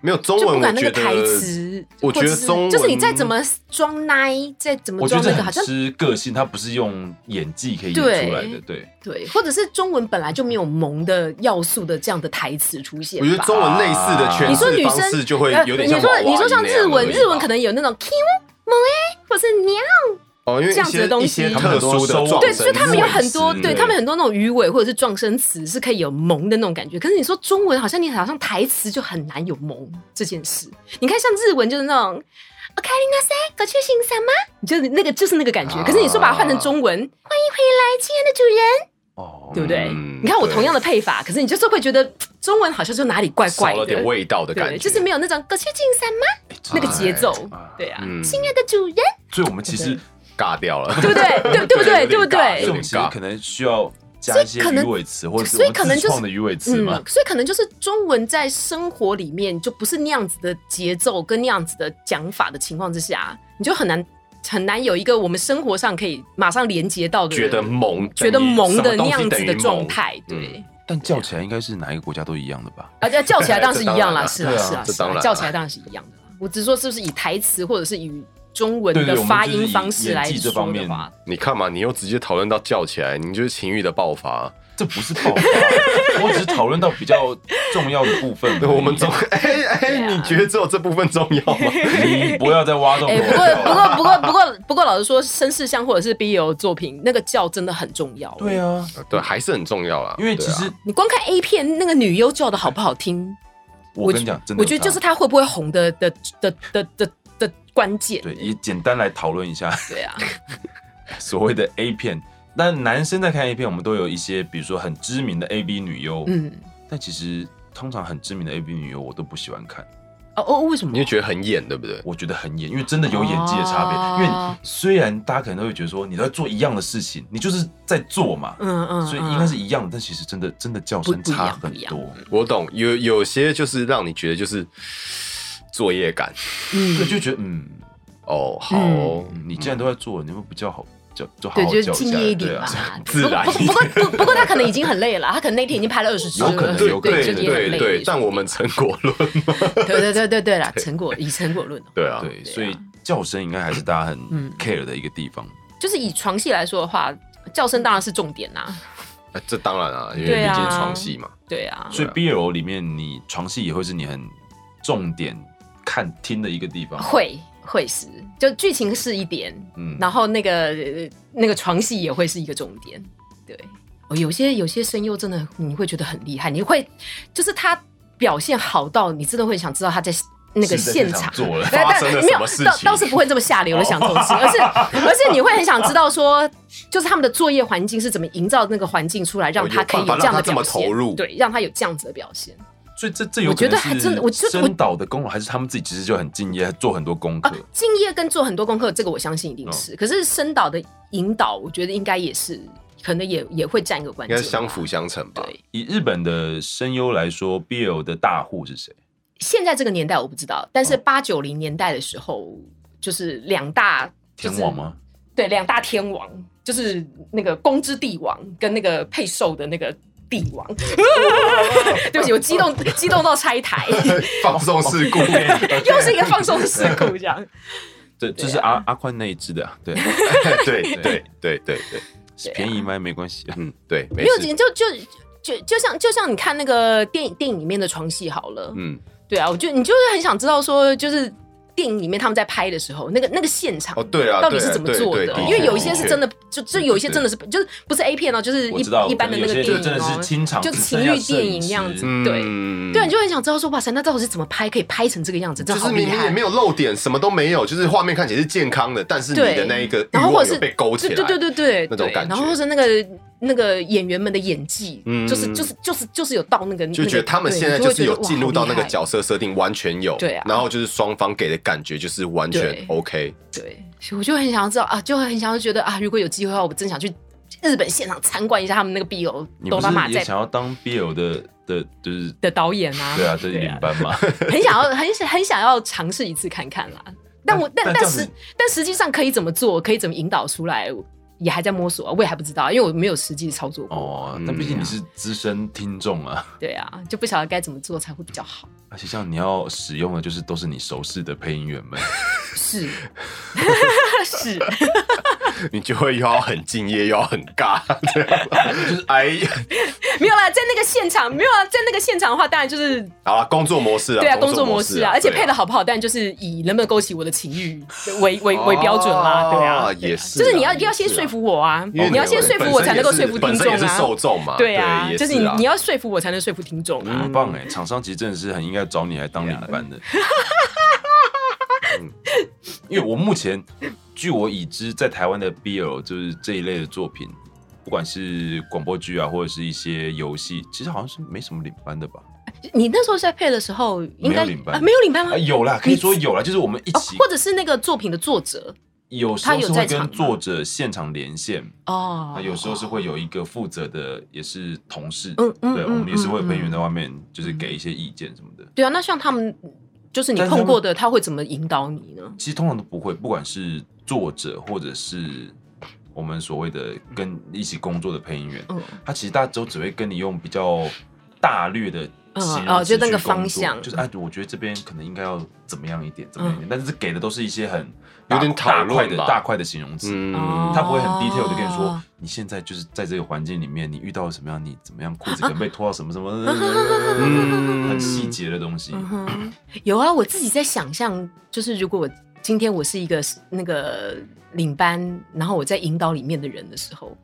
C: 没有中
E: 就不
C: 文，我
E: 管那
C: 觉
E: 个
C: 得
E: 台词，
C: 我觉得
E: 或者是
C: 中文
E: 就是你再怎么装奶，再怎么
D: 我觉
E: 装
D: 得
E: 那
D: 这
E: 个，好
D: 很
E: 像
D: 吃个性，它不是用演技可以演
E: 对
D: 出来的。对，
E: 对，或者是中文本来就没有萌的要素的这样的台词出现
C: 我
E: 吧。
C: 觉得中文类似的
E: 你
C: 诠
E: 说
C: 释
E: 女
C: 方式
E: 生
C: 就会有点像
E: 呃
C: 娃
E: 你说你
C: 娃
E: 说
C: 音
E: 像
C: 那样
E: 日文，
C: 而已
E: 日文
C: 吧
E: 可能有那种 q 萌哎，或是娘，
C: 哦，因为
E: 这样子的东西
C: 一些一些特殊的撞
E: 对，
C: 声
E: 所以他们有很多，
D: 词
E: 对
D: 对
E: 他们很多那种鱼尾或者是撞声词是可以有萌的那种感觉。可是你说中文，好像你好像台词就很难有萌这件事。你看像日文就是那种。我开林那塞，搞去行什么？你就是那个，就是那个感觉。可是你说把它换成啊中文，欢迎回来，亲爱的主人，
D: 哦，
E: 对不对？
C: 嗯
E: 你看我
C: 对
E: 同样的配法，可是你就是会觉得中文好像就哪里怪怪
C: 少
E: 的，
C: 了点味道的感觉，
E: 对，就是没有那种搞去行什么那个节奏，对啊，
C: 嗯
E: 亲爱的主人，
D: 所以我们其实
C: 尬掉了。
E: 对不对？对对不 *laughs* 对？对不
D: 这
E: 对
C: 有？
D: 种
C: 点
D: 其实
C: 尬
D: 可能需要加一些
E: 哎所以可能
D: 鱼尾词，或者是
E: 所以
D: 我们
E: 可能
D: 自
E: 就是
D: 创的鱼尾词
E: 嗯
D: 嘛，。
E: 所以可能就是中文在生活里面就不是那样子的节奏跟那样子的讲法的情况之下，你就很难很难有一个我们生活上可以马上连接到的
C: 觉得萌，
E: *laughs* 觉得萌
C: 等于什么
E: 的那
C: 东西
E: 样子
C: 等于
E: 的
C: 萌
E: 状。态，对
C: 嗯。
D: 但叫起来应该是哪一个国家都一样的吧？
E: 而且叫 *laughs* 起来当然是一样啦，是
C: 这
E: 啦
C: 当然啊
E: 是啦，
C: 这
E: 是
C: 当然啊
E: 啦，叫起来当然是一样的啦。我只是说是不是以台词或者是以中文
D: 对对
E: 的
D: 我们
E: 发
D: 就是
E: 音
D: 以
E: 方式
D: 演
E: 来
D: 技这
E: 说
D: 方
E: 的
D: 面
E: 话，
C: 你看嘛，你又直接讨论到叫起来，你就是情欲的爆发。
D: 这不是爆发，我只是讨论到比较重要的部分。
C: 对，我们中
E: 嗯
D: 你
C: *laughs* 哎
E: *laughs*
C: 哎，
E: 啊
C: 你觉得只有这部分重要 *laughs* 吗？
D: 你不要再挖洞
E: 哎、
D: 给我
E: 不
D: 跳了。
E: 过不过不过不过不过，老实说，绅士像或者是 BL 作品，那个叫真的很重要。
D: 对，啊，
C: 对，还是很重要啦。啊
D: 因为其实
E: 你光看 A 片那个女优叫的好不好听，
D: 我跟你讲，真的
E: 我
D: 有
E: 觉得
D: 差
E: 就是她会不会红的的的的的的关键。
D: 对，也简单来讨论一下 *laughs*
E: 对啊，
D: 所谓的 A 片。那男生在看 A 片，我们都有一些，比如说很知名的 A B 女优，
E: 嗯，
D: 但其实通常很知名的 A B 女优我都不喜欢看，
E: 哦哦，为什么
C: 你？就觉得很演，对不对？
D: 我觉得很演，因为真的有演技的差别。
E: 哦
D: 因为虽然大家可能都会觉得说你都在做一样的事情，你就是在做嘛，
E: 嗯嗯，
D: 所以应该是
E: 嗯
D: 一样的，但其实真的真的叫声
E: 不不一样
D: 差很
E: 不一样嗯
D: 多。
C: 我懂，有有些就是让你觉得就是作业感。
D: 对，
E: 嗯，
D: 就觉得嗯，
C: 哦，好哦，
D: 嗯你既然都在做，你们不叫好叫就好
E: 对，
D: 好
E: 就
D: 叫
E: 是敬
D: 下
E: 业一
D: 对
E: 点
D: 啊
E: 嘛。
D: *laughs*
C: 自然
E: 不
C: 一
E: 过
C: 点。
E: 不过不过，她可能已经很累了，她可能那天已经拍了二十支了，
D: 有可能有可能
E: 对，就
C: 对
E: 是也很累
C: 对对，但我们成果论嘛，
E: *laughs* 对对对对对啦，成果以成果论哦。
C: 对啊，
D: *laughs* 对，
E: 对啊
D: 所以叫声应该还是大家很
E: 嗯啊
D: care 的一个地方。
E: 就是以床戏来说的话，叫声当然是重点啦。
C: 呃这当然啊，因为
E: 对
C: 毕
E: 啊
C: 竟床戏嘛，
E: 对啊，
D: 所以 BL 里面，你床戏也会是你很重点看听的一个地方。
E: 会会是，就剧情是一点，
D: 嗯
E: 然后那个呃那个床戏也会是一个重点，对。哦，有些有些声优真的你会觉得很厉害，你会就是他表现好到你真的会想知道他在那个
D: 是在
E: 现
D: 现
E: 场
D: 场做了
E: 对
C: 发
E: 但
C: 生了
E: 没
C: 什
E: 有
C: 么事
E: 倒
C: 情
E: 倒是不会这么下流的想这种事，而是而是你会很想知道说，就是他们的作业环境是怎么营造那个环境出来，让他可以有这样的
C: 哦有办法让他这
E: 表
C: 么
E: 现，
C: 投入
E: 对，让他有这样子的表现。
D: 所以这这有
E: 我
D: 可
E: 觉
D: 能
E: 得
D: 是
E: 还真的我就我
D: 声导的功劳，还是他们自己其实就很敬业，做很多功课
E: 啊。，敬业跟做很多功课，这个我相信一定是。可是深导的引导，我觉得应该也是，可能也也会占一个关
C: 应
E: 键
C: 该
E: 吧。
C: 是相辅相成吧。
E: 对， *laughs*
D: 以日本的声优来说，BL 的大户是谁？
E: 现在这个年代我不知道，但是八九零年代的时候，就是两大、就是、
D: 天王？吗？
E: 对，两大天王，就是那个宫之帝王跟那个配售的那个帝王。对不起，我激动激动到拆台， *laughs*
C: 放松事故，
E: 又是一个放松的事故，这样。
D: 对，这是阿阿宽那一只的啊，对，
C: *laughs* 对对对对对，
D: 便宜买没关系啊，
C: 嗯，对，没
E: 没有，
C: 事，
E: 就就就就像就像你看那个电影电影里面的床戏好了，
C: 嗯，
E: 对啊，我就你就是很想知道说，就是电影里面他们在拍的时候，那个那个现场
C: 哦，对啊，
E: 到底是怎么做
C: 对
E: 的
C: 对对？
E: 因为有一些是真
C: 的
E: 的，就就有一些真的是就是不是 A 片哦，就是
D: 我知道
E: 一一般的那个
D: 有
E: 电
D: 些就
E: 影
D: 真的
E: 哦
D: 是，清场，
E: 就
D: 只
E: 情
D: 剩下
E: 欲电影
D: 摄
E: 那
D: 影
E: 样子
D: 师，
C: 确，
E: 对
C: 嗯
E: 对啊，你就很想知道说，哇塞，那到底是怎么拍可以拍成这个样子？真
C: 就
E: 的好
C: 是
E: 厉
C: 明明也
E: 害
C: 没！有漏点，什么都没有，就是画面看起来是健康的，但是你
E: 对
C: 的那一个欲
E: 然后或
C: 望
E: 者
C: 有
E: 是
C: 被勾起
E: 对
C: 来，
E: 对对对对，
C: 那种
E: 对
C: 感觉
E: 然后或是那个那个演员们的演技，
C: 嗯
E: 就是就是就是就是有到那个，
C: 就觉得他们现在
E: 就
C: 就是有进入到那个角色设定，完全有。
E: 对啊
C: 然后就是双方给的感觉就是完全
E: 对
C: OK。
E: 对，所以我就很想要知道啊，就很想要觉得啊，如果有机会的话，我真想去日本现场参观一下他们那个 BL
D: 你
E: 哆
D: 不
E: 啦 A
D: 是也
E: 在
D: 想要当 BL 的的，就是
E: 的导演啊，
D: 对啊，这领班
E: *laughs*
D: 嘛，
E: 很想要很很想要尝试一次看看啦。但我但
D: 但
E: 但
D: 这样
E: 实
D: 子
E: 但实际上可以怎么做，可以怎么引导出来，我也还在摸索啊，我也还不知道，因为我没有实际操作过。
D: 哦，但毕
E: 嗯
D: 竟你是资深听众啊， *laughs*
E: 对啊，就不晓得该怎么做才会比较好。
D: 而且像你要使用的就是都是你熟识的配音员们，
E: 是 *laughs* 是，
C: 你就会又要很敬业，又要很
D: *laughs*
C: 尬，这样就是哎呀，
E: 没有啦，在那个现场没有啊，在那个现场的话，当然就是
C: 好了，工作模式啊，
E: 对啊，
C: 工
E: 工作模式
C: 式
E: 啊，而且配的
C: 的
E: 好不好，当然就是以能不能勾起我的情欲为为为标准啦，对啊，
C: 也是啊，
E: 就是你要一定要
C: 也是啊
E: 先说，服我啊，
C: 因为
E: 你要先说服我才能够说服
C: 本
E: 听
C: 身
E: 众
C: 也是受
E: 啊，
C: 众嘛，
E: 对啊，就是你你
C: 要
E: 要说服我才能说服听众啊
D: 很，棒哎，厂商其实真的是很应该找你来当领班的，
E: 啊
D: 嗯因为我目前据我已知，在台湾的 BL 就是这一类的作品，不管是广播剧啊，或者是一些游戏，其实好像是没什么领班的吧？
E: 你那时候在配的时候应
D: 没
E: 该
D: 有领班
E: 啊没有领班吗
D: 啊，？有啦，可以说有啦，就是我们一
E: 哦
D: 起，
E: 或者是那个作品的作者
D: 有时
E: 他
D: 候
E: 有
D: 是
E: 在
D: 会
E: 场
D: 跟
E: 吗
D: 作者现场连线，
E: 哦
D: 啊，，有时候是会有一个负责的，也是同事，
E: 嗯嗯
D: 对，
E: 嗯
D: 我们也是会有
E: 嗯
D: 朋友在外面，就是给一些意见什么的。
E: 对啊，那像他们就是你
D: 但是他
E: 碰
D: 们
E: 过的，他会怎么引导你呢？
D: 其实通常都不会，不管是作者或者是我们所谓的跟一起工作的配音员，
E: 嗯
D: 他其实大家都只会跟你用比较大略的
E: 嗯
D: 形
E: 哦
D: 容词
E: 就那
D: 去
E: 个
D: 工
E: 方
D: 作
E: 向嗯
D: 就是哎，我觉得这边可能应该要怎么样一点，怎么样一点，但是给的都是一些很
C: 有点
D: 大
C: 讨
D: 大块
C: 论
D: 的
C: 吧
D: 大块的形容词，
E: 哦
C: 嗯，
D: 他不会很 detail 的跟你说
E: 哦，
D: 你现在就是在这个环境里面，你遇到了什么样，你怎么样，裤
E: 啊
D: 子可能被脱到什么什么，
C: 嗯
D: 很细节的东西。
E: 嗯哼，有啊，我自己在想象，就是如果我今天我是一个那个领班，然后我在引导里面的人的时候，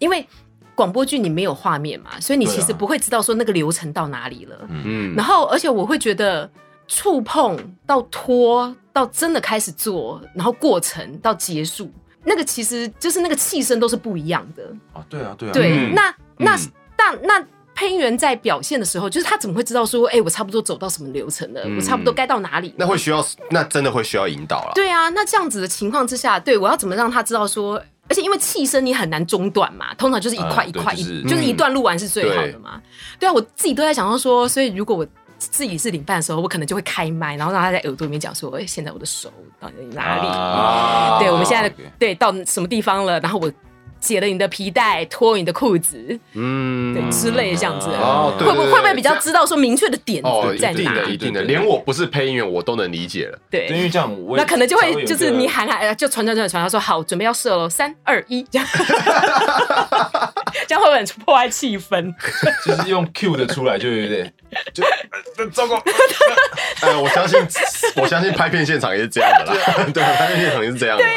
E: 因为广播剧你没有画面嘛，所以你
D: 对啊
E: 其实不会知道说那个流程到哪里了。
C: 嗯
E: 然后，而且我会觉得触碰到拖到真的开始做，然后过程到结束，那个其实就是那个气声都是不一样的。
D: 啊，对啊，对啊，
E: 对，
C: 嗯
E: 那那
C: 嗯
E: 那那配音员在表现的时候，就是他怎么会知道说，哎、我差不多走到什么流程了，
C: 嗯
E: 我差不多该到哪里了？
C: 那会需要，那真的会需要引导了。
E: 对啊，那这样子的情况之下，对我要怎么让他知道说？而且因为气声你很难中断嘛，通常就是一块
D: 嗯
E: 一块
D: 对
E: 一，
D: 就是
E: 就是一段录完是最好的嘛。对啊，我自己都在想到说，所以如果我自己是领班的时候，我可能就会开麦，然后让他在耳朵里面讲说，哎、现在我的手到底哪里？
D: 啊
E: 对，我们现在的
D: OK
E: 对到什么地方了？然后我解了你的皮带，脱你的裤子，
C: 嗯，
E: 对之类这样子，
C: 哦对
E: 会不会
C: 对对
E: 会不会比较知道说明确的点
C: 哦，
E: 子
C: 一
E: 在
C: 定
E: 哪
C: 的，？一定的，
D: 对对对
C: 连我不是配音员，我都能理解了。
E: 对
D: 对因为这样我也
E: 那可能就
D: 稍微有
E: 会
D: 一
E: 就是
D: 个
E: 你喊喊，呃就传传传传，他说好，准备要射喽，三二一，这样，这样会不会很破坏气氛？
D: 就是用 Q 的出来，就有 *laughs* 点就呃糟
E: *laughs*
D: 糕，
C: 哎，我相信， *laughs* 我相信拍片现场也是这样的
E: 啊
C: 啦。 *laughs* 对，拍片现场也是这样的啦。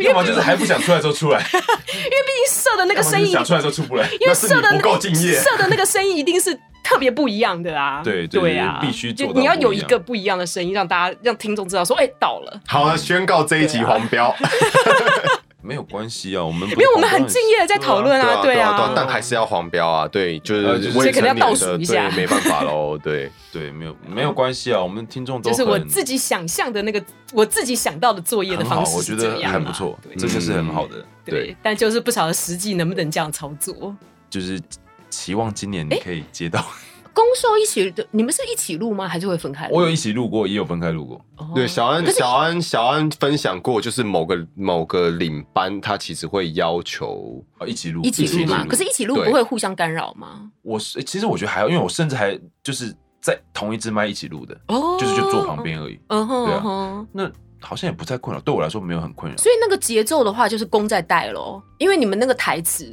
D: 要么就是还不想出来的时候出来，
E: 因为毕竟射的那个
D: 要么
E: 声
D: 就是
E: 音，
D: 想出来的时候出不来。
E: 因为
C: 那是你
E: 射的
C: 不够敬业
E: 射的那个声音一定是特别不一样的啊。
D: 对对
E: 对啊，
D: 必须做
E: 就
D: 到
E: 你要
D: 不
E: 有
D: 一
E: 一
D: 样
E: 个不一样的声音，让大家让听众知道说，哎，到了。
C: 好了，宣告这一集黄标。
D: 没有关系啊，我们
E: 因为我们很敬业的在讨论啊，
C: 对
E: 啊，
C: 但还是要黄标啊，对，就
D: 呃就是是
C: 未成年
E: 所以可能要倒
C: 的，
E: 数一下
C: 对，没办法喽，
E: *laughs*
C: 对，
D: 对，没有没有关系啊，我们听众都
E: 就是我
D: 很
E: 自己想象的那个，我自己想到的作业的
D: 很
E: 方
D: 好，
E: 式
D: 我
E: 是
D: 觉
E: 这
D: 得
E: 样啊
D: 很不错，
E: 对嗯
D: 这个是很好的，
E: 对
C: 对，
E: 但就是不晓得实际能不能这样操作。 *laughs*
D: 就是期望今年你可以接到
E: 攻受一起的，你们是一起录吗？还是会分开录？
D: 我有一起录过，也有分开录过。
E: 哦
C: 对，小安
E: 可，是
C: 小安，小安分享过，就是某个某个领班，他其实会要求，
D: 哦，一起录，
E: 一起
C: 一起
E: 录嘛，
C: 录
E: 可是一起录
C: 对
E: 不会互相干扰吗？
D: 我是其实我觉得还好，因为我甚至还就是在同一支麦一起录的，
E: 哦，
D: 就是就坐旁，边而已。
E: 嗯哼
D: 对啊
E: 嗯哼。
D: 那好像也不太困扰，对我来说没有很困扰。
E: 所以那个节奏的话，就是公在带咯，因为你们那个台词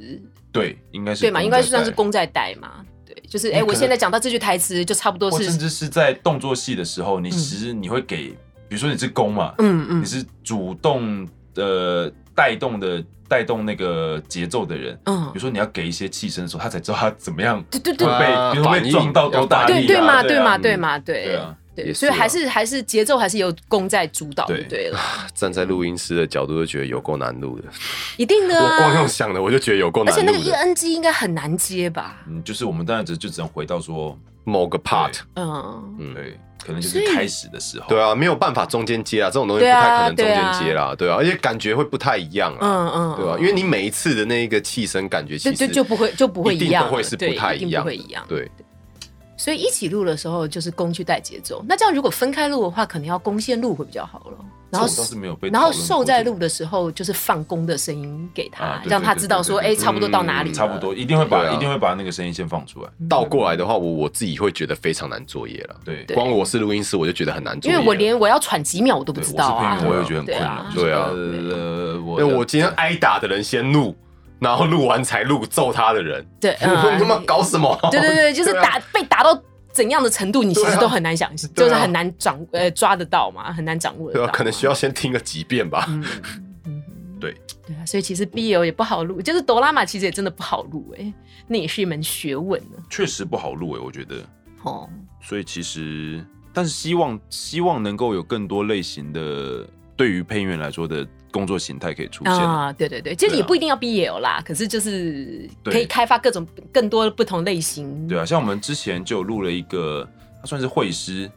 D: 对，应该是
E: 对嘛，应该算是
D: 公
E: 公在带嘛。对，就是
D: 那
E: 哎、
D: 可
E: 我
D: 能
E: 现在讲到这句台词，就差不多
D: 或
E: 是
D: 甚至是在动作戏的时候，你其实你会给，比如说你是攻嘛，
E: 嗯
D: 你
E: 嗯
D: 是主动的呃带动的带动那个节奏的人，比
E: 嗯
D: 如，说你要给一些气声的时候，他才知道他怎么样
E: 对对对
D: 会
C: 啊
D: 被，比如说
C: 反
D: 被
C: 应
D: 撞到多大
E: 对
D: 力
E: 对嘛
D: 啊，
E: 对
D: 啊
E: 嘛
D: 嗯
E: 对嘛对
D: 对啊
E: 对，
C: 也
E: 所以
C: 是
E: 还
C: 啊
E: 是还是节奏还是由公在主导就
D: 对
E: 对了，
C: 站在录音师的角度就觉得有够难录的。
E: 一定的
C: 我光用
E: 啊。
C: 想的，我就觉得有够
E: 而
C: 难
E: 且
C: 录
E: 那个
C: 的
E: ENG 应该很难接吧？
D: 嗯，就是我们当然只就只能回到说，
C: 某个 part，
E: 嗯，
C: 嗯，
D: 对，可能就
E: 所以
D: 是开始的时候，
C: 对啊，没有办法中间接啊，这种东西
E: 对
C: 不
E: 啊
C: 太可能中
E: 对啊
C: 间接啦，对啊，而且感觉会不太一样啊，
E: 嗯嗯，
C: 对吧？因为你每一次的那一个气声感觉，
E: 就
C: 其
E: 就
C: 实
E: 就不会就不会
C: 一定
E: 样了，
C: 都会是不
E: 对
C: 太
E: 一定
C: 一样
E: 不
C: 的
E: 会一样。
C: 对，
E: 所以一起录的时候就是公去带节奏，那这样如果分开录的话，可能要公先录会比较好了。然后
D: 这我倒是没有被
E: 然后
D: 讨论
E: 受
D: 过
E: 在
D: 这个
E: 录的时候，就是放公的声音给他，
D: 啊对
E: 让
D: 对
E: 他
D: 对
E: 知
D: 对
E: 道
D: 对
E: 说，
D: 对对
E: 哎、差不多到哪里、
C: 嗯
D: 差不多，。一定会把、
C: 对啊
D: 一定会把那个声音先放出来。
C: 倒过来的话，我我自己会觉得非常难作业了。
D: 对，
E: 对
C: 光我是录音师，我就觉得很难作
E: 因
C: 业
E: 为
C: 了。
E: 我连我要喘几秒我都不
D: 对
E: 知道啊
D: 我是。配音员我也觉得很
E: 对
D: 困
E: 啊
D: 扰。
C: 对啊
D: 就是呃，我
C: 因为
D: 的
C: 我今天挨打的人先录，然后录完才录揍他的人，
E: 对，
C: *laughs* 你他妈
E: 嗯，
C: 搞什么？
E: 对对对，
D: 啊
E: 就是打、被打到怎样的程度，你其实
C: 对啊
E: 都很难想，
C: 对
E: 就
C: 啊
E: 是很难掌呃抓得到嘛，很难掌握得
C: *laughs* 对
E: 到
C: 啊
E: 嘛。
C: 可能需要先听个几遍吧。
E: 嗯。嗯
D: 对
E: 对啊，所以其实 BL 也不好录，就是哆啦嘛其实也真的不好录哎、那也是一门学问呢。
D: 确实不好录欸诶、我觉得。
E: 哦，
D: 所以其实，但是希望希望能够有更多类型的对于配音员来说的工作形态可以出现。
E: 啊，对对对，其实
D: 对啊
E: 也不一定要 BL 啦，可是就是
D: 对
E: 可以开发各种更多不同类型。
D: 对啊，像我们之前就有录了一个，他算是绘师，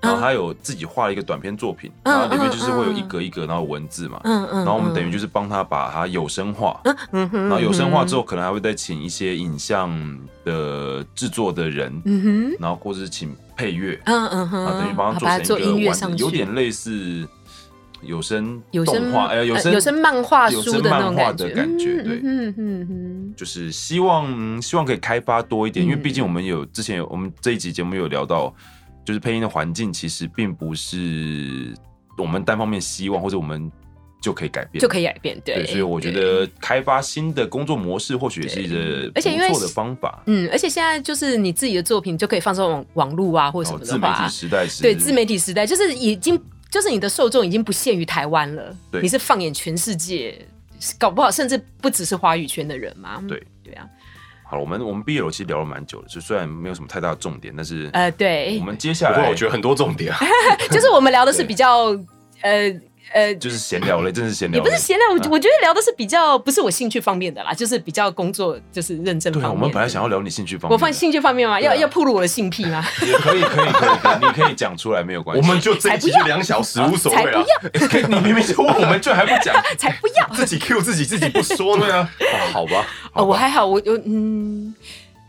D: 然后他有自己画了一个短篇作品，
E: 嗯
D: 然后里面就是会有
E: 嗯嗯
D: 一格一格，然后文字嘛，
E: 嗯嗯
D: 然后我们等于就是帮他把它有声化，
E: 嗯哼，
D: 然后有声化之
E: 后，
D: 后，可能还会再请一些影像的制作的人，
E: 嗯哼，
D: 然后或者是请配乐，
E: 嗯嗯哼，
D: 啊，等于帮他
E: 好把它
D: 做
E: 做
D: 成
E: 音
D: 一个
E: 乐
D: 完
E: 上
D: 整，
E: 去，
D: 有点类似有声
E: 有
D: 动
E: 声呃
D: 画，哎、有声、
E: 有声漫画
D: 有
E: 书
D: 声
E: 的那种
D: 漫画
E: 感
D: 的
E: 觉，
D: 感觉，
E: 嗯
D: 对。
E: 嗯嗯嗯
D: 就是希望希望可以开发多一点，因为
E: 嗯
D: 毕竟我们有之前有我们这一集节目有聊到，就是配音的环境其实并不是我们单方面希望或者我们就可以改变，
E: 就可以改变，对，
D: 对，所以我觉
E: 对
D: 得开发新的工作模式或许也是一个
E: 而且因为
D: 不错的方法。
E: 嗯，而且现在就是你自己的作品就可以放上网网络啊，或者什
D: 哦，
E: 么
D: 自
E: 的
D: 媒
E: 话，
D: 体时代是
E: 对自媒体时代，就是已经就是你的受众已经不限于台湾了，
D: 对
E: 你是放眼全世界，搞不好甚至不只是华语圈的人嘛。
D: 对
E: 对啊，
D: 好了，我们我们 BL 其实聊了蛮久的，就虽然没有什么太大的重点，但是
E: 呃，
D: 我
E: 对，
D: 们接下
C: 不过
D: 来
C: 我觉得很多重点啊，
E: *laughs* 哎就是我们聊的是比较呃呃。
D: 就是闲聊类，真是闲
E: 也
D: 聊
E: 不
D: 类
E: 是。闲聊，我我觉得聊的是比较不是我兴趣方面的啦，就是比较工作，就是认真
D: 对
E: 方
D: 啊，
E: 面的。
D: 我们本来想要聊你兴趣方面的，
E: 我放兴趣方面嘛，要
D: 啊
E: 要暴露我的性癖
D: *laughs*
E: 吗？
D: 也可以，可以，可以可以，你可以讲出来没有关
C: 我
D: 系。
C: 们就这一期就两小时，无所
E: 才不
C: 谓啊
E: 要，，
D: 你明明就问我们，就还不讲。
E: 才不要！
D: *laughs*
C: 自己 Q 自己，自己不说
E: *laughs*
C: 呢。啊，好吧，
E: 哦，我还好，我我嗯，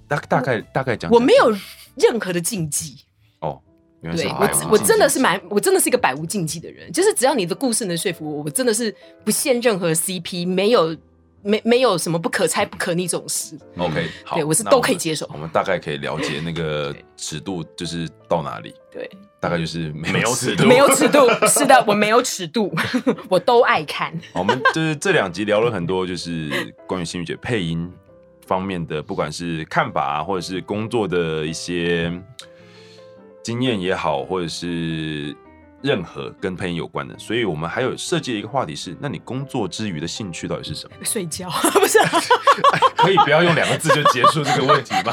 D: 大大概大概讲，
E: 我没有任何的禁忌。
D: 哦，原来是
E: 对
D: 好
E: 我
D: 好
E: 只，
D: 好
E: 我真的是蛮，我真的是一个百无禁忌的人，就是只要你的故事能说服我，我真的是不限任何 CP，没有没没有什么不可拆不可逆这种事。
D: OK，好，
E: 对我是
D: 那
E: 都可以接受
D: 我们大概可以了解那个尺度，就是到哪里，
E: 对，
D: 大概就是没
C: 没有
D: 有
C: 尺
D: 尺
C: 度
D: 度。
E: 没有尺度，是的，我没有尺度， *laughs* 我都爱看。 *laughs*
D: 好我们就是这两集聊了很多，就是关于心宇姐配音方面的，不管是看法啊，或者是工作的一些经验也好，或者是任何跟配音有关的。所以我们还有设计了一个话题是：那你工作之余的兴趣到底是什么？
E: 睡觉 *laughs* 不是啊、
D: 可以不要用两个字就结束这个问题吗？